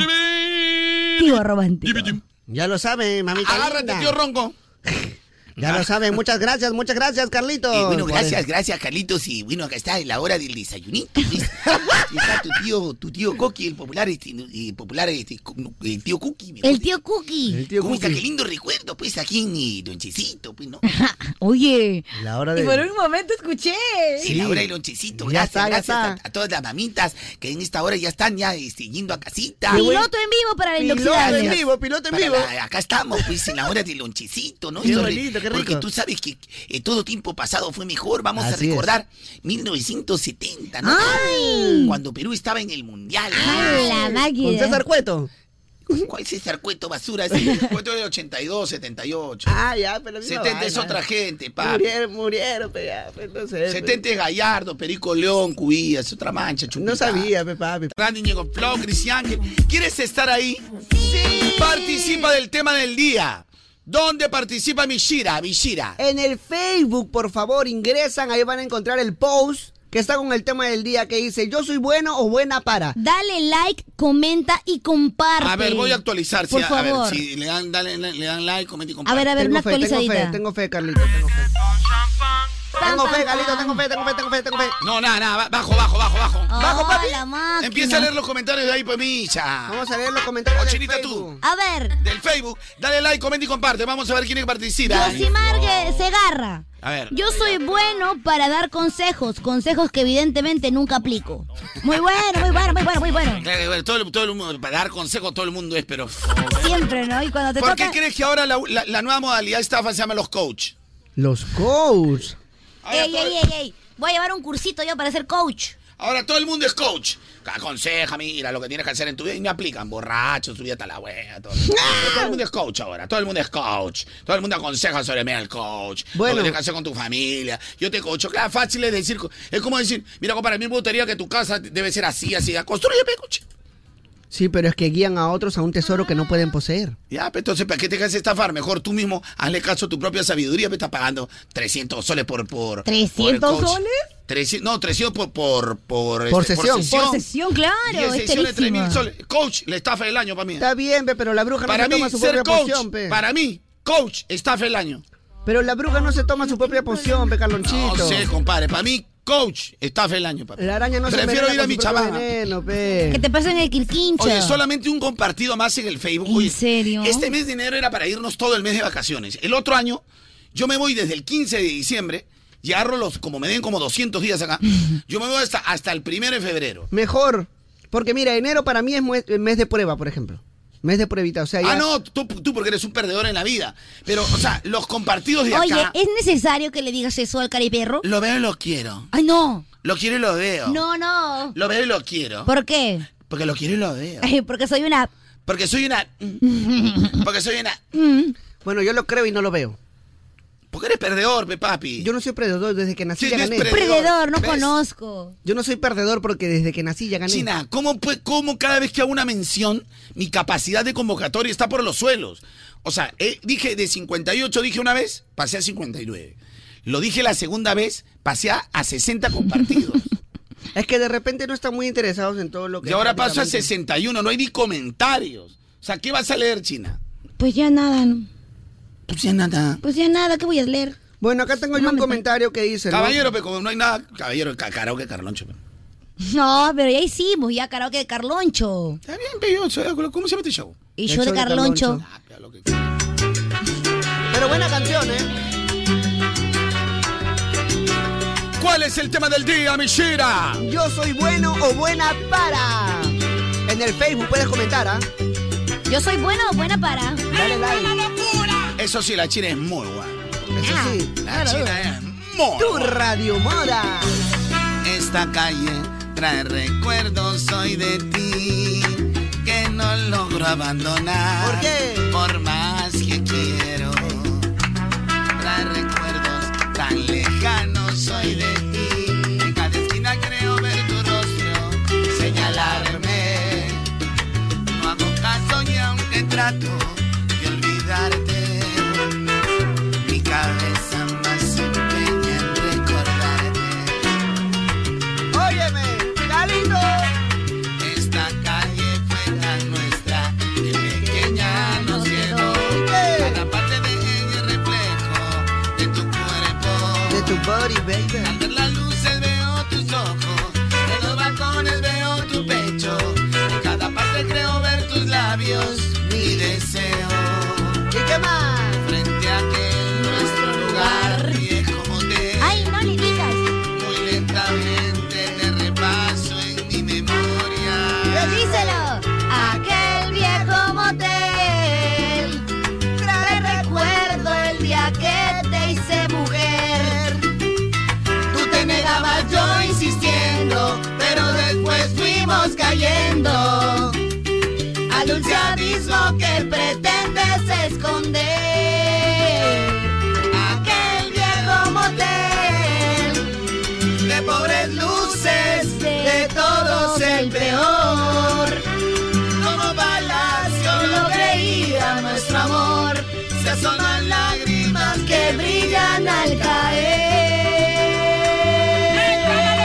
Tío romántico.
Ya lo sabe, mamita.
Agárrate,
linda.
tío
Ronco.
Ya lo sabe, muchas gracias, muchas gracias, Carlitos.
Eh, bueno, gracias, gracias, Carlitos. Y bueno, acá está la hora del desayunito. ¿ves? Aquí está tu tío, tu tío Coqui, el popular, este, eh, popular, este, co- no, el tío Coqui.
El tío Cookie.
El tío Qué lindo recuerdo, pues, aquí en eh, Lonchecito, pues, ¿no?
Oye.
La hora
Y por un momento escuché.
Sí, la hora del lonchecito.
Ya
Gracias,
está, ya
gracias
está.
A, a todas las mamitas que en esta hora ya están ya este, yendo a casita.
Piloto en vivo para el inoxidable.
Para la- acá estamos, pues, en la hora del lonchecito, ¿no?
Qué
Esto de-
bonito, qué
Porque
rico.
tú sabes que eh, todo tiempo pasado fue mejor. Vamos a
Así es.
recordar 1970, ¿no?
¡Ay! ¡Ah,
Cuando Perú estaba en el Mundial.
la máquina! Con César
Cueto.
¿Cuál César Cueto basura? César Cueto era 82, 78.
Ah, ya, pero la misma
70 es
vaina.
¿eh?
otra gente, pa.
Murieron, murieron, pe, ya, pe, no sé, pe.
70 es Gallardo, Perico León, Cubillas, otra mancha, chupita. No sabía,
papá.
Randy, Diego Flow, Cristian, ¿quieres estar ahí? Sí. Participa del tema del día. ¿Dónde participa Mishira? Mishira.
En el Facebook, por favor, ingresan, ahí van a encontrar el post que está con el tema del día que dice, yo soy bueno o buena para.
Dale like, comenta y comparte.
A ver, voy a actualizar. sí,
Por
a- a ver,
favor.
si le dan, dale- le dan like, comenten y
A
comparten.
ver, a ver, una
fe, tengo
actualizadita.
fe, tengo fe, Carlitos. Tengo fe, tengo fe Carlitos, tengo fe, tengo fe, tengo fe, tengo fe.
No, nada, nada, ba- bajo, bajo, bajo, bajo.
Bajo, papi.
Empieza a leer los comentarios de ahí, pues, Misha.
Vamos a leer los comentarios
O Chinita, tú.
A ver.
Del Facebook. Dale like, comenta y comparte. Vamos a ver quién participa.
Josimar Gue- Segarra.
A ver.
Yo soy bueno para dar consejos, consejos que evidentemente nunca aplico. Muy bueno, muy bueno, muy bueno, muy bueno.
Claro, bueno, todo, el- todo el mundo, para dar consejos todo el mundo es, pero...
Siempre, ¿no? Y cuando te
¿Por
toca
qué crees que ahora la, la- la nueva modalidad estafa se llama los coach?
Los coach.
Ey, ey, ey, ey. Voy a llevar un cursito yo para ser coach.
Ahora todo el mundo es coach. Aconseja, mira lo que tienes que hacer en tu vida y me aplican. Borracho, subí hasta la wea. Todo.
¡Ah!
Pero todo el mundo es coach ahora. Todo el mundo es coach. Todo el mundo aconseja sobre mí al coach. Lo que tienes que hacer con tu familia. Yo te coacho. Claro, fácil es decir. Es como decir, mira, para mí me gustaría que tu casa debe ser así, así. Construye, pe, coche.
Sí, pero es que guían a otros a un tesoro que no pueden poseer.
Ya, pues entonces, ¿para qué te quieres estafar? Mejor tú mismo hazle caso a tu propia sabiduría. Me estás pagando 300 soles por. por por el
¿300
coach.
soles?
300, no, 300 por. Por, por,
Por
este,
sesión.
Por sesión, claro.
10
Es
sesiones, 3 mil
carísima.
soles. Coach, la estafa del año para mí.
Está bien, pe, pero la bruja no
Para
se
mí,
toma su
ser
propia
coach,
poción, pe.
para mí, coach, estafa del año.
Pero la bruja no se toma su propia poción, pe, Carlonchito.
No sé, compadre. Para mí, coach, estafa del año, papi.
La araña no
Prefiero
se envenena
ir a
con
mi
su propio
chamán.
veneno, pe.
Que te pasen el quirquincho.
Oye, solamente un compartido más en el Facebook. Oye,
serio?
Este mes de enero era para irnos todo el mes de vacaciones. El otro año, yo me voy desde el 15 de diciembre y agarro los, como me den como 200 días acá, yo me voy hasta, hasta el primero de febrero.
Mejor. Porque mira, enero para mí es mue- eh, mes de prueba, por ejemplo. Mes de pruebita, o sea, ya...
Ah, no, tú, tú porque eres un perdedor en la vida. Pero, o sea, los compartidos de
Oye,
acá,
¿es necesario que le digas eso al cariperro?
lo veo y lo quiero.
Ay, no.
Lo quiero y lo veo.
No, no.
Lo veo y lo quiero.
¿Por qué?
Porque lo quiero y lo veo.
Porque soy una...
Porque soy una... Porque soy una...
Mm.
Bueno, yo lo creo y no lo veo.
Porque eres perdedor, pe papi.
Yo no soy perdedor, desde que nací
Sí,
ya
no es
gané.
perdedor. Perdedor, no ¿Ves?
conozco.
Yo no soy perdedor porque desde que nací ya gané.
China, ¿cómo, pue- ¿cómo cada vez que hago una mención, mi capacidad de convocatoria está por los suelos? O sea, eh, dije de 58, dije una vez, pasé a 59. Lo dije la segunda vez, pasé a, a 60 compartidos.
Es que de repente no están muy interesados en todo lo que.
y ahora paso a
prácticamente-
61, no hay ni comentarios. O sea, ¿qué vas a leer, China?
Pues ya nada, ¿no?
Pues ya nada.
Pues ya nada, ¿qué voy a leer?
Bueno, acá tengo yo un comentario que dice. ¿no?
Caballero, pe, como no hay nada, caballero, ca- karaoke, Carloncho. pe.
No, pero ya hicimos, ya karaoke de Carloncho.
Está bien, pe, yo soy- ¿cómo se llama este show? Ah,
Y yo de Carloncho.
Pero buena canción, ¿eh?
¿Cuál es el tema del día, Mishira?
Yo soy bueno o buena para. En el Facebook puedes comentar, ¿ah?
Yo soy buena o buena para.
Dale, dale.
Eso sí, la China es muy guay.
Eso sí.
Ah, La China eh. es
Tu radio moda.
Esta calle trae recuerdos hoy de ti que no logro abandonar. ¿Por qué? Por más que quiero. Trae recuerdos tan lejanos hoy de ti. En cada esquina creo ver tu rostro señalarme. No hago caso ni aunque trato de olvidarte. Mi cabeza más se empeña en recordarte.
Óyeme, Calito.
Esta calle fue tan nuestra, de pequeña nos quedó.
Eh.
Cada parte de ella es reflejo de tu cuerpo.
De tu body, baby.
Al ver las luces veo tus ojos, en los balcones veo tu pecho. En cada parte creo ver tus labios, mi deseo.
¿Y qué más?
Frente a aquel nuestro lugar viejo motel.
Ay, no le digas.
Muy lentamente te repaso en mi memoria.
Díselo. Aquel viejo motel. Trae recuerdo el día que te hice mujer.
Tú te negabas yo insistiendo, pero después fuimos cayendo
al dulce abismo que pretendes esconder.
Aquel
viejo motel
de pobres luces, de todos el peor. Como palacio lo creía nuestro amor, se asoman lágrimas
que brillan al caer.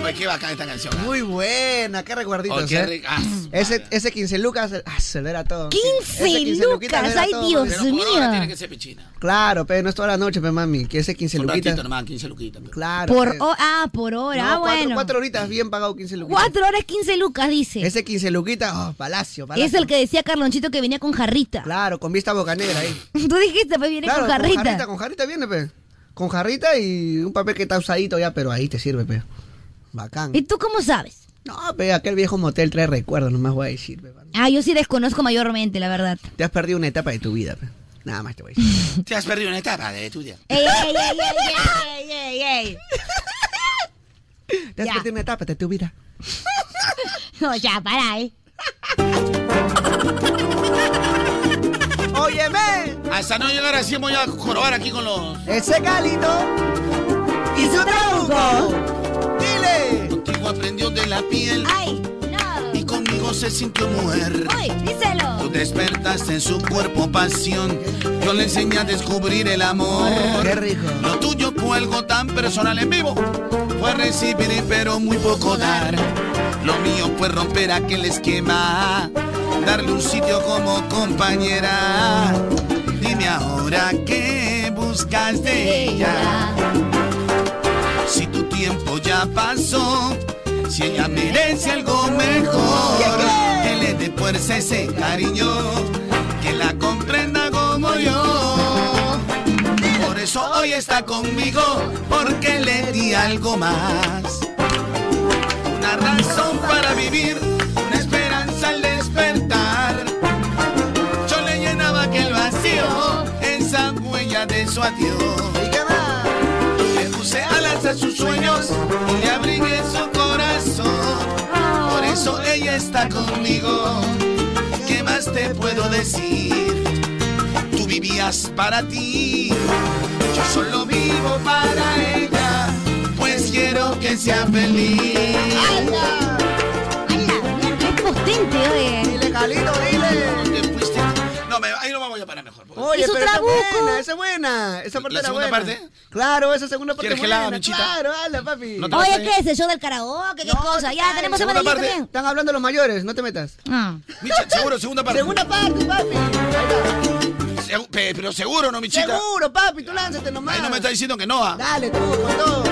Pues qué bacán esta canción.
Muy buena, qué recuerditos.
Oh, qué
¿eh?
rica- ah,
ese, ese 15 lucas acelera todo.
15
Ese luquitas
lucas,
acelera
ay
todo,
Dios
pero-
mío.
ser pichina.
Claro, pero no es toda la noche, pe mami. Que ese 15
Un
luquitas.
ratito nomás, 15 luquitas. pero-
Claro.
Por
pe.
ho- ah, por hora,
No,
ah,
cuatro-
bueno.
Cuatro horitas bien pagado 15 luquitas.
Cuatro horas 15 lucas, dice.
Ese 15 luquitas, oh, palacio, palacio.
Es el que decía Carlonchito que venía con jarrita.
Claro, con vista bocanera ahí.
Tú dijiste, pues viene
Claro,
con jarrita.
Con jarrita, con jarrita viene, pe. Con jarrita y un papel que está usadito ya, pero ahí te sirve, pe. Bacán.
¿Y tú cómo sabes?
No, pe, aquel viejo motel trae recuerdos, nomás voy a decir, pe.
Ah, yo sí desconozco mayormente, la verdad.
Te has perdido una etapa de tu vida, pe. Nada más te voy a decir.
Te has perdido una etapa de tu vida.
Ey, ey, ey, ey, ey, ey, ey,
Te has perdido una etapa de tu vida.
ey. No, ya, para, eh.
¡Óyeme!
Hasta Ah, no llegar así voy a jorobar aquí con los...
Ese calito y su trabuco. Dile.
Contigo aprendió de la piel.
Ay, no.
Y conmigo se sintió mujer.
Uy, díselo.
Tú despertaste en su cuerpo pasión. Yo le enseñé a descubrir el amor.
Qué rico.
Lo tuyo fue algo tan personal en vivo. Fue recibir pero muy poco dar. Lo mío fue romper aquel esquema. Darle un sitio como compañera. Dime ahora qué buscas de ella. Si tu tiempo ya pasó, si ella merece algo mejor, que le dé fuerza ese cariño, que la comprenda como yo. Por eso hoy está conmigo, porque le di algo más. Una razón para vivir, una esperanza al despertar. Yo le llenaba aquel vacío, esa huella de su adiós. Le puse alas a sus sueños y le abrigué su corazón. Por eso ella está conmigo. ¿Qué más te puedo decir? Tu
vivías para ti. Yo solo vivo para ella, pues quiero que sea feliz.
Potente, oye.
Dile, Calito, dile.
No, me- ahí no vamos a parar mejor.
Oye,
Es un
pero esa es
trabuco.
buena, esa es buena. Esa parte
¿La
era
segunda
buena.
parte?
Claro, esa segunda parte
¿Quieres
es
que la haga,
buena.
Michita?
Claro, hazla, papi.
No
Oye, ¿qué es el show del karaoke? ¿Qué cosa? Ya, tenemos a
Segunda
Medellín
parte.
también. Ah.
Están hablando los mayores, no te metas.
Micha, seguro, segunda parte.
Segunda parte, papi.
Segu- pe- pero seguro, ¿no, Michita?
Seguro, papi, tú lánzate nomás.
Ahí no me está diciendo que no, ah.
Dale tú, con todo.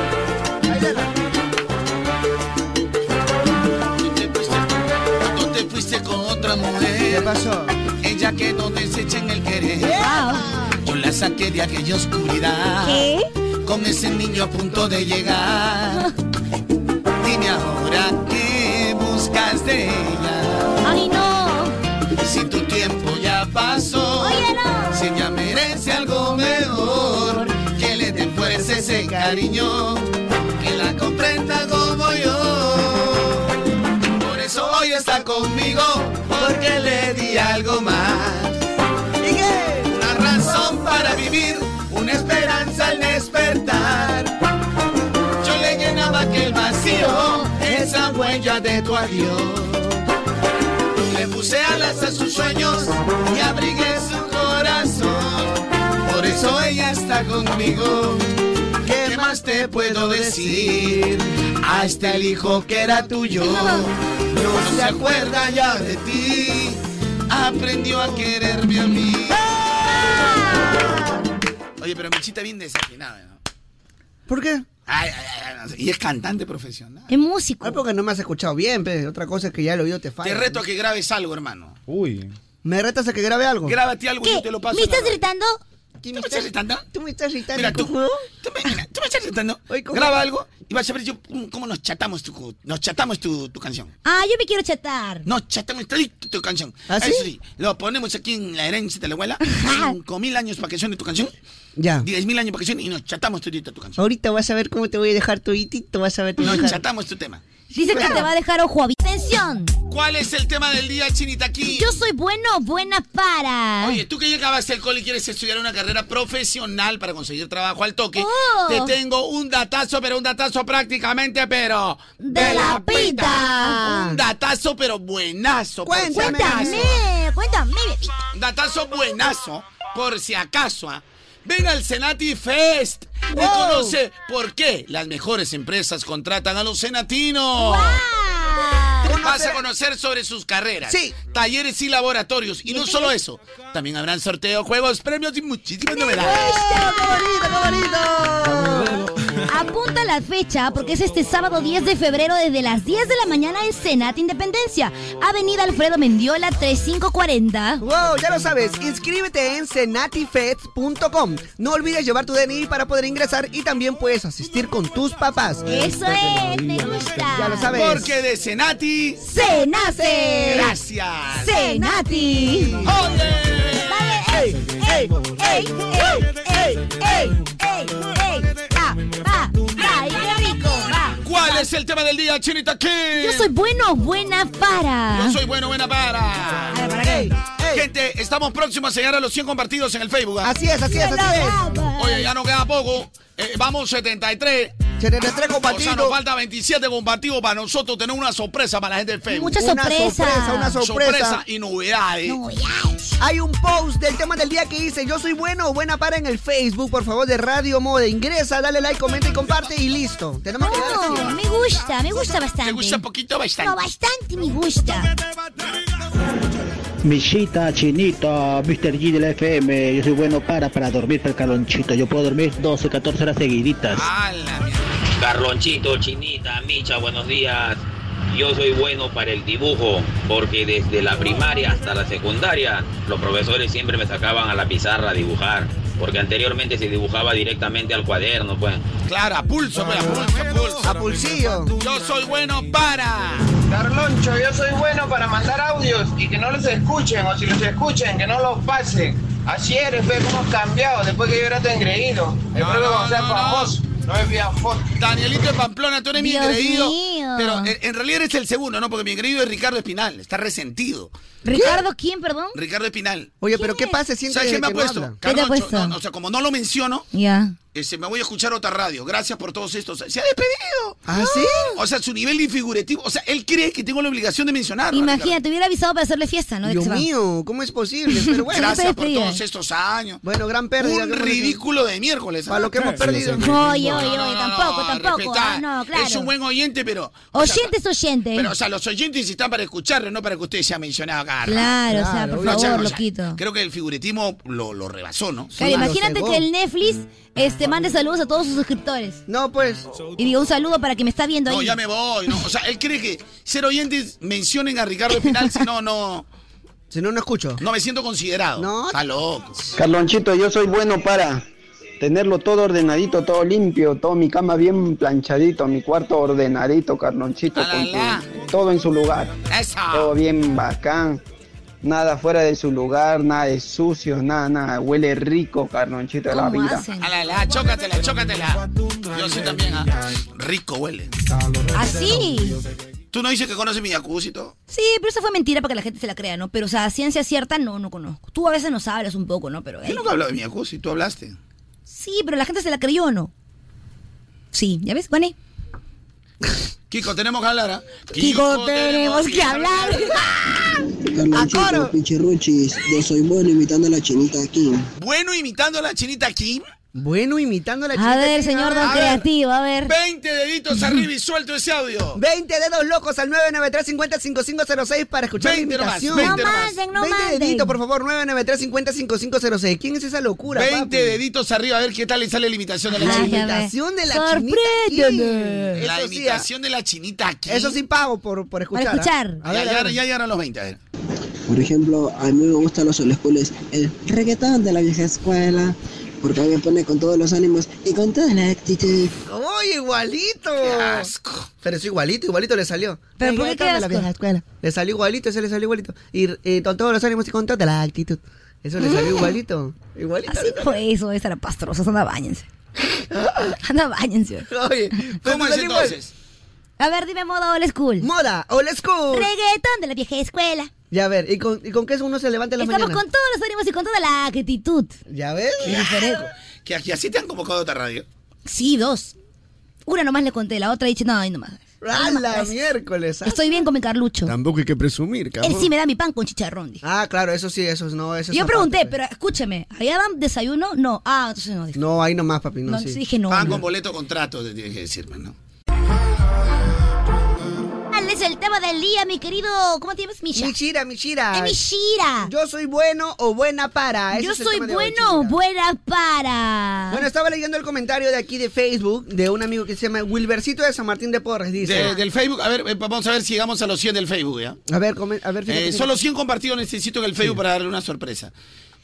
Tú te fuiste con otra mujer. Ella quedó deshecha en el querer. Yo la saqué de aquella oscuridad. Con ese niño a punto de llegar. Dime ahora qué buscas de ella.
Ay, no.
Si tu tiempo ya pasó. Si ella merece algo mejor. Que le dé fuerza ese cariño. Que la comprenda como yo. Por eso hoy está conmigo, porque le di algo más. Una razón para vivir, una esperanza al despertar. Yo le llenaba aquel vacío, esa huella de tu adiós. Le puse alas a sus sueños y abrigué su corazón. Por eso ella está conmigo. ¿Qué más te puedo decir? Hasta el hijo que era tuyo no se acuerda ya de ti. Aprendió a quererme a mí.
¡Ah!
Oye, pero Michita bien desafinada, ¿no?
¿Por qué?
Ay, ay, ay, no sé. Y es cantante profesional.
Es músico.
Es porque no me has escuchado bien, pe. Otra cosa es que ya el oído te
Te
falla.
reto a que grabes algo, hermano.
Uy. ¿Me retas a que grabe algo?
Grábate algo y yo te lo paso.
¿Me estás gritando?
¿Tú me
estás gritando?
¿Tú me estás gritando?
Mira, tú, tú, me, mira, tú me estás gritando. Graba algo y vas a ver yo, mm, cómo nos chatamos tu, cu- nos chatamos tu, tu canción.
Ah, yo me quiero chatar.
Nos chatamos tu, tu canción.
¿Ah, sí?
Eso lo ponemos aquí en la herencia de la abuela. Cinco mil años para que suene tu canción.
Ya.
Diez mil años para que suene y nos chatamos tu, tu canción.
Ahorita vas a ver cómo te voy a dejar tu hitito, vas a ver. te voy a
Nos
dejar.
chatamos tu tema.
Dice que
Claro.
te va a dejar ojo abierto. ¡Atención!
¿Cuál es el tema del día, Chinita aquí?
Yo soy bueno, buena para.
Oye, tú que ya acabaste el cole y quieres estudiar una carrera profesional para conseguir trabajo al toque,
Oh.
te tengo un datazo, pero un datazo prácticamente, pero... ¡De, la
pita!
Un datazo, pero buenazo. por si acaso.
Cuéntame, cuéntame.
Un datazo buenazo, por si acaso. ¿ah? Ven al Senati Fest y conoce por qué las mejores empresas contratan a los senatinos.
Ah.
Vas a conocer sobre sus carreras,
Sí.
talleres y laboratorios. Y no solo eso, también habrán sorteos, juegos, premios y muchísimas novedades.
Apunta la fecha porque es este sábado 10 de febrero desde las 10 de la mañana en Senat Independencia, Avenida Alfredo Mendiola 3540.
Wow, ya lo sabes, inscríbete en senatifeds.com. No olvides llevar tu DNI para poder ingresar y también puedes asistir con tus papás.
Eso es, me gusta.
Ya lo sabes.
Porque de Senati
se nace.
Gracias.
Senati.
Oye.
Ey, ey, ey, ey, ey, ey, ey. Ah, ah, ay, qué rico. Ah.
¿Cuál es el tema del día, Chinita King?
Yo soy bueno, buena para.
Yo soy bueno, buena para. Gente, estamos próximos a llegar a los 100 compartidos en el Facebook. ¿ah?
Así es, así es, así es.
Oye, ya nos queda poco. Eh, vamos 73.
73 compartidos.
O sea, nos falta 27 compartidos para nosotros tener una sorpresa para la gente del Facebook.
Mucha Una sorpresa. sorpresa, una sorpresa.
y novedades.
Hay un post del tema del día que dice Yo soy bueno o buena para en el Facebook, por favor, de Radio Mode. Ingresa, dale like, comenta y comparte y listo. Tenemos que llegar a
Oh,
100.
me gusta, me gusta bastante. Me gusta
poquito bastante.
No, bastante me gusta.
Michita, Chinito, Mr. G del FM, yo soy bueno para, para dormir, para el calonchito. Yo puedo dormir 12, 14 horas seguiditas.
Carlonchito, Chinita, Micha, buenos días. Yo soy bueno para el dibujo porque desde la primaria hasta la secundaria los profesores siempre me sacaban a la pizarra a dibujar porque anteriormente se dibujaba directamente al cuaderno, pues.
Claro, a pulso, pues, a pulso, a pulso.
A pulsillo.
Yo soy bueno para.
Carloncho, yo soy bueno para mandar audios y que no los escuchen, o si los escuchen, que no los pasen. Así eres, ve cómo has cambiado después que yo era tu engreído. El propio Gonzalo Famoso.
No es vía foto.
Danielito de Pamplona, tú eres mi
Dios
engreído.
mío.
Pero en, en realidad eres el segundo, ¿no? Porque mi engreído es Ricardo Espinal. Está resentido.
Ricardo, ¿quién, perdón?
Ricardo Espinal.
Oye, pero ¿qué pasa? Siento
¿Sabes
que
qué me ha
no
puesto?
habla.
¿Qué te ha
Carloncho,
puesto?
no, no, o sea, como no lo menciono,
Ya.
este, me voy a escuchar otra radio. Gracias por todos estos. Se ha despedido.
¿Ah, sí?
O sea, su nivel de figurativo. O sea, él cree que tengo la obligación de
Ah,
mencionarlo.
Imagínate, te hubiera avisado para hacerle fiesta, ¿no? De
Dios
que se va.
mío, ¿cómo es posible? Pero bueno,
Gracias por todos estos años.
Bueno, gran pérdida.
Un ridículo de miércoles.
Para lo que hemos
Sí,
perdido.
sí, sí.
Oye, oye, oye, tampoco, tampoco.
respetá.
Ah, no, claro. eh.
Es un buen oyente, pero. o sea,
Oyente es oyente.
pero, o sea, los oyentes están para escucharlo, no para que usted sea mencionado acá.
Claro, o sea, Claro, por
No,
favor,
no,
loquito.
Creo que el figuretivo lo, lo rebasó, ¿no?
Claro, imagínate que el Netflix este, mande saludos a todos sus suscriptores.
Mm. No, pues.
Y diga un saludo para que me está viendo ahí.
No, ya me voy. No. O sea, él cree que ser oyentes mencionen a Ricardo Espinal, si no, no.
Si no, no escucho.
No me siento considerado. No. Está loco.
Carlonchito, yo soy bueno para tenerlo todo ordenadito, todo limpio, toda mi cama bien planchadito, mi cuarto ordenadito, Carlonchito, con su- todo en su lugar. Todo bien bacán. Nada fuera de su lugar, nada de sucio, nada, nada. Huele rico, Carlonchito, de la vida.
A la, la, chócatela, chócatela. Yo sí también. ah. Rico huele.
¿Ah,
Así.
¿Tú no dices que conoces mi jacuzzi y todo?
Sí, pero eso fue mentira para que la gente se la crea, ¿no? Pero, o sea, ciencia cierta, no, no conozco. Tú a veces nos hablas un poco, ¿no? Pero,
Yo
ey,
nunca he hablado de mi jacuzzi, tú hablaste.
Sí, pero la gente se la creyó, ¿no? Sí, ¿ya ves, Vane?
Kiko, tenemos que hablar, ¿ah?
Kiko, tenemos que hablar.
Carlonchito, Pichirruchis, yo soy bueno imitando a la chinita aquí.
Bueno, imitando a la chinita Kim.
Bueno, imitando a la
A ver, señor don
Creativo, a ver.
20 deditos arriba y suelto ese audio.
20 dedos locos al 993-50-5506 para escuchar
20
la
nomás,
invitación.
20 No nomás. manden, no
20
manden.
deditos, por favor, 993-50-5506. ¿Quién es esa locura,
20
papi?
deditos arriba, a ver qué tal le sale la imitación de la
La
chinita.
imitación de la chinita
Sorpréndeme.
aquí.
La
Eso sí, ah.
imitación de la chinita aquí.
Eso sí pago por, por escuchar. ¿ah? A ver,
ya,
a
ya,
ver.
ya llegaron los 20, a ver.
Por ejemplo, a mí me gustan los escuelas, el reggaetón de la vieja escuela, porque a mí me pone con todos los ánimos y con toda la actitud.
¡Oye, igualito! Pero es igualito, igualito le salió.
¿Pero por qué qué
Igualito de
asco?
la vieja escuela. Le salió igualito, ese le salió igualito. Y eh, con todos los ánimos y con toda la actitud. Eso le
Mm.
salió igualito. Igualito.
Así fue eso, esa era pastrosa. Anda, bañense. Anda, bañense.
Eh,
Oye,
¿Cómo es entonces?
A ver, dime moda old school.
Moda old school.
Reggaetón de la vieja escuela.
Ya a ver, ¿y con, y con qué uno se levanta en la
Estamos
mañana?
con todos los ánimos y con toda la actitud.
¿Ya ves?
Que aquí así te han convocado a otra radio.
Sí, dos. Una nomás le conté, la otra dije, no, ahí nomás.
¡Ah, la miércoles! ah.
Estoy bien con mi Carlucho.
Tampoco hay que presumir,
Él
cabrón.
sí me da mi pan con chicharrón. dije.
Ah, claro, eso sí, eso no, pues. eso es
Yo
aparte,
pregunté,
pues.
pero escúchame, ¿allá dan desayuno? No. Ah, entonces no. dije.
No, ahí nomás, papi, no,
No,
sí.
sí dije no,
Pagan
no.
con boleto contrato, te tienes que decirme, ¿no?
¿Cuál es el tema del día, mi querido? ¿Cómo te llamas, Misha?
Michira, Michira.
Es Michira.
Yo soy bueno o buena para. Ah, Ese
Yo
es el
soy
tema de hoy,
bueno o
Chira.
buena para.
Bueno, estaba leyendo el comentario de aquí de Facebook de un amigo que se llama Wilbercito de San Martín de Porres. Dice: "Ah".
De- del Facebook, a ver, eh, vamos a ver si llegamos a los 100 del Facebook, ¿ya?
A ver, come- a ver, fíjate.
Eh, solo 100 compartidos necesito en el Facebook para darle una sorpresa.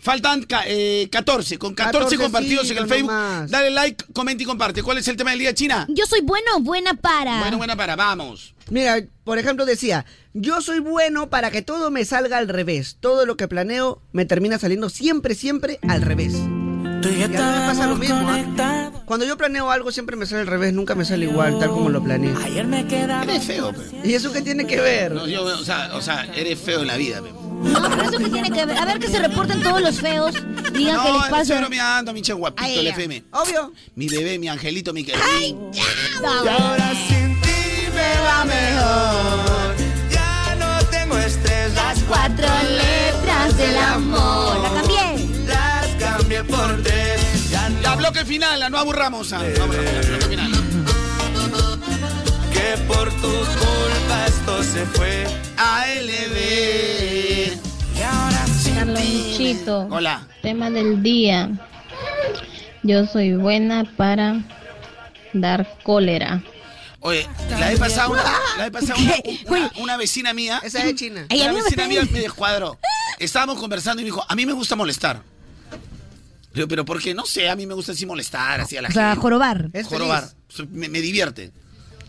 Faltan ca- eh, 14, con
14
14, compartidos en el
nomás.
Facebook. Dale like, comenta y comparte. ¿Cuál es el tema del día, China?
Yo soy bueno o buena para.
Bueno, buena para, vamos.
Mira, por ejemplo, decía: Yo soy bueno para que todo me salga al revés. Todo lo que planeo me termina saliendo siempre, siempre al revés. Y a mí me pasa lo mismo. ¿ah? Cuando yo planeo algo, siempre me sale al revés. Nunca me sale igual, tal como lo planeé.
Ayer me quedaba.
Eres feo, pe.
¿Y eso qué tiene que ver?
No, yo, o, sea, o sea, eres feo en la vida, pe.
No, pero eso que tiene que ver. A ver que se reporten todos los feos. Digan que les
No, estoy
pasa.
bromeando, mi che guapito,
Ay,
el
ya.
FM.
Obvio.
Mi bebé, mi angelito, mi querido.
Y ahora sin ti me va mejor. Ya no tengo estrés. Las cuatro letras del amor.
La cambié.
Las cambié por tres. Ya
La bloque final, la no aburramos. ah, no aburramos, la bloque final.
que por tu culpa esto se fue.
ALB.
Y ahora sin ti.
Chito.
Hola.
Tema del día. Yo soy buena para dar cólera.
Oye,
Ah,
la he pasado una, la he pasado una, una- una vecina mía.
Esa es china.
Ey, a
Una
mí me
vecina
parece-
mía me descuadró. Estábamos conversando y me dijo, a mí me gusta molestar. Le Digo, pero ¿por qué? No sé, a mí me gusta así molestar, así a la
O sea,
gente.
jorobar.
Jorobar. Me, me divierte.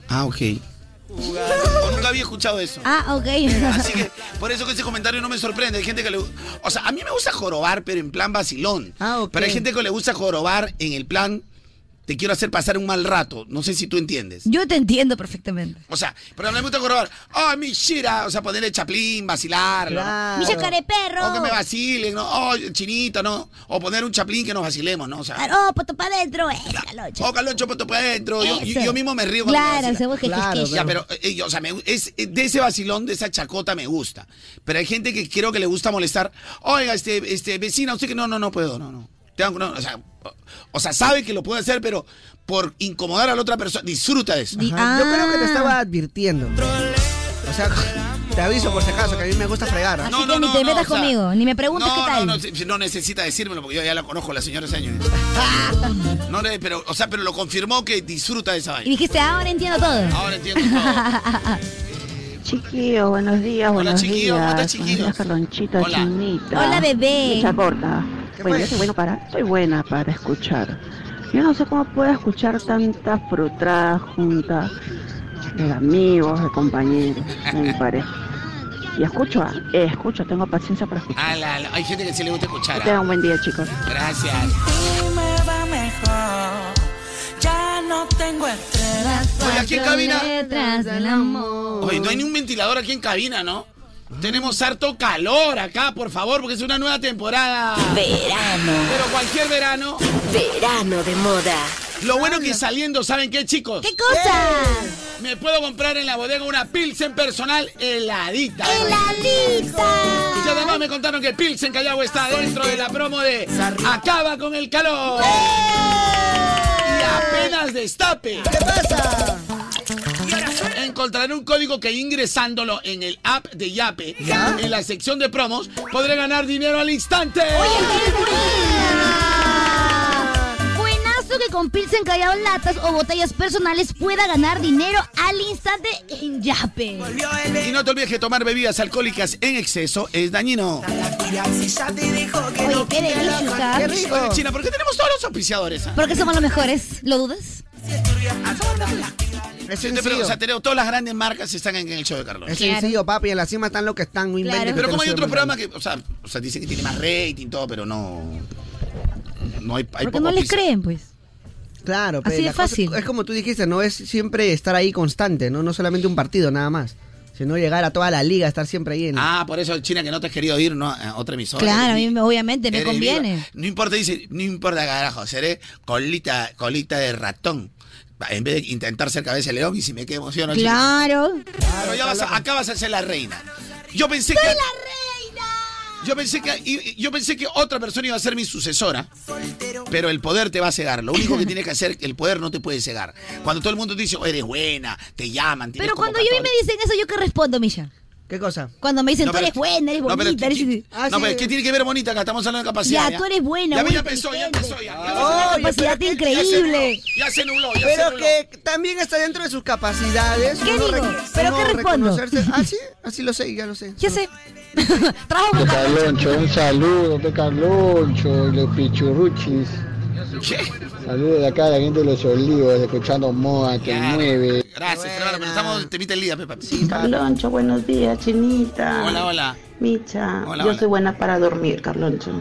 Ah, ok. Nunca había escuchado eso.
Ah, ok.
Así que por eso que ese comentario no me sorprende. Hay gente que le O sea, a mí me gusta jorobar, pero en plan vacilón.
Ah, ok.
Pero hay gente que le gusta jorobar en el plan te quiero hacer pasar un mal rato. No sé si tú entiendes.
Yo te entiendo perfectamente.
O sea, pero me gusta corroborar. Oh, mi shira. O sea, ponerle chaplín, vacilarlo.
Mi chacareperro.
O que me vacilen, ¿no? Oh, chinito, ¿no? O poner un chaplín que nos vacilemos, ¿no? O sea.
Oh, poto para adentro, eh, calocho.
Oh, Caloncho, pues, para adentro. Yo, yo-
Eso.
yo mismo me río cuando
Claro,
me vacilan.
se busca Claro, quisquillo.
Ya, pero, eh, yo, o sea, me- es, eh, de ese vacilón, de esa chacota me gusta. Pero hay gente que creo que le gusta molestar. Oiga, este, este, vecina, usted que no, no, no puedo, no, no. Tengo- no, o, sea, o- o sea, sabe que lo puede hacer, pero por incomodar a la otra persona, disfruta de eso.
Yo creo que
Ah.
te
Ah.
estaba advirtiendo. O sea, te aviso por si acaso que a mí me gusta fregar.
Así que ni te metas
o sea,
conmigo, ni me preguntes
no,
qué tal.
No, no, si- si no necesita decírmelo porque yo ya la conozco, la señora hace años. No, no, pero, o sea, pero lo confirmó que disfruta de esa
Y
vaina.
dijiste, ahora entiendo todo.
Ahora entiendo
Chiquillo, buenos días, buenos
chiquillo, ¿cómo
días.
estás, chiquillo?
Buenos días, Carlonchito,
Hola.
Chinita.
Hola, bebé.
Mecha corta.
¿Qué
Bueno,
fue?
yo soy, bueno para, soy buena para escuchar. Yo no sé cómo puedo escuchar tantas frustradas juntas de amigos, de compañeros, de mi pareja. Y escucho, ah, escucho, tengo paciencia para escuchar.
Ah, la- la- hay gente que sí le gusta escuchar.
Que
ah.
tengan buen día, chicos.
Gracias.
Y me va mejor. Ya no tengo estrellas.
Oye, aquí en cabina.
Detrás del amor.
Oye, no hay ni un ventilador aquí en cabina, ¿no? Tenemos harto calor acá, por favor, porque es una nueva temporada.
Verano.
Pero cualquier verano.
Verano de moda.
Lo bueno que saliendo, ¿saben qué, chicos?
¿Qué cosa?
Me puedo comprar en la bodega una Pilsen personal heladita.
¡Heladita!
Y además me contaron que Pilsen Callao está dentro de la promo de Acaba con el calor. Y apenas destape. ¿Qué pasa? Encontraré un código que ingresándolo en el app de Yape, en la sección de promos, podré ganar dinero al instante.
Buenazo que con Pilsen Callao latas o botellas personales pueda ganar dinero al instante en Yape.
Y no te olvides que tomar bebidas alcohólicas en exceso es dañino.
Oye, qué delicia.
Oye, China, ¿por qué tenemos todos los auspiciadores? ah?
Porque somos los mejores, ¿lo dudas?
Yo te pregunto, o sea, tenemos todas las grandes marcas están en el show de Carlos.
Es sencillo, papi. En la cima están los que están. no inventes que
Pero
te
como hay
lo
otro
suben.
programa que, o sea, o sea, dicen que tiene más rating y todo, pero no. No hay, hay
Porque
poco
no les
piso.
creen, pues.
Claro, pero
Así de
la cosa-
fácil.
es como tú dijiste, no es siempre estar ahí constante, no no solamente un partido nada más, sino llegar a toda la liga, estar siempre ahí en
Ah, por eso China que no te has querido ir ¿no? a otra emisora.
Claro, a
Eres
mí me- obviamente me
eres
conviene.
viva. No importa, dice, no importa carajo, seré colita, colita de ratón. En vez de intentar ser cabeza de león y si me quedo emociono. China.
Claro.
Pero ya vas a- acá vas a ser la reina. Yo pensé que. Yo pensé que y- yo pensé que otra persona iba a ser mi sucesora, pero el poder te va a cegar. Lo único que tienes que hacer, el poder no te puede cegar. Cuando todo el mundo te dice, "Oh, eres buena, te llaman, tienes
Pero
como
cuando yo y
14".
me dicen eso, ¿yo qué respondo, Misha?
¿Qué cosa?
Cuando me dicen,
No,
tú
pero-
eres buena, eres
no, pero
bonita,
¿qué-
eres... Ah,
no, pero ¿qué tiene que ver bonita acá? Estamos hablando de capacidad.
Ya, tú eres buena,
Ya,
muy
ya pensó, ya pensó, ya.
Oh,
ya pensó, ya-
capacidad
ya- ya-
increíble.
Ya se nubló, ya se nubló. ya
Pero
se nubló.
que también está dentro de sus capacidades.
¿Qué
uno
digo?
re-
¿Pero
uno
qué respondo?
reconocerse- Ah, sí, así lo sé, ya lo sé.
Ya sé. Trabajo
De Carloncho, un saludo de Carloncho y los pichurruchis. Saludos de acá a la gente de los olivos, escuchando Moa que mueve.
Gracias, hermano, pero estamos, te invita el día, Pepa.
Carloncho, buenos días, Chinita.
Hola, hola.
Micha,
Hola,
yo
hola.
soy buena para dormir, Carloncho.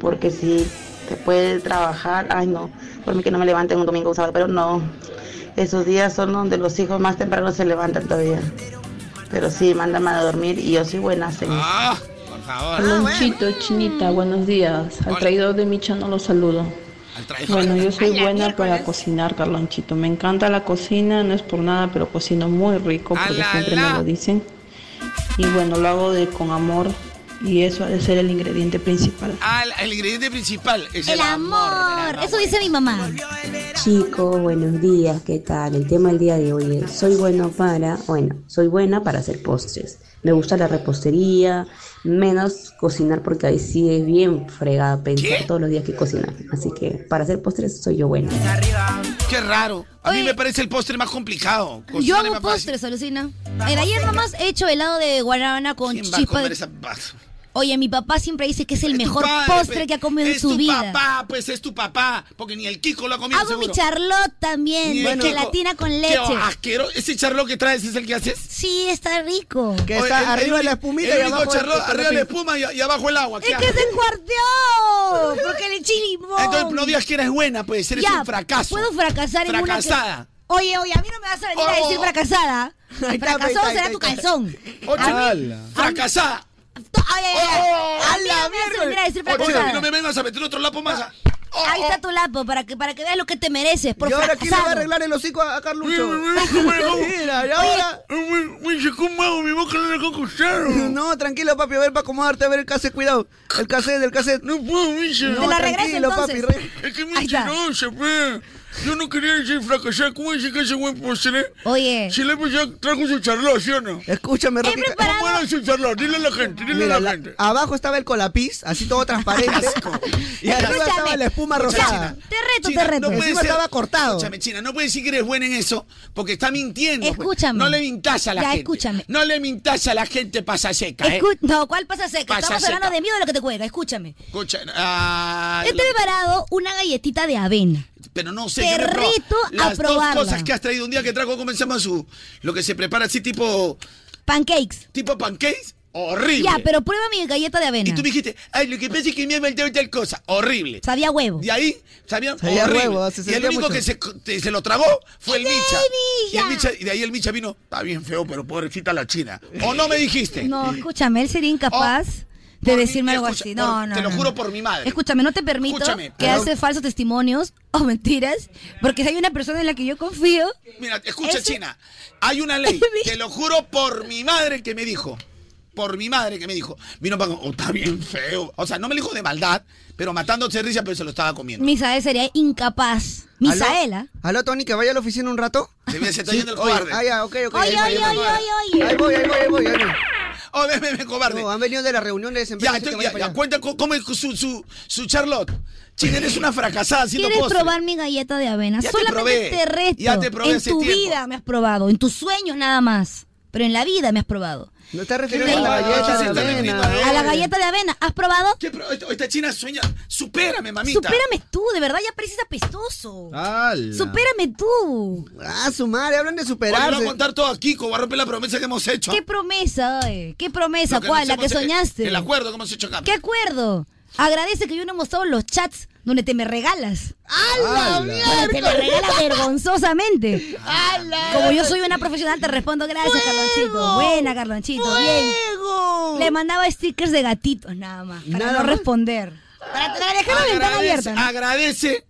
Porque si te puede trabajar, ay no, por mí que no me levanten un domingo o un sábado, pero no. Esos días son donde los hijos más temprano se levantan todavía. Pero sí, mándame a dormir y yo soy buena en eso.
Ah, Por
Ah,
favor.
Ah. Carlonchito, Chinita, buenos días. Al traidor de Micha no lo saludo. Bueno, yo soy buena para cocinar, Carlonchito. Me encanta la cocina, no es por nada, pero cocino muy rico porque siempre me lo dicen. Y bueno, lo hago de con amor y eso ha de ser el ingrediente principal.
Ah, el- el ingrediente principal es el,
El amor. Eso dice mi mamá.
Chicos, buenos días, ¿qué tal? El tema del día de hoy es, soy bueno para, bueno, soy buena para hacer postres. Me gusta la repostería, menos cocinar porque ahí sí es bien fregada pensar todos los días que cocinar. Así que para hacer postres soy yo buena.
Qué raro. A mí me parece el postre más complicado.
Yo hago postres, alucina. El ayer nomás he hecho helado de guanábana con
Va a comer
chispas.
esa paz.
Oye, mi papá siempre dice que es el
tu
pues, mejor
padre,
postre
pues.
que ha comido en
Es
su
tu
vida.
papá, pues es tu papá, porque ni el Kiko lo ha comido
Hago mi
seguro.
charlotte también,
Ni
de
el Kiko.
gelatina con
Qué
leche.
asqueroso. ¿Ese charlo que traes es el que haces?
Sí, está rico.
Oye, el- el único- el único charlot arriba de la espuma y, y abajo el agua.
Es que se encuarteó, porque le eché limón.
Entonces no digas que eres buena, pues eres
Ya,
un fracaso.
Puedo fracasar en una que-
Fracasada.
Oye, oye, a mí no me vas a venir a decir
Oh.
fracasada.
Ahí está, ahí
Fracasado
está,
será
ahí
tu
está.
calzón.
Oh,
Ocho,
A mí-
mil. fracasada.
Ay, ay, ay. Eh, A mí no me vas a venir a decir
Oh, Oye, Oh, a mí
fracasada.
no me vengas a meter otro lapo más.
Ahí está tu lapo para que, para que veas lo que te mereces. Por
¿Y ahora quién le va a
fracasado.
arreglar el hocico a, a Carlucho? Mira, y
Oye,
ahora... No, tranquilo, papi, a ver, para acomodarte, a ver el cassette, cuidado. El cassette, el cassette. No puedo, Miche.
Te la regreso,
tranquilo, papi.
entonces.
re-
Es que me enchirosa, pe. Yo no quería decir fracasar. ¿Cómo dice que ese buen postre?
eh?
Oye.
Si le pues ya trajo su charlot, ¿sí o no?
Escúchame,
He preparado. ¿Cómo era su charlot? Dile a la gente, dile
Mira,
a la,
la-
gente.
abajo estaba el colapís, así todo transparente. y arriba estaba la espuma rosada.
Te
reto, te reto.
puede
Encima estaba cortado.
Escúchame, China, no puedes decir que eres buena en eso porque está mintiendo. pues.
Escúchame.
No le mintas a la
Ya,
gente.
escúchame.
No le mintas a la gente pasa seca. ¿eh?
Escu- no, ¿cuál pasa seca?
Pasa
Estamos hablando
seca.
de mí o de lo que te cuelga, escúchame.
Escucha. ah,
He
la-
preparado una galletita de avena.
Pero no sé
Te
qué me proba-
reto a
Las
probarla.
dos cosas que has traído un día que trajo, ¿cómo se llama su? Lo que se prepara así tipo.
Pancakes.
¿Tipo pancakes? Horrible.
Ya, pero prueba mi galleta de avena.
Y tú me dijiste, ay, lo que pasa es que me ha faltado tal cosa. Horrible.
Sabía huevo.
De ahí, sabía,
Sabía
horrible.
huevo, se
y el
sentía
único
mucho.
que se, te- se lo tragó fue el
¡Ese
Micha. Y, el
Micha!
Micha. y de ahí el Micha vino, está bien feo, pero pobrecita la China. ¿O no me dijiste?
No, escúchame, él sería incapaz
Oh,
de decirme algo así. No,
Por-
no.
Te lo
no.
juro por mi madre.
Escúchame, no te permito
Escúchame,
que
pero-
haces falsos testimonios o mentiras, porque si hay una persona en la que yo confío.
Mira, escucha, China. Hay una ley, te lo juro por mi madre que me dijo. Por mi madre que me dijo. Vino para. Oh, está bien feo. O sea, no me lo dijo de maldad, pero matándose de risa, pero se lo estaba comiendo.
Misael sería incapaz. Misaela.
¿Aló, Tony, que vaya a la oficina un rato?
Se me se está
Sí,
yendo el
oye,
cobarde.
Ah, ya, ok, ok.
Oye,
ahí
oye,
voy, ahí
oye,
voy.
oye, oye.
Ahí voy, ahí voy, ahí voy. ahí voy.
Oh, ven, ven, ven, cobarde.
No, han venido de la reunión de desempleo.
Ya,
así que
entonces,
vaya
ya,
para
ya,
allá.
cuenta co- cómo es su, su, su Charlotte. China, eres una fracasada haciendo
¿Quieres
postres.
probar mi galleta de avena?
Ya te
Solamente
probé.
te reto.
Ya te probé
en
hace
tu
tiempo.
vida me has probado, en tus sueños nada más. Pero en la vida me has probado.
No está
Pero
refiriendo a la
no,
galleta
se
de
está refiriendo
avena.
a la-
A la galleta de avena, ¿has probado?
¿Qué pro- esta, esta China sueña. Supérame, mamita.
Supérame tú, de verdad ya pareces apestoso.
¡Hala!
Supérame tú.
Ah, su madre, hablan de
Oye, le voy a
superarse.
contar todo aquí, Kiko. Va a romper la promesa que hemos hecho.
¿Qué promesa? ay? ¿Qué
Lo
promesa?
que
¿Cuál?
nos
¿La
hemos- eh,
que soñaste?
El acuerdo que hemos hecho acá.
¿Qué acuerdo? Agradece que yo no he mostrado los chats donde te me regalas.
¡Hala,
Donde te me
miércoles!
regalas vergonzosamente. Como yo soy una profesional, te respondo gracias, Carlonchito. Buena, Carlonchito. Bien. Le mandaba stickers de gatitos nada más. Para
Nada
no
más.
responder. Para, para dejar la ventana
Agradece,
abierta.
agradece,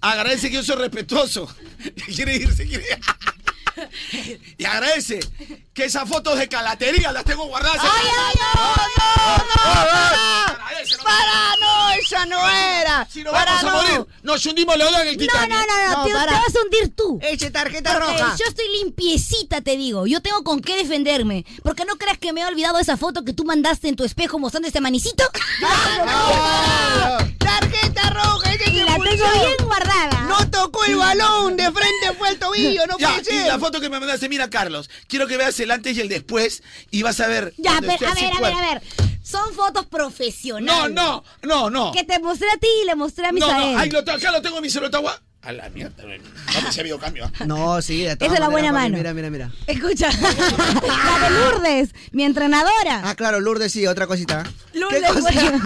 agradece que yo soy respetuoso. Quiere irse, quiere Y agradece que esas fotos de calatería las tengo guardadas.
¡Ay, ay, no,
no!
¡Para, no! ¡Esa no era!
Si no
¡Para,
vamos a morir, nos hundimos los dos en el Titanic.
No, no, no, te, te vas a hundir tú.
Eche tarjeta
Porque
roja.
Yo estoy limpiecita, te digo. Yo tengo con qué defenderme. Porque no creas que me he olvidado de esa foto que tú mandaste en tu espejo mostrando este ese manicito.
¡Tarjeta roja! ese
Y
se
la
pulsó.
tengo bien guardada. Mm.
No tocó el balón, de frente fue el tobillo, no
Ya,
puede
y
ser.
la foto que me mandaste, mira, Carlos, quiero que veas el antes y el después y vas a ver.
Ya,
cuando
pero,
esté
a
así
ver, a ver,
fuerte.
a ver. Son fotos profesionales.
No, no, no, no.
Que te mostré a ti y le mostré a
No,
Misael.
no, ahí lo tengo, acá lo tengo en mi celular. guau. A la mierda, ven. Vamos, se ha habido cambio. ¿ah?
No, sí, de todas
Esa es la
maneras,
buena
papi,
mano.
Mira, mira, mira.
Escucha. la de Lourdes, mi entrenadora.
Ah, claro, Lourdes sí, otra cosita.
Lourdes,
¿Qué cosa?
bueno.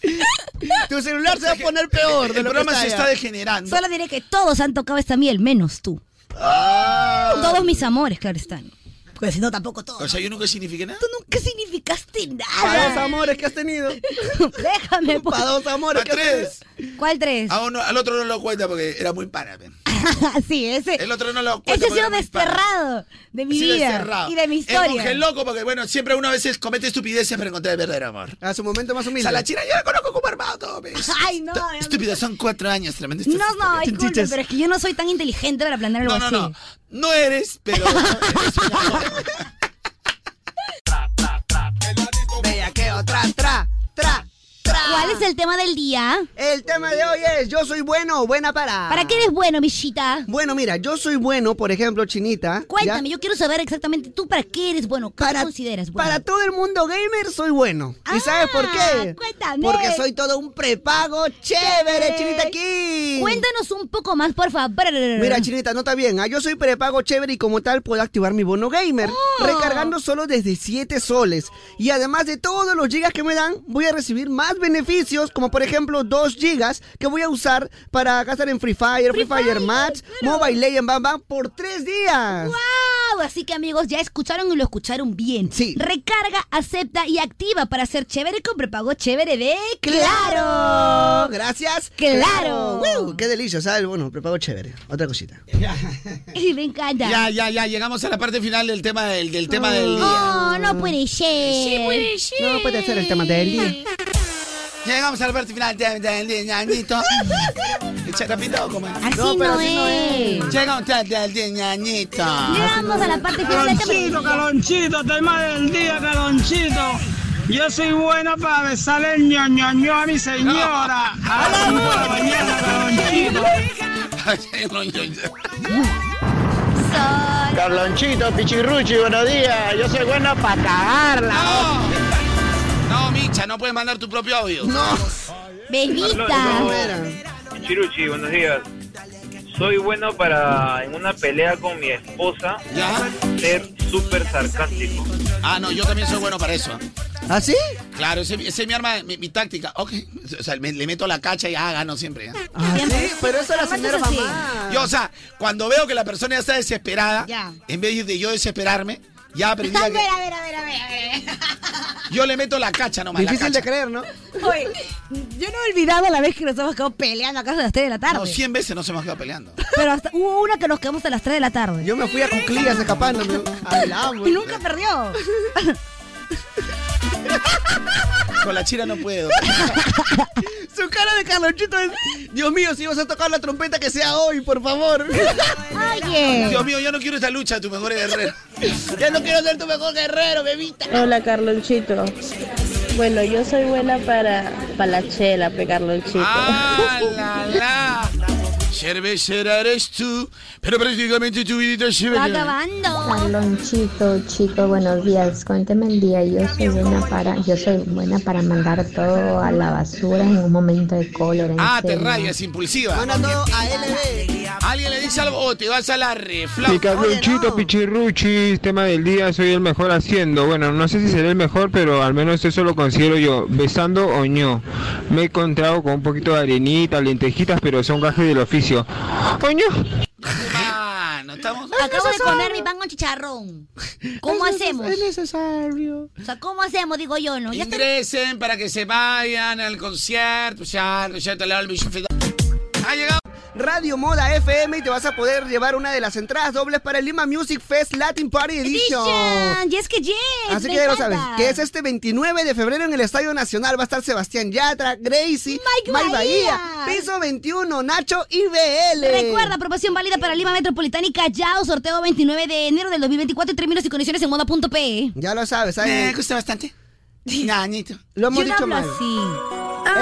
tu celular se va a poner peor. de
El
lo que
programa se
ya.
está degenerando.
Solo diré que todos han tocado esta miel, menos tú.
Ah.
Todos mis amores, claro están. Porque si no, tampoco todos.
O sea, yo nunca signifiqué nada.
¿Qué significaste
Para
nada?
dos amores que has tenido.
Déjame, pues.
Para dos amores
A
que has tenido.
tres.
¿Cuál tres?
A uno- al otro no lo cuenta porque era muy pana. ven.
sí, ese.
El otro no lo cuenta.
Ese ha
porque
sido
era muy pana.
desterrado de mi
Ha sido
vida
desterrado. Eh,
y de mi
Es
historia.
mujer loco porque, bueno, siempre uno a veces comete estupideces para encontrar el verdadero amor.
A su momento más
O
humilde.
sea, la china yo la conozco como armado todo. ¿ves?
Ay, no. Dios mío.
Estúpida, son cuatro años, tremendo.
No, no, disculpe, pero es que yo no soy tan inteligente para planear algo
No, no,
así.
no. No eres, pero. eres una joven.
Bellaqueo, tra, tra, tra, tra.
¿Cuál es el el tema del día?
El tema de hoy es yo soy bueno o buena para.
¿Para qué eres bueno, Michita?
Bueno, mira, yo soy bueno, por ejemplo, Chinita.
Cuéntame, yo quiero saber exactamente tú para qué eres bueno, qué
Para-
consideras bueno. Ah,
Para todo el mundo gamer soy bueno. ¿Y sabes por qué?
cuéntame.
Porque soy todo un prepago chévere, Chinita aquí.
Cuéntanos un poco más, por favor.
Mira, Chinita, nota bien. ah, Yo soy prepago chévere y como tal puedo activar mi bono gamer.
Oh.
Recargando solo desde 7 soles. Y además de todos los gigas que me dan, voy a recibir más beneficios, como por ejemplo 2 gigas que voy a usar para gastar en Free Fire, Free, Fire, Match, Mobile Legends, Bam Bam por 3 días.
¡Wow! Así que amigos, ya escucharon y lo escucharon bien. Sí. Recarga, acepta y activa para ser chévere con prepago chévere de Claro.
Gracias.
Claro.
¡Wow! ¡Qué delicioso! ¿Sabes? Bueno, prepago chévere. Otra cosita.
Me encanta.
Ya, ya, ya, llegamos a la parte final del tema del, del tema del día.
Oh, no puede ser. Sí puede ser.
No puede ser el tema del día.
Llegamos a la parte final del del día, ñañito. Se repito, como
Así no es.
Llegamos al día del ñañito.
Llegamos a la parte final este del tema
Calonchito,
del día.
calonchito, tema del día, calonchito. Yo soy buena para besarle el ñoñoño a mi señora. A
Ah.
las cinco de la mañana, calonchito.
Carlonchito, Pichirruchi, buenos días. Yo soy bueno para cagarla.
No, Micha, no puedes mandar tu propio audio.
No.
Bebita.
Chiruchi, buenos días. Soy bueno para en una pelea con mi esposa ser súper sarcástico.
Ah, no, yo también soy bueno para eso.
¿Ah, sí?
Claro, ese, ese es mi arma, mi, mi táctica. Ok. O sea, me- le meto la cacha y ah, gano siempre. ¿eh?
sí? Pero eso la señora
Además, es
mamá.
así. Yo, o sea, cuando veo que la persona ya está desesperada,
Ya.
en vez de yo desesperarme, ya aprendí
A
a
ver,
que
a ver, a ver, a ver, a ver.
yo le meto la cacha nomás.
Difícil
la
de creer, ¿no?
Oye, yo no he olvidado la vez que nos hemos quedado peleando acá a las 3 de la tarde.
No, 100 veces nos hemos quedado peleando.
Pero hasta hubo una que nos quedamos a las 3 de la tarde.
Yo me fui a cuclillas escapándome. Hablamos.
Y nunca perdió.
Con la chira no puedo.
Su cara de Carlonchito es. Dios mío, si vas a tocar la trompeta que sea hoy, por favor.
Oye.
Dios mío, yo no quiero esta lucha de tu mejor guerrero.
Ya no quiero ser tu mejor guerrero, bebita.
Hola, Carlonchito. Bueno, yo soy buena para, para la chela, pe, Carlonchito.
Ah,
la, la. Cervecera eres tú, pero prácticamente tu vida es cervecera.
Carlonchito, chico, buenos días. Cuénteme el día. Yo soy buena para, yo soy buena para mandar todo a la basura en un momento de cólera. en
Ah, te
serio.
rayas, impulsiva.
Manda todo a LB.
Alguien le dice algo o te vas a la refla.
Mi Carlonchito Pichirruchi, tema del día, soy el mejor haciendo. Bueno, no sé si seré el mejor, pero al menos eso lo considero yo. Besando o no. Me he encontrado con un poquito de arenita, lentejitas, pero son gajes del oficio. ¡Oño!
Acabo de comer mi pan con chicharrón. ¿Cómo
Es neces-
hacemos?
es necesario.
O sea, ¿cómo hacemos? Digo yo, ¿no? Ya está-
Ingresen para que se vayan al concierto. Ya, ya te leo el bicho fidel. Ha llegado.
Radio Moda FM y te vas a poder llevar una de las entradas dobles para el Lima Music Fest Latin Party Edition.
Edition. Yes que yes.
Así
Me
que ya lo
encanta.
sabes, que es este 29 de febrero en el Estadio Nacional. Va a estar Sebastián Yatra, Gracie, Mike, Bahía, Piso 21, Nacho y BL.
Recuerda, promoción válida para Lima Metropolitana y Callao, sorteo 29 de enero del 2024, términos y condiciones en moda.pe.
Ya lo sabes, ¿sabes?
Me gusta bastante.
Lo hemos
Yo no
dicho
hablo
mal.
así.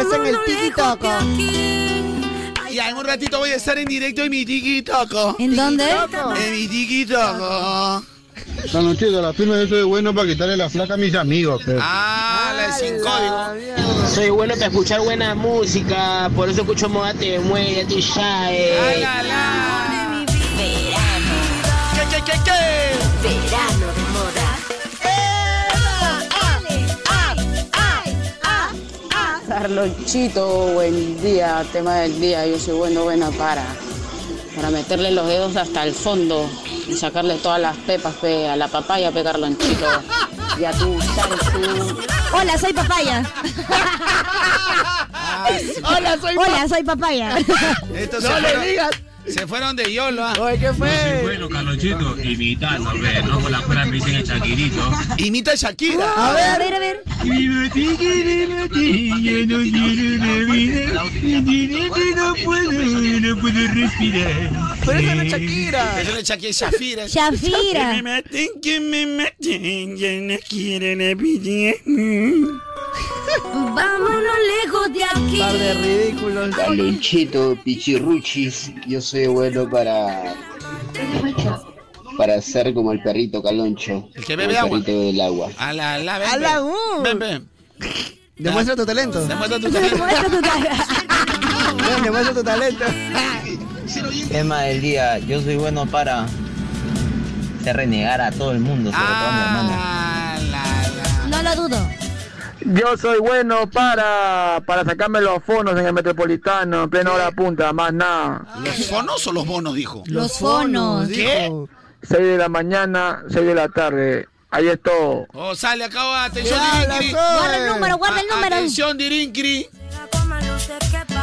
Es en el Tiki Toco.
Ya en un ratito voy a estar en directo en mi tiki toco.
¿En dónde?
En mi tiki toco.
Carlonchito, la firma yo soy bueno para quitarle la flaca a mis amigos.
Ah, la de sin código.
Soy bueno para escuchar buena música, por eso escucho Moda Te Mueve, Te Shae.
¿Qué, qué, qué, qué? ¡Eh!
Verano de moda.
Ah,
Carlonchito, buen día, tema del día, yo soy bueno, buena para, para meterle los dedos hasta el fondo y sacarle todas las pepas pe, a la papaya, pe Carlonchito. Y a tu
Hola, soy papaya.
Hola, soy
Hola, soy papaya.
Estos
No
se
le
fueron-
digas.
Se fueron de YOLO. ¿ah?
¿qué fue?
Bueno, Carlonchito, imitando, ve, no con la fuera me dicen el Shakirito.
Imita a Shakira.
A ver. A
ver, a ver.
No puedo, no puedo respirar.
Pero esa no es Shakira.
Esa no es Shakira, es Shafira.
Que me maten, que me maten, ya no quiero la vida.
Vámonos lejos de aquí.
Par de ridículos.
Calonchito, pichirruchis, yo soy bueno para para hacer como el perrito caloncho.
El que bebe
como
agua.
El perrito del agua.
A la, a la, ven,
A
ven.
la
Mm.
Ven, ven.
Demuestra tu talento.
Demuestra tu talento.
Demuestra tu talento.
Demuestra tu talento.
Tema del día, yo soy bueno para hacer renegar a todo el mundo, sobre
Ah.
todo a mi hermana.
No lo dudo.
Yo soy bueno para, para sacarme los fonos en el metropolitano, en plena hora punta, más nada.
¿Los fonos o los bonos, dijo?
Los fonos.
¿Qué?
6 de la mañana, 6 de la tarde. Ahí es todo.
Oh, sale, acaba. Atención,
Ya, la
Dirinkiri.
soy. Guarda el número,
guarda el número.
Atención, Dirinkiri.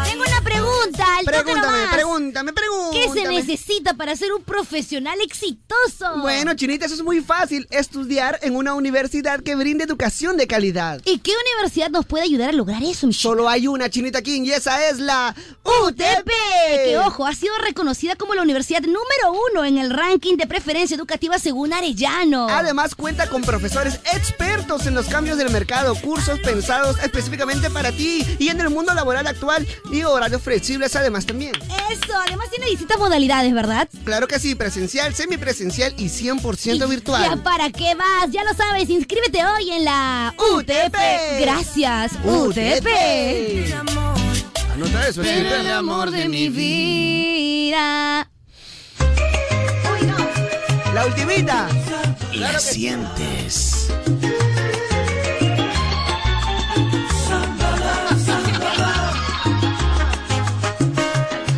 Tengo una pregunta, al toque
Pregúntame,
nomás.
pregúntame,
¿Qué se
pregúntame.
necesita para ser un profesional exitoso?
Bueno, Chinita, eso es muy fácil. Estudiar en una universidad que brinde educación de calidad.
¿Y qué universidad nos puede ayudar a lograr eso,
Solo hay una, Chinita King, y esa es la UTP.
que ojo, ha sido reconocida como la universidad número uno en el ranking de preferencia educativa según Arellano.
Además cuenta con profesores expertos en los cambios del mercado, cursos pensados específicamente para ti y en el mundo laboral actual y horarios flexibles además también.
Eso, además tiene distintas modalidades, ¿verdad?
Claro que sí, presencial, semipresencial y 100%
¿Ya
virtual.
para qué vas? Ya lo sabes, inscríbete hoy en la UTP. Gracias,
UTP.
UTP.
Anota eso, Chinita.
vida.
La ultimita.
La sientes.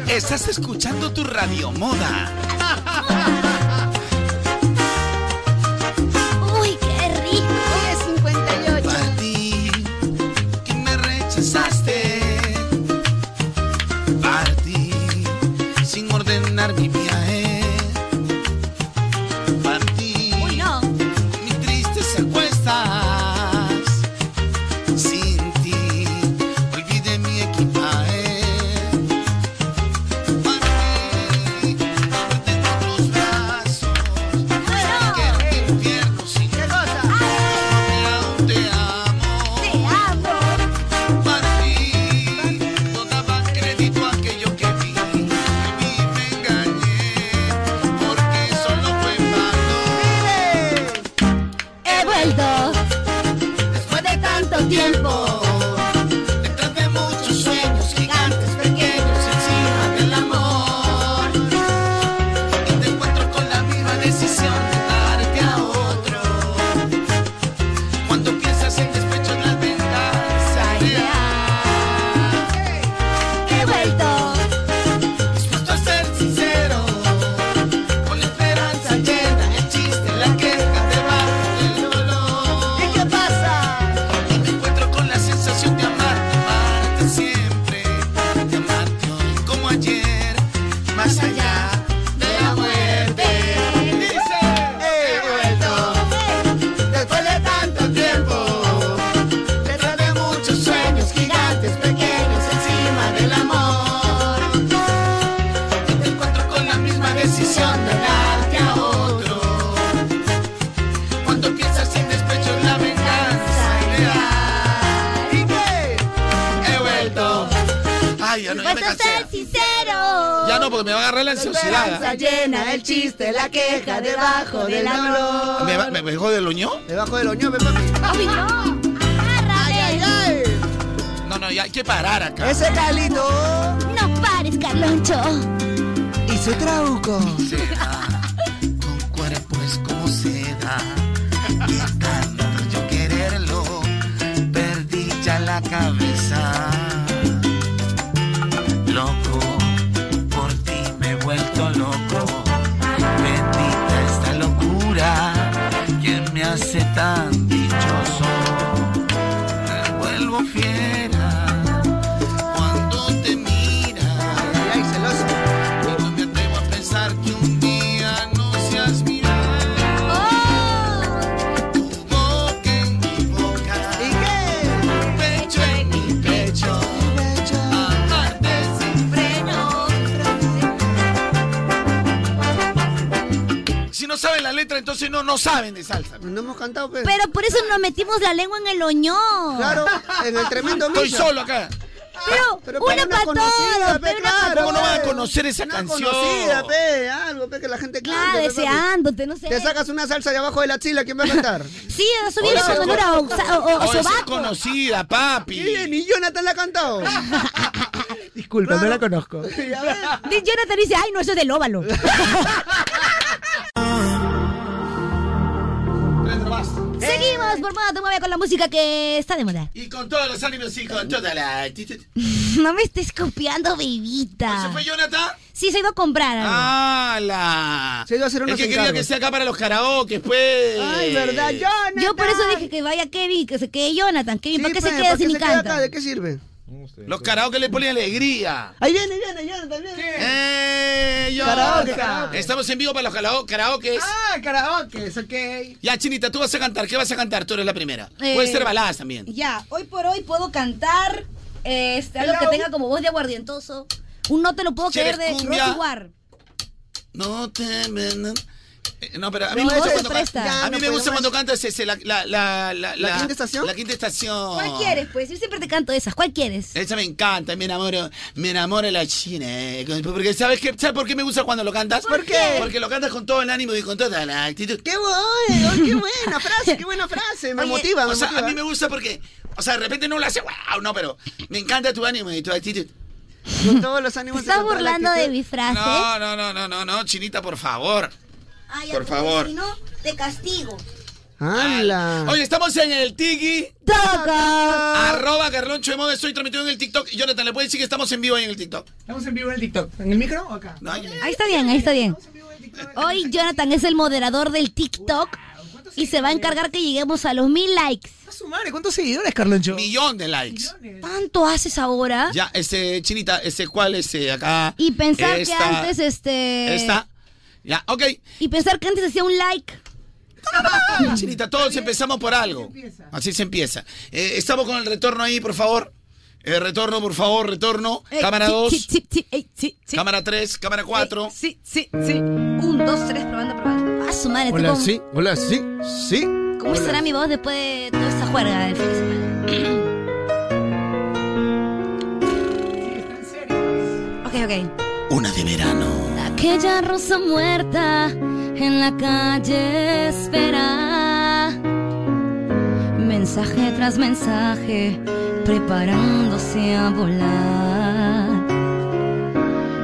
Estás escuchando tu radio moda.
Uy, qué rico.
Es 58.
Para ti, que me rechazaste. Para ti, sin ordenar mi viaje. Para ti, mi triste se acuestas. Sin ti, olvide mi equipaje. Para ti, aparte de tus brazos. Quiero el infierno sin ti. Aún te amo. Te amo. Para ti, no daba crédito a aquello que vi. Vi, me engañé. Porque solo fue malo.
He vuelto.
Después de tanto tiempo. Detrás de muchos sueños gigantes, pequeños, encima del amor. Y te encuentro con la misma decisión de darte a otro. Cuando piensas en despecho, las ventas He vuelto. Dispuesto a ser sincero. Con la esperanza llena, el chiste, la queja, te va el dolor. ¿Y qué pasa? Y me encuentro con la sensación de amarte, amarte siempre. De amarte hoy como ayer, más allá de la muerte. Dice, he vuelto. Después de tanto tiempo. Detrás de muchos sueños gigantes, pequeños, encima del amor. Y te encuentro con la misma decisión de darte a otro. Cuando piensas en despecho, la venganza irá. ¿Y qué? He vuelto. Ay, ya no, ya me
Dispuesto Pues
cansé.
a ser sincero.
Ya no, porque me va a agarrar la
esperanza
ansiosidad.
llena el chiste, la queja debajo del dolor.
¿Me, va- me, me dejó del oñó?
Debajo del oño, papi.
¡Ay, no! ¡Agárrame!
No, no, ya hay que parar acá.
Ese calito.
¡No pares, Carloncho!
Y su trauco.
Con cuerpo es como seda. Y tanto yo quererlo, perdí ya la cabeza. Loco, por ti me he vuelto loco. Bendita esta locura que me hace tan dichoso. Me vuelvo fiera cuando te miras. Ay, celoso. Y no me atrevo a pensar que un día no seas mía. Tu boca en mi boca. ¿Y qué? Pecho en mi pecho. Amarte sin freno. Si no saben la letra, entonces.
entonces no, no saben de salsa.
No hemos cantado, pero.
Pero por eso nos metimos la lengua en el oñó.
Claro, en el tremendo
Estoy
Misha.
solo acá.
Pero,
Pero
una
para una
para
conocida,
todos,
pe,
pero una
claro,
para
¿Cómo no van a
bueno.
conocer esa canción?
Conocida, pe, algo, pe, que la gente
Ah,
Claro,
cante, pe, papi.
deseándote, no sé.
Te sacas una salsa de abajo de la chila, ¿quién va a cantar?
Sí, a subir la sonora o, o, o,
Oh, esa es
sobaco.
conocida, papi.
Bien, y Jonathan la ha cantado.
Disculpa, no la conozco.
Di- Jonathan dice, ay, no, eso es del óvalo.
Eh.
Seguimos por moda tu mueve con la música que está de moda.
Y con todos los ánimos y con toda la actitud.
No me estés copiando, bebita.
¿Se fue Jonathan?
Sí, se ha ido a comprar algo.
¡Hala! Se
iba a hacer
Es
unos
Ah. que quería
encargos.
que sea acá para los karaoke, pues.
Yo por eso dije que vaya Kevin, que se quede Jonathan. Kevin, ¿para qué se
pe,
queda
pues, ¿para
si
qué
ni
se queda
canta?
acá? ¿De qué sirve?
Los karaoke le ponen alegría.
Ahí viene, ahí viene, Jonathan, viene.
Eh, yo-
Karaoke, karaoke.
Estamos en vivo para los karaoke. karaokes.
Ah, karaoke, es ok.
Ya, Chinita, tú vas a cantar. ¿Qué vas a cantar? Tú eres la primera.
Eh,
Puede ser baladas también.
Ya, hoy por hoy puedo cantar eh, este, algo que tenga como voz de aguardientoso. Un no te lo puedo
Si eres
creer de
cumbia.
Rosy War.
No te... me- No, Eh, no, pero a mí
No,
me gusta
se
cuando,
presta.
can-
Ya,
a mí
no
me
podemos.
gusta cuando cantas ese, la, la, la, la,
¿La quinta estación?
La quinta estación.
¿Cuál quieres, pues? Yo siempre te canto esas. ¿Cuál quieres?
Esa me encanta, me enamoro, me enamoro de la china. eh, con- Porque ¿sabes, qué? ¿sabes por qué me gusta cuando lo cantas?
¿Por qué?
Porque lo cantas con todo el ánimo y con toda la actitud.
¡Qué bueno! ¡Qué buena frase! ¡Qué buena frase! Me
Oye,
motiva, me
O sea,
motiva.
a mí me gusta porque, o sea, de repente no lo hace, wow, no, pero me encanta tu ánimo y tu actitud.
Con todos los ánimos.
¿Estás burlando de mi frase?
No, no, no, no, no, no, chinita, por favor.
Ay,
Por favor.
Si no, te castigo.
¡Hala!
Oye, estamos en el Tiki.
¡Toca!
Arroba Carloncho de Moda, estoy transmitiendo en el TikTok. Jonathan, ¿le puedes decir que estamos en vivo ahí en el TikTok?
Estamos en vivo en el TikTok. ¿En el micro o acá?
No, ya-
Ahí está bien, ahí está bien. Hoy Jonathan es el moderador del TikTok y se va a encargar que lleguemos a los mil likes.
su madre! ¿Cuántos seguidores, Carloncho?
Millón de likes.
¿Tanto haces ahora?
Ya, este, chinita, este, ¿cuál es eh, acá?
Y pensar que
Esta,
antes este...
Esta. Ya, ok.
Y pensar que antes hacía un like.
Chinita, todos empezamos por algo. Así se empieza. Eh, estamos con el retorno ahí, por favor. Eh, retorno, por favor, retorno.
Ey,
cámara
Eh, sí,
2.
sí, sí, sí, ey, sí, sí.
Cámara 3, cámara 4.
Sí, sí, sí. Un, dos, tres, probando, probando. Ah, su madre,
Hola,
¿tú cómo,
sí, hola, sí, sí.
¿cómo
Hola.
estará mi voz después de toda esta juerga del fin de semana? ok, ok.
Una de verano.
Aquella rosa muerta en la calle espera. Mensaje tras mensaje, preparándose a volar.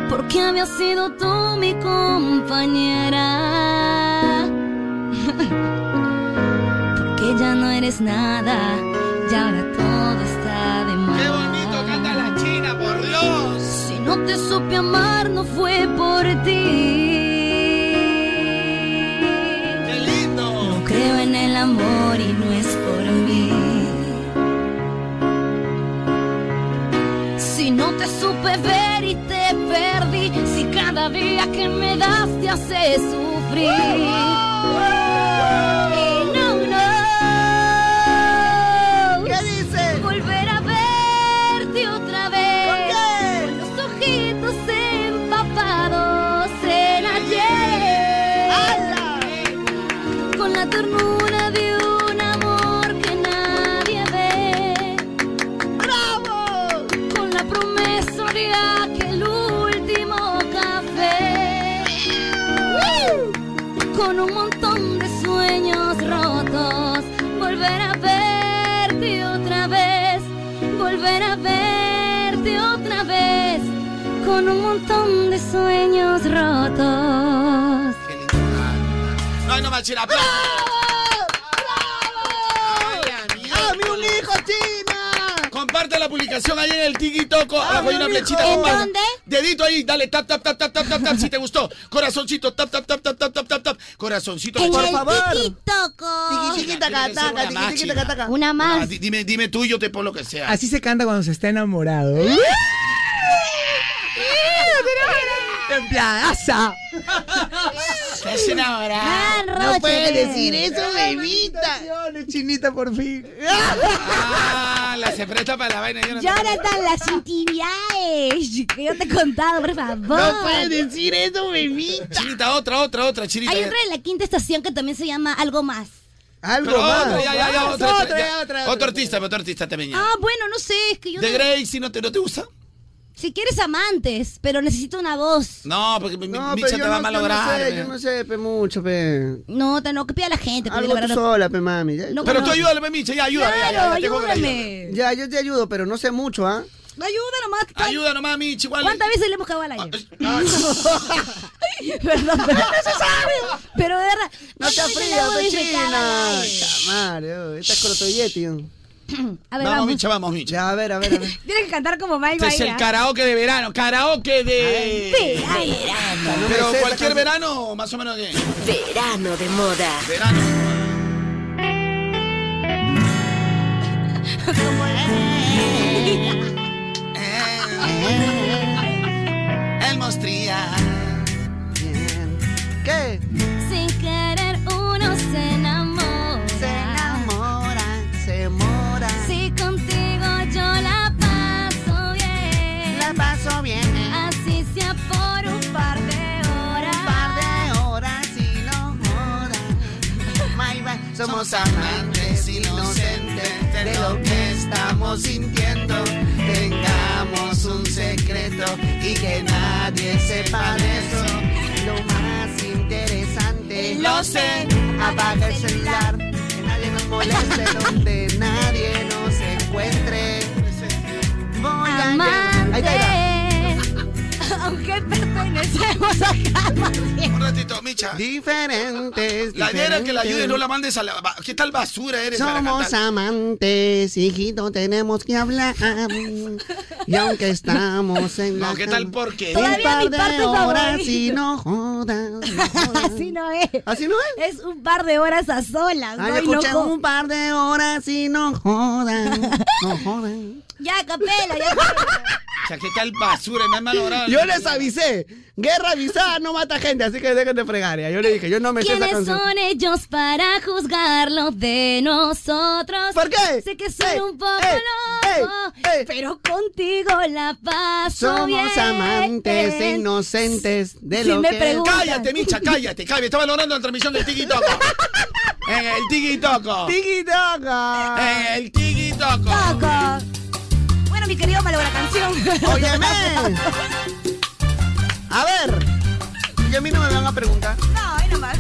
Porque había sido tú mi compañera. Porque ya no eres nada, y ahora todo está de más. ¡Qué bonito
canta la China, por Dios!
Si no te supe amar, no fue por ti.
¡Qué lindo!
No creo en el amor y no es por mí. Si no te supe ver y te perdí, si cada día que me das te hace sufrir. Y no, no.
¿Qué dice?
Volver a verte otra vez. Con los ojitos empapados en ayer. Con la ternura de un amor que nadie ve. ¡Bravo! Con la promesa de aquel último café. Con un montón de sueños rotos. Volver a verte otra vez. Volver a verte otra vez. Con un montón de sueños rotos.
No, no, más, China, aplausos.
¡Dame un hijo, China!
Comparte la publicación ahí en el Tiki Toco. Abajo hay una
mi hijo.
flechita.
¿En
comparte.
dónde?
Dedito ahí, dale tap, tap, tap, tap, tap, tap, tap, si te gustó. Corazoncito, tap, tap, tap, tap, tap, tap, tap, tap. Corazoncito,
En
por
el
favor.
tiquitoco.
Una más, China.
Una
Ah,
más.
di- dime, dime tú y yo te pongo lo que sea.
Así se canta cuando se está enamorado. ¡Templadaza! Estás enamorada.
No puedes decir eso, bebita.
Chinita, por fin.
Ah, la se presta para la vaina. yo no te-
Jonathan, las intimidades que yo te he contado, por favor.
No puedes
decir eso, bebita.
Chinita, otra, otra, otra, chinita.
Hay otra de la quinta estación que también se llama Algo Más.
Algo
Pero
más.
otra, ya, ya, ya,
Más,
otra, ya,
otra,
ya.
ya, otra,
Otro artista, otro artista también. ya.
Ah, bueno, no sé, es que yo...
De
no-
Gracie, ¿no te, ¿no te gusta?
Si quieres amantes, pero necesito una voz.
No, porque mi,
No,
Micha
pero
te
yo
va a
no, yo no
malograr.
sé, yo no sé, pe mucho, pe.
No, te no, que pida la gente. pide
Algo
la
tú
verdad.
sola, pe mami. Ya-
No, Pero no. tú
ayúdame, Micha, ya, ayúdame, ya, ya,
Claro,
ya tengo que la
ayúdame.
Ya, yo te ayudo, pero no sé mucho, ¿ah?
Ayuda nomás.
Ayuda nomás, Michi.
¿Cuántas veces le hemos cagado al aire? Perdón, pero no se sabe. Pero de verdad.
No te
¿cuántas veces le
afrías,
hemos
pe
dicho que caga al
china. oh,
aire?
Chamario, estás con otro yeti.
A ver, Vamos, vamos.
Micha, vamos, Micha.
oh. Ya, a ver, a ver, a ver.
Tienes que cantar como Mike
Este es el karaoke de verano, karaoke de...
verano.
Pero
No me sé
cualquier
esa canción.
verano, o más o menos qué.
Verano de moda.
Verano. Eh, El mostría.
¿Qué?
Sin querer uno se enamora. Se
enamora, se mora.
Si contigo yo la paso bien.
La paso bien.
Así sea por un par de horas. Un par
de horas y no
Somos amantes inocentes de lo que estamos sintiendo. Tengamos un secreto y que nadie sepa de eso.
Lo más interesante.
Lo sé.
Apaga el celular. Que nadie nos moleste. donde nadie nos encuentre. Voy a- Ahí está, ahí está.
Aunque pertenecemos a cada
Un ratito, Micha.
Diferentes.
La ñera que la ayudes,
diferentes.
no la mandes a la. ba- ¿Qué tal basura eres? para
Somos
cantar?
amantes, hijito, tenemos que hablar. Y aunque estamos en la
No, ¿qué tal porque?
Un par de horas
favorita.
y no jodas.
Así no es.
¿Así no
es? Es un par de horas a solas.
Ah,
no
ya
Y no
escuché
con-
un par de horas y no jodan, no jodan.
Ya, capela, ya.
O sea, ¿qué tal basura? Me han malogrado.
Yo les avisé, guerra avisada no mata gente, así que dejen de fregar. ya. Yo le dije, yo no me sé esa
¿Quiénes
canción.
son ellos para juzgarlo de nosotros? ¿Por qué? Sé que soy un poco loco, pero contigo la paso
Somos
bien.
amantes inocentes de
Si
lo
me
que...
preguntan.
Cállate, Micha, cállate, cállate. Estaba logrando la transmisión del Tiki Toco. En el Tiki Toco.
Tiki Toco.
En Eh, el Tiki Toco.
Bueno, mi querido Malo, la canción.
Óyeme. A ver. Y a mí no me van a preguntar.
No, ahí nomás.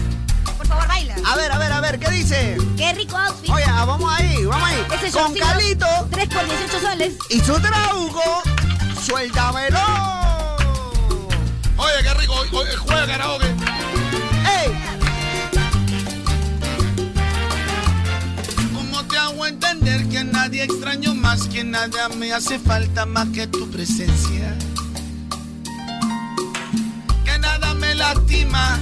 Por favor, baila.
A ver, a ver, a ver, ¿qué dice?
Qué rico outfit.
Oye, ah, vamos ahí, vamos ahí.
Ese
Con
shortcito,
Calito.
3 por 18 soles.
Y su trago. Suéltamelo.
Oye, qué rico. Oye, oye, juega karaoke.
¡Ey!
¿Cómo te hago entender que a nadie extraño más, que nada me hace falta más que tu presencia? Que nada me lastima,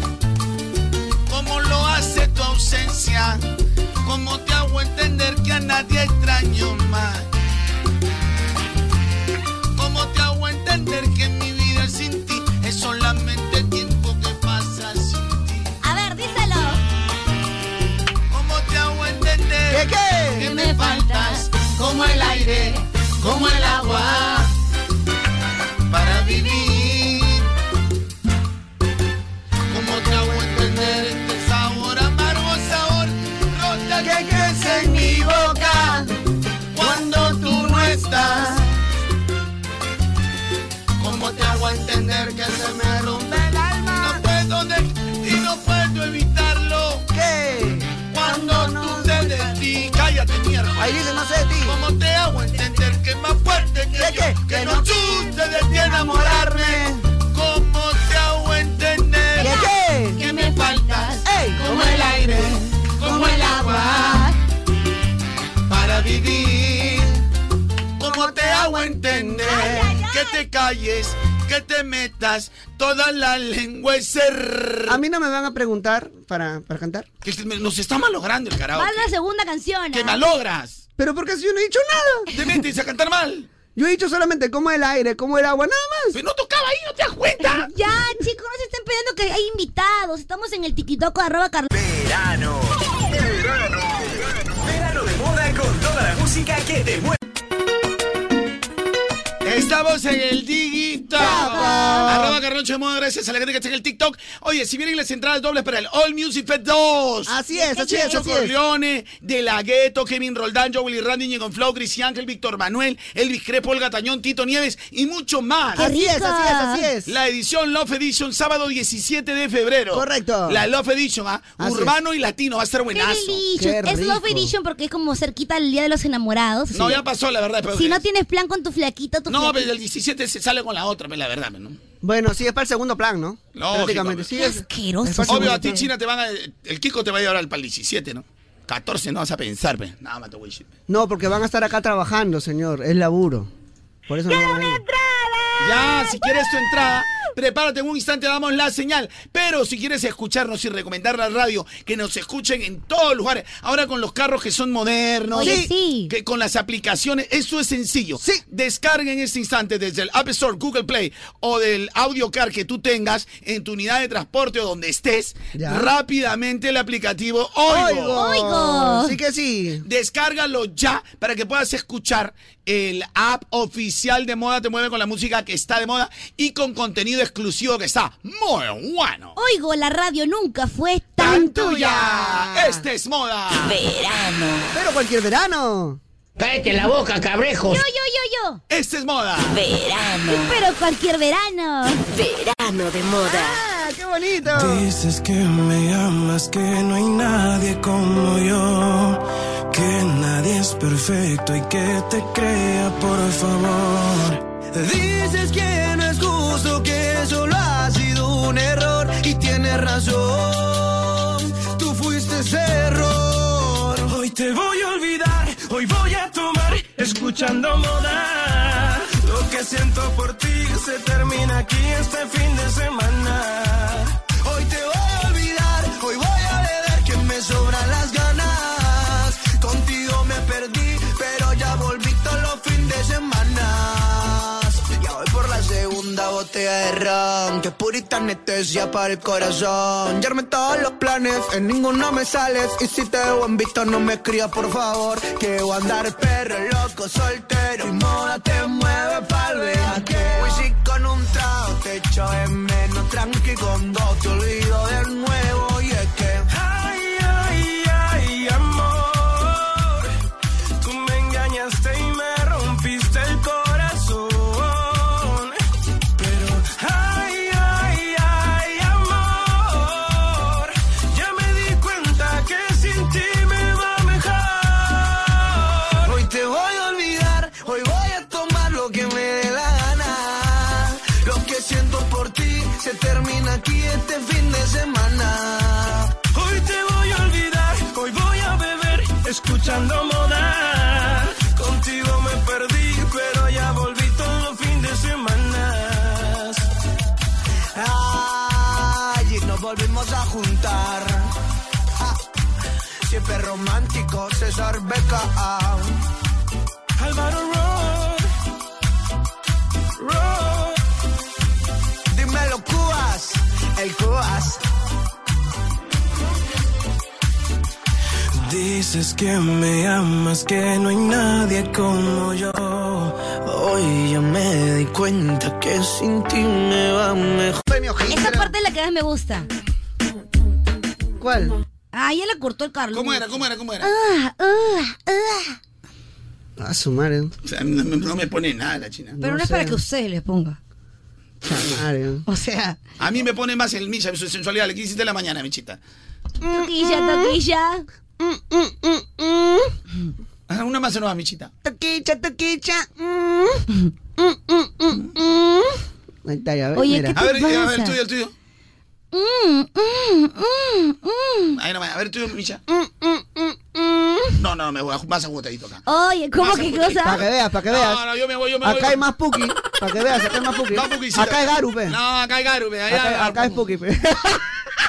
como lo hace tu ausencia. ¿Cómo te hago entender que a nadie extraño más? ¿Cómo te hago entender que mi vida sin ti es solamente el tiempo que pasa sin ti?
A ver, díselo.
¿Cómo te hago entender?
¿Qué, qué?
Que me faltas como el aire, como el agua para vivir. ¿Cómo te hago entender este sabor amargo, sabor rota que crece en mi boca cuando tú no estás? ¿Cómo te hago entender que se me rompe el alma? No puedo de- y no puedo evitarlo.
¿Qué?
Cuando tú te de ti, cállate mierda.
Ahí dice, no sé de ti.
¿Cómo te hago entender que es más fuerte que yo? Que, no chute de ti enamorarme. ¿Cómo te hago entender
¿Qué,
que me faltas? Como el aire, como el agua, para vivir. ¿Cómo te hago entender que te calles, que te metas toda la lengua y ser...
A mí no me van a preguntar para, para cantar.
Que se- nos está malogrando el
Va
karaoke.
la segunda canción.
¡Que
ah.
malogras!
Pero porque si yo no he dicho nada.
Te metes a cantar mal.
Yo he dicho solamente como el aire, como el agua, nada más.
Pero no toca
ahí, no te das cuenta. Ya, chicos, no se estén pidiendo que hay invitados. Estamos en el tikitoco arroba Carlos.
Verano. Verano. Verano de moda con toda la música que te mueve.
Estamos en el Digito. Arroba Carroncho de Moda, gracias a la gente que está en el TikTok. Oye, si vienen las entradas dobles para el All Music Fest 2.
Así es, así es,
Choco
así es.
Corleone, De La Ghetto, Kevin Roldán, Joel Randy, Ñegon Flow, Cristian Ángel, Víctor Manuel, Elvis Crepo, Olga Tañón, Tito Nieves y mucho más.
¡Qué Así es, rico! así es, así es.
La edición Love Edition, sábado 17 de febrero.
Correcto.
La Love Edition, ¿ah?
Así es.
Urbano y latino, va a estar buenazo.
Edition. Es Love Edition porque es como cerquita al Día de los Enamorados.
No, ya pasó, la verdad. pero-
Si no tienes plan con tu flaquito, tu
No,
flaquito.
pero el 17 se sale con la otra, pues, la verdad, pues, ¿no?
Bueno, sí, es para el segundo plan, ¿no?
Lógico,
Prácticamente.
pues.
Sí, es es para el
Obvio,
segundo
a ti
plan.
China te van a... El Kiko te va a llevar al pal 17, ¿no? 14 no vas a pensar, pe. Nada, mata güey. shit.
No, porque van a estar acá trabajando, señor. Es laburo. Por eso no van a venir.
Ya, si quieres tu entrada, prepárate en un instante, damos la señal. Pero si quieres escucharnos y recomendar la radio, que nos escuchen en todos lugares. Ahora con los carros que son modernos.
Oye,
Que con las aplicaciones, eso es sencillo. Sí. Descarga en este instante desde el App Store, Google Play o del audio car que tú tengas en tu unidad de transporte o donde estés,
Ya.
rápidamente el aplicativo Oigo.
Oigo. Oigo. Sí
que sí. Descárgalo ya para que puedas escuchar el app oficial de Moda Te Mueve con la música que está de moda y con contenido exclusivo que está muy bueno.
Oigo, la radio nunca fue tan tuya.
Este es Moda.
Verano.
Pero cualquier verano.
Cállate
la boca, cabrejos.
Yo, yo, yo, yo.
Este es Moda.
Verano. Pero cualquier verano.
Verano de moda.
Ah, qué bonito.
Dices que me amas, que no hay nadie como yo, que nadie es perfecto y que te crea, por favor.
Dices que no es justo, que solo ha sido un error y tienes razón. Tú fuiste ese error. Hoy te voy a olvidar, hoy voy a tomar, escuchando moda. Lo que siento por ti se termina aquí este fin de semana. Hoy te voy a olvidar, hoy voy a beber que me sobran las ganas. Contigo me perdí, pero ya volví todos los fines de semana. Ya voy por la segunda botella de ron. Que purita anestesia para el corazón. Ya armé todos los planes, en ninguno me sales. Y si te veo en visto, no me escribas, por favor. Que voy a andar perro, loco, soltero. Y moda te mueve pa'l bellaqueo. Y si con un trago te echo de menos, tranqui con dos te olvido de nuevo. Y es que, ay, ay, ay, amor. Tú me engañaste y me rompiste el corazón. Pero, ay, ay, ay, amor. Ya me di cuenta que sin ti me va mejor. Hoy te voy a olvidar, hoy voy a tomar lo que me dé la gana. Lo que siento por ti se termina aquí este fin de semana. Hoy te voy a olvidar, hoy voy a beber, escuchando moda. Contigo me perdí, pero ya volví todos los fines de semana. Ay, y nos volvimos a juntar. Ja. Siempre romántico, César Beca. Álvaro Rock. Rock. Dímelo, Cubas. El Cubas.
Dices que me amas, que no hay nadie como yo.
Hoy ya me di cuenta que sin ti me va mejor.
Esta parte es la que más me gusta.
¿Cuál?
Ah, ya la cortó el Carlos.
¿Cómo era, cómo era, cómo era?
Ah, ah, ah.
A su madre.
O sea, no, me- no me pone nada la China.
Pero no, es para que ustedes les ponga. O sea.
A mí me pone más el Misha, su sensualidad. Le quisiste en la mañana, Michita.
Toquilla, toquilla.
Ah, Una más nueva, Michita.
Toquicha, toquicha. Ahí está, ya ves,
Oye,
mira.
¿qué te A ver, eh, a ver, pasa? tuyo, el tuyo. Ahí nomás, a ver tú, Micha.
Mm.
No, no, me voy a más agotadito acá.
Oye, ¿cómo
Más
que
agotadito.
cosa?
Para que veas, para que veas.
No, no, yo me voy, yo me voy.
Acá hay más puki. Para que veas, acá hay más puki.
Más puquisita.
Acá hay garu, pe.
No, acá hay garu, pe. Ahí hay
Acá,
garu.
acá es puki, pe.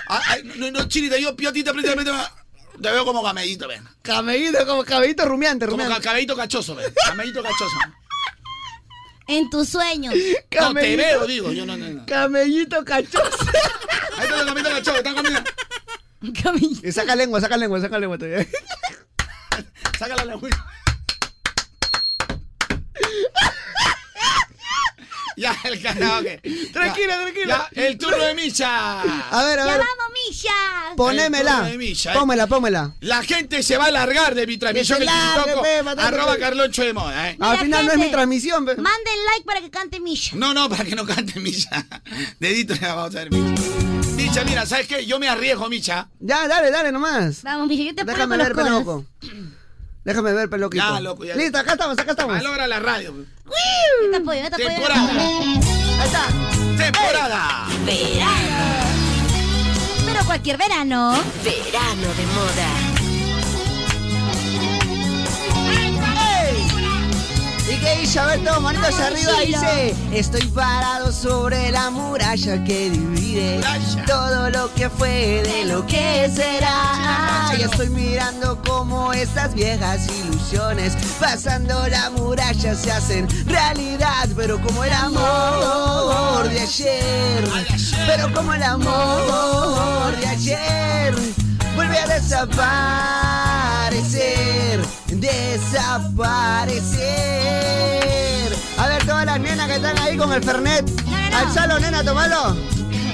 Ah, ay, no, no, chinita, yo, yo a ti te aprieto, te aprieto, te veo como camellito, ven.
Camellito, como camellito rumiante,
Como
rumiante.
ca- camellito cachoso, ven. Camellito cachoso.
en tus sueños.
No te veo, digo. Yo no, no, no.
Camellito cachoso.
Ahí está el camellito cachoso, está comiendo.
Camellito. Saca lengua, saca lengua, saca lengua todavía.
Saca la lengua. Ya, el karaoke.
Tranquilo,
Ya,
tranquilo.
ya, el turno de Misha.
A ver, a
Ya
ver.
vamos, Misha.
Ponémela.
Ah. de Misha, eh.
Pómela,
Ah.
pómela.
La gente se va a largar de mi transmisión
Que
en
se largue,
TikTok.
pe, patata,
Arroba
pe.
Carloncho de Moda, ¿eh?
Al final no es mi transmisión. pe.
Manden like para que cante Misha.
No, no, para que no cante Misha. Dedito ya vamos a ver, Misha. Misha, mira, ¿sabes qué? Yo me arriesgo, Misha.
Ya, dale, dale nomás.
Vamos, Misha, yo te paro
Déjame
con
ver,
los codos.
peloco. Déjame ver, peloquito.
Ya, loco, ya.
Listo, acá estamos, acá estamos.
Valora la radio. pe.
Yo te apoyo, yo te apoyo.
Temporada.
Ahí está.
Temporada.
Verano. Pero cualquier verano.
Verano de moda.
Y que dice, a ver, todos manitos arriba, dice Estoy parado sobre la muralla que divide Todo lo que fue de lo que será Y estoy mirando cómo estas viejas ilusiones Pasando la muralla se hacen realidad Pero como el amor de ayer Pero como el amor de ayer Vuelve a desaparecer, desaparecer. A ver, todas las nenas que están ahí con el Fernet, alzalo, nena, tomalo.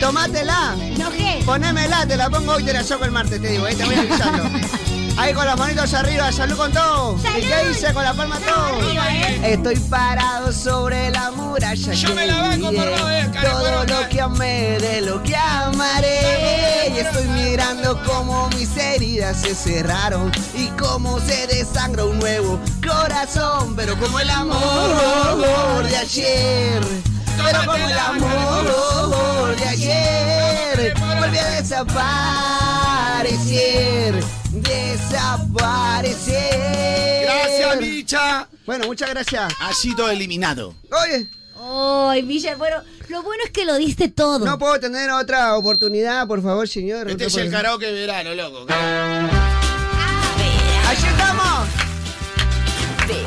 Tomátela.
¿No qué?
Ponémela, te la pongo hoy, te la saco el martes, te digo, ahí te voy avisando. Ahí con las manitos arriba, salud con todo. ¿Y qué hice con la palma todo?
eh.
Estoy parado sobre la muralla.
Yo
que
me la banco por
divide
una vez, cara,
Todo
por
lo que amé, de lo que amaré. Y estoy mirando cómo mis heridas se cerraron y cómo se desangra un nuevo corazón. Pero como el amor de ayer. Pero como el amor de ayer. Vuelve a desaparecer. Desaparecer.
Gracias, Misha.
Bueno, muchas gracias.
Ha sido eliminado.
Oye.
Ay, Misha, bueno, lo bueno es que lo diste todo.
No puedo tener otra oportunidad, por favor, señor.
Este
Otra
es el
oportunidad.
karaoke de verano, loco.
¡Allí estamos!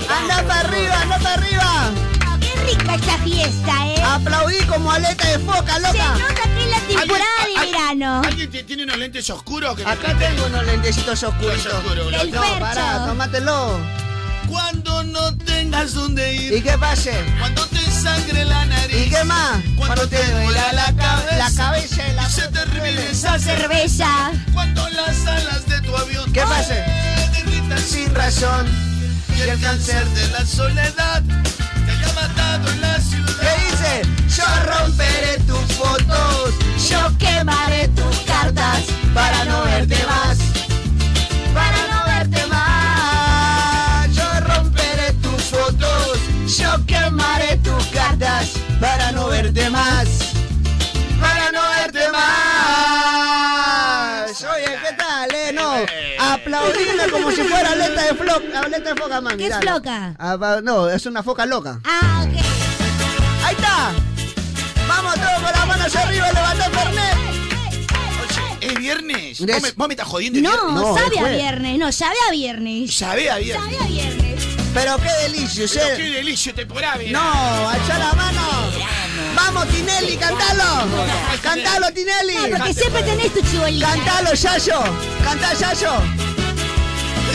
¡Anda para arriba, anda para arriba!
¡Qué rica esta fiesta, eh!
¡Aplaudí como aleta de foca, loca!
Se nota que es la temporada
¿Alguien-
de
a- a-
verano.
¿Alguien te- tiene unos lentes oscuros? Que
Acá tengo unos lentecitos oscuros.
oscuros,
El
No,
percho.
pará, tómatelo.
Cuando no tengas dónde ir.
¿Y qué pase?
Cuando te sangre la nariz.
¿Y qué más?
Cuando te duela la cabeza.
La cabeza y la...
Se te
La
regresa
cerveza.
Cuando las alas de tu avión.
¿Qué pase?
te derritan sin razón. Y el cáncer de la soledad te haya matado en la
¿Qué
ciudad.
dice? Yo romperé tus fotos, yo quemaré tus cartas para no verte más, para no verte más. Ah, Yo romperé tus fotos, yo quemaré tus cartas para no verte más, para no verte más. Oye, ¿qué tal, eh? No, aplaudirla como si fuera aleta de, flo- aleta de foca, mami.
¿Qué es
dale.
floca?
Ah, va- no, es una foca loca.
Ah, ok.
¡Ahí está! ¡Vamos todos con las manos arriba! ¡Levanta el Fernet!
Es viernes.
Des-
Vos me, vos me estás jodiendo. es
No,
viernes.
sabe a
fue.
viernes. No, sabe a viernes.
Sabe a viernes.
Sabe a viernes.
¡Pero qué delicio,
Pero qué
eh!
delicio temporada. mira.
¡No! ¡Alza la mano! ¡Vamos, Tinelli! ¡Cantalo! ¡Cantalo,
No, porque
Tinelli!
siempre tenés tu chibolita.
¡Cantalo, Yayo! ¡Canta, Yayo!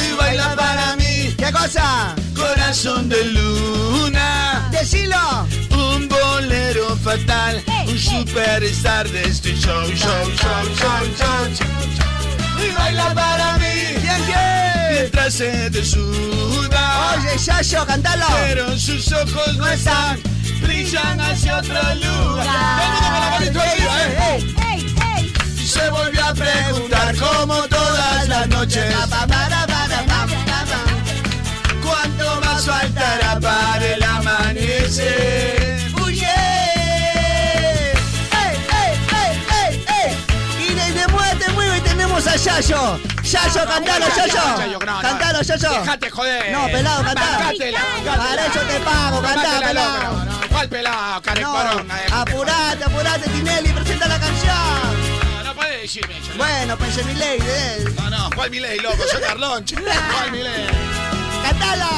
Y baila para mí,
¿Qué cosa?
corazón de luna.
¡Decilo!
Un bolero fatal,
Ey,
un
ey.
superstar de este show, show, show, show, show, show. Y baila para mí,
¿Quién quién?
mientras se te suda.
¡Oye, Yayo, cantalo!
pero sus ojos no están, brillan hacia otro lugar. Todo el mundo con la manito arriba, ¿eh?
¡Ey,
¡Ey, ey!
Y se volvió a preguntar como todas las noches.
Pa, para, para, pa, pa, pa.
¿Cuánto más faltará para el amanecer?
¡Huye! ¡Ey, ey, ey, ey, ey! Y de- de mueve, te mueve y tenemos a Yayo. Yayo, cantalo, Yayo. Cantalo, Yayo.
Dejate joder.
No, pelado, cantá.
Bancátela, bancátela.
Para eso te pago, cantá,
Bancátela,
pelado.
loco, no, no. ¿Cuál pelado, eh,
No,
carecorón?
apurate, apurate, Tinelli, presenta la canción.
No, no puedes decirme eso. ¿no?
Bueno, pensé mi ley, eh.
No, no, ¿cuál Milei, loco? Soy Carlón. che. ¿Cuál Milei?
cantala.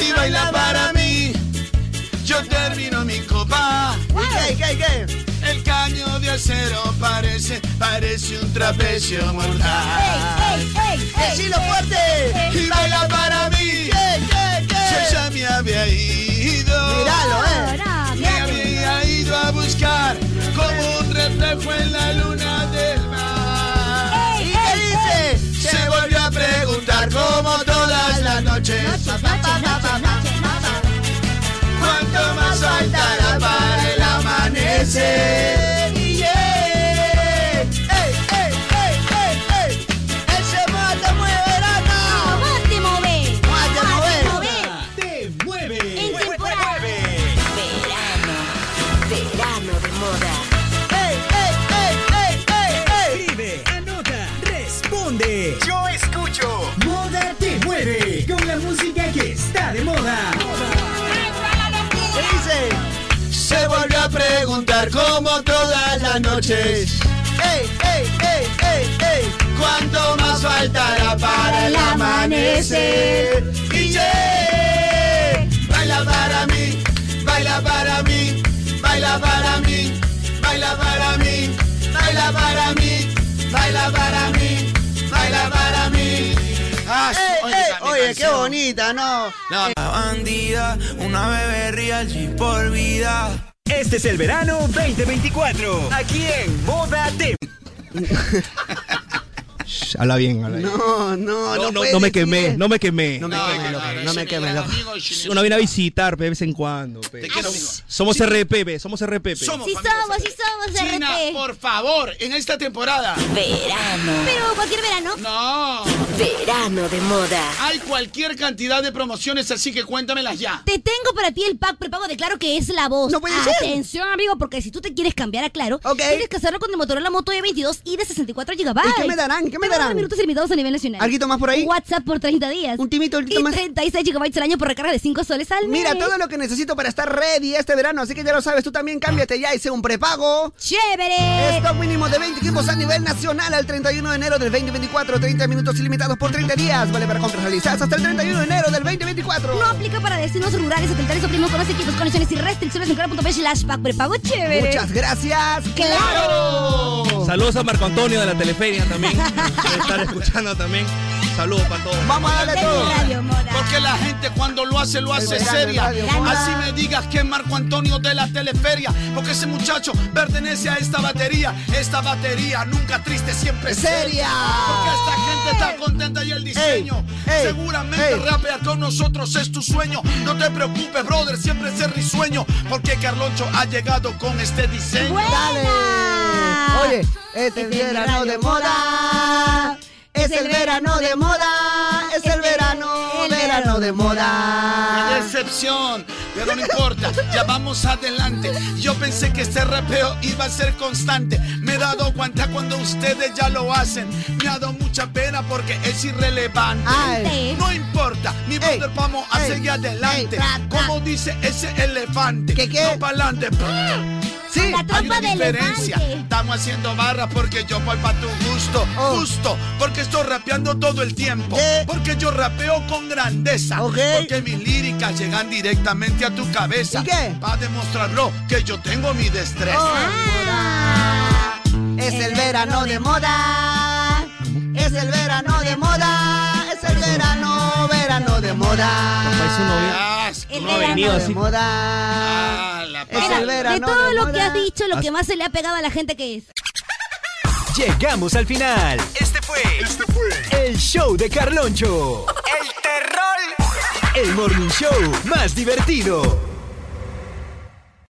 Y baila para mí. Yo
Yo termino mi copa.
¿Qué, qué, qué?
El caño de acero parece, parece un trapecio mortal.
¡Decilo fuerte!
Y baila para mí. Yo ya me había ido.
Míralo, eh.
Me había ido a buscar como un reflejo en la luna del mar.
¿Y qué dice?
Se volvió a preguntar como todas las noches. ¿Cuánto más faltará para el amanecer? Yeah. Ey, ey, ey, ey, ey. Ese mate mueve lana.
¡Mate mover!
Mate mover.
Te mueve.
En temporada.
Verano, verano de moda.
¡Ey, ey, ey, ey, ey, ey!
Escribe, anota, responde.
Yo escucho.
Moda te mueve con la música que está de moda.
¿Qué dice?
Se volvió a preguntar como todas las noches.
¡Ey, ey, ey, ey, ey!
¿Cuánto más faltará para el amanecer? Y yeah. baila para mí, baila para mí, baila para mí, baila para mí, baila para mí, baila para mí, baila para mí. Ah,
¡Ey,
oye,
ey!
esa mi
Oye, qué
canción.
bonita, ¿no?
No,
Una
ah,
bandida, una bebé real y por vida.
Este es el verano 2024. Aquí en Moda te
Shh, habla bien, habla bien.
No, no, no.
no,
puedes
no me
decir
quemé,
eso.
no me quemé.
No me queme, loco, no me queme, loco.
Uno viene a visitar pe, de vez en cuando. pe.
Te quiero, amigo.
Somos RP, pe, somos RP. pe.
Somos
Sí
familia
somos, sí somos,
China,
RT.
por favor, en esta temporada.
Verano,
Pero cualquier verano.
No,
verano de moda.
hay cualquier cantidad de promociones, así que cuéntamelas ya.
Te tengo para ti el pack prepago de Claro que es la voz.
No puede ser.
Atención, amigo, porque si tú te quieres cambiar a Claro,
Ok.
tienes que hacerlo con el Motorola Moto E22 y de 64 GB.
¿Y qué me darán? ¿Qué me darán?
minutos ilimitados a nivel nacional.
¿Alguito más por ahí?
WhatsApp por 30 días.
Un timito, un
y
timito más.
36 GB al año por recarga de 5 soles al mes.
Mira todo lo que necesito para estar ready este verano, así que ya lo sabes, tú también cámbiate ya y sé un prepago.
¡Chévere!
Stock mínimo de 20 equipos a nivel nacional al 31 de enero del 2024, 30 minutos ilimitados por 30 días, vale para compras realizadas hasta el 31 de enero del 2024.
No aplica para destinos rurales, hoteles o primos con los equipos, conexiones y restricciones en claro.p slash pack prepago chévere.
Muchas gracias.
¡Claro!
Saludos a Marco Antonio de la Teleferia también. Debe estar escuchando también. Saludos para todos.
Vamos a darle
De mi
todo.
radio, moda.
Porque la gente cuando lo hace, lo hace
verano,
seria.
el radio,
Así
moda.
me digas que es Marco Antonio de la teleferia. Porque ese muchacho pertenece a esta batería. Esta batería nunca triste, siempre
Seria.
seria. Porque esta gente está contenta y el diseño.
Ey, ey,
Seguramente
ey.
rapear con nosotros es tu sueño. No te preocupes, brother, siempre ser risueño. Porque Carloncho ha llegado con este diseño.
Dale. Oye, este es el verano de moda. Es el verano de moda. Es el verano, verano de
Qué
moda.
decepción, pero no importa, ya vamos adelante. Yo pensé que este rapeo iba a ser constante. Me he dado cuenta cuando ustedes ya lo hacen. Me ha dado mucha pena porque es irrelevante.
Ay.
No importa, mi brother, vamos a
ey,
seguir
ey,
adelante.
tra, tra.
Como dice ese elefante,
¿Qué, qué?
no para adelante.
Sí.
La
Hay
trompa
una
de
diferencia.
elefante.
Estamos haciendo barras porque yo voy para tu gusto.
Oh.
Justo, porque estoy rapeando todo el tiempo.
¿Qué?
Porque yo rapeo con grandeza.
Ok.
Porque mis líricas llegan directamente a tu cabeza.
¿Y qué? Ah.
Para demostrarlo que yo tengo mi destreza.
Moda. Es el verano de moda. Es el verano de moda. Es el verano, verano de moda.
Parece un novio.
Ah, es-
El
No ha
verano
venido
de
De
así.
moda.
ah, la
Es
Mira,
el verano
de todo
de
lo
moda.
que has dicho, lo
Haz-
que más se le ha pegado a la gente que es.
Llegamos al final.
Este fue. Este fue.
El show de Carloncho.
El terror.
El morning show más divertido.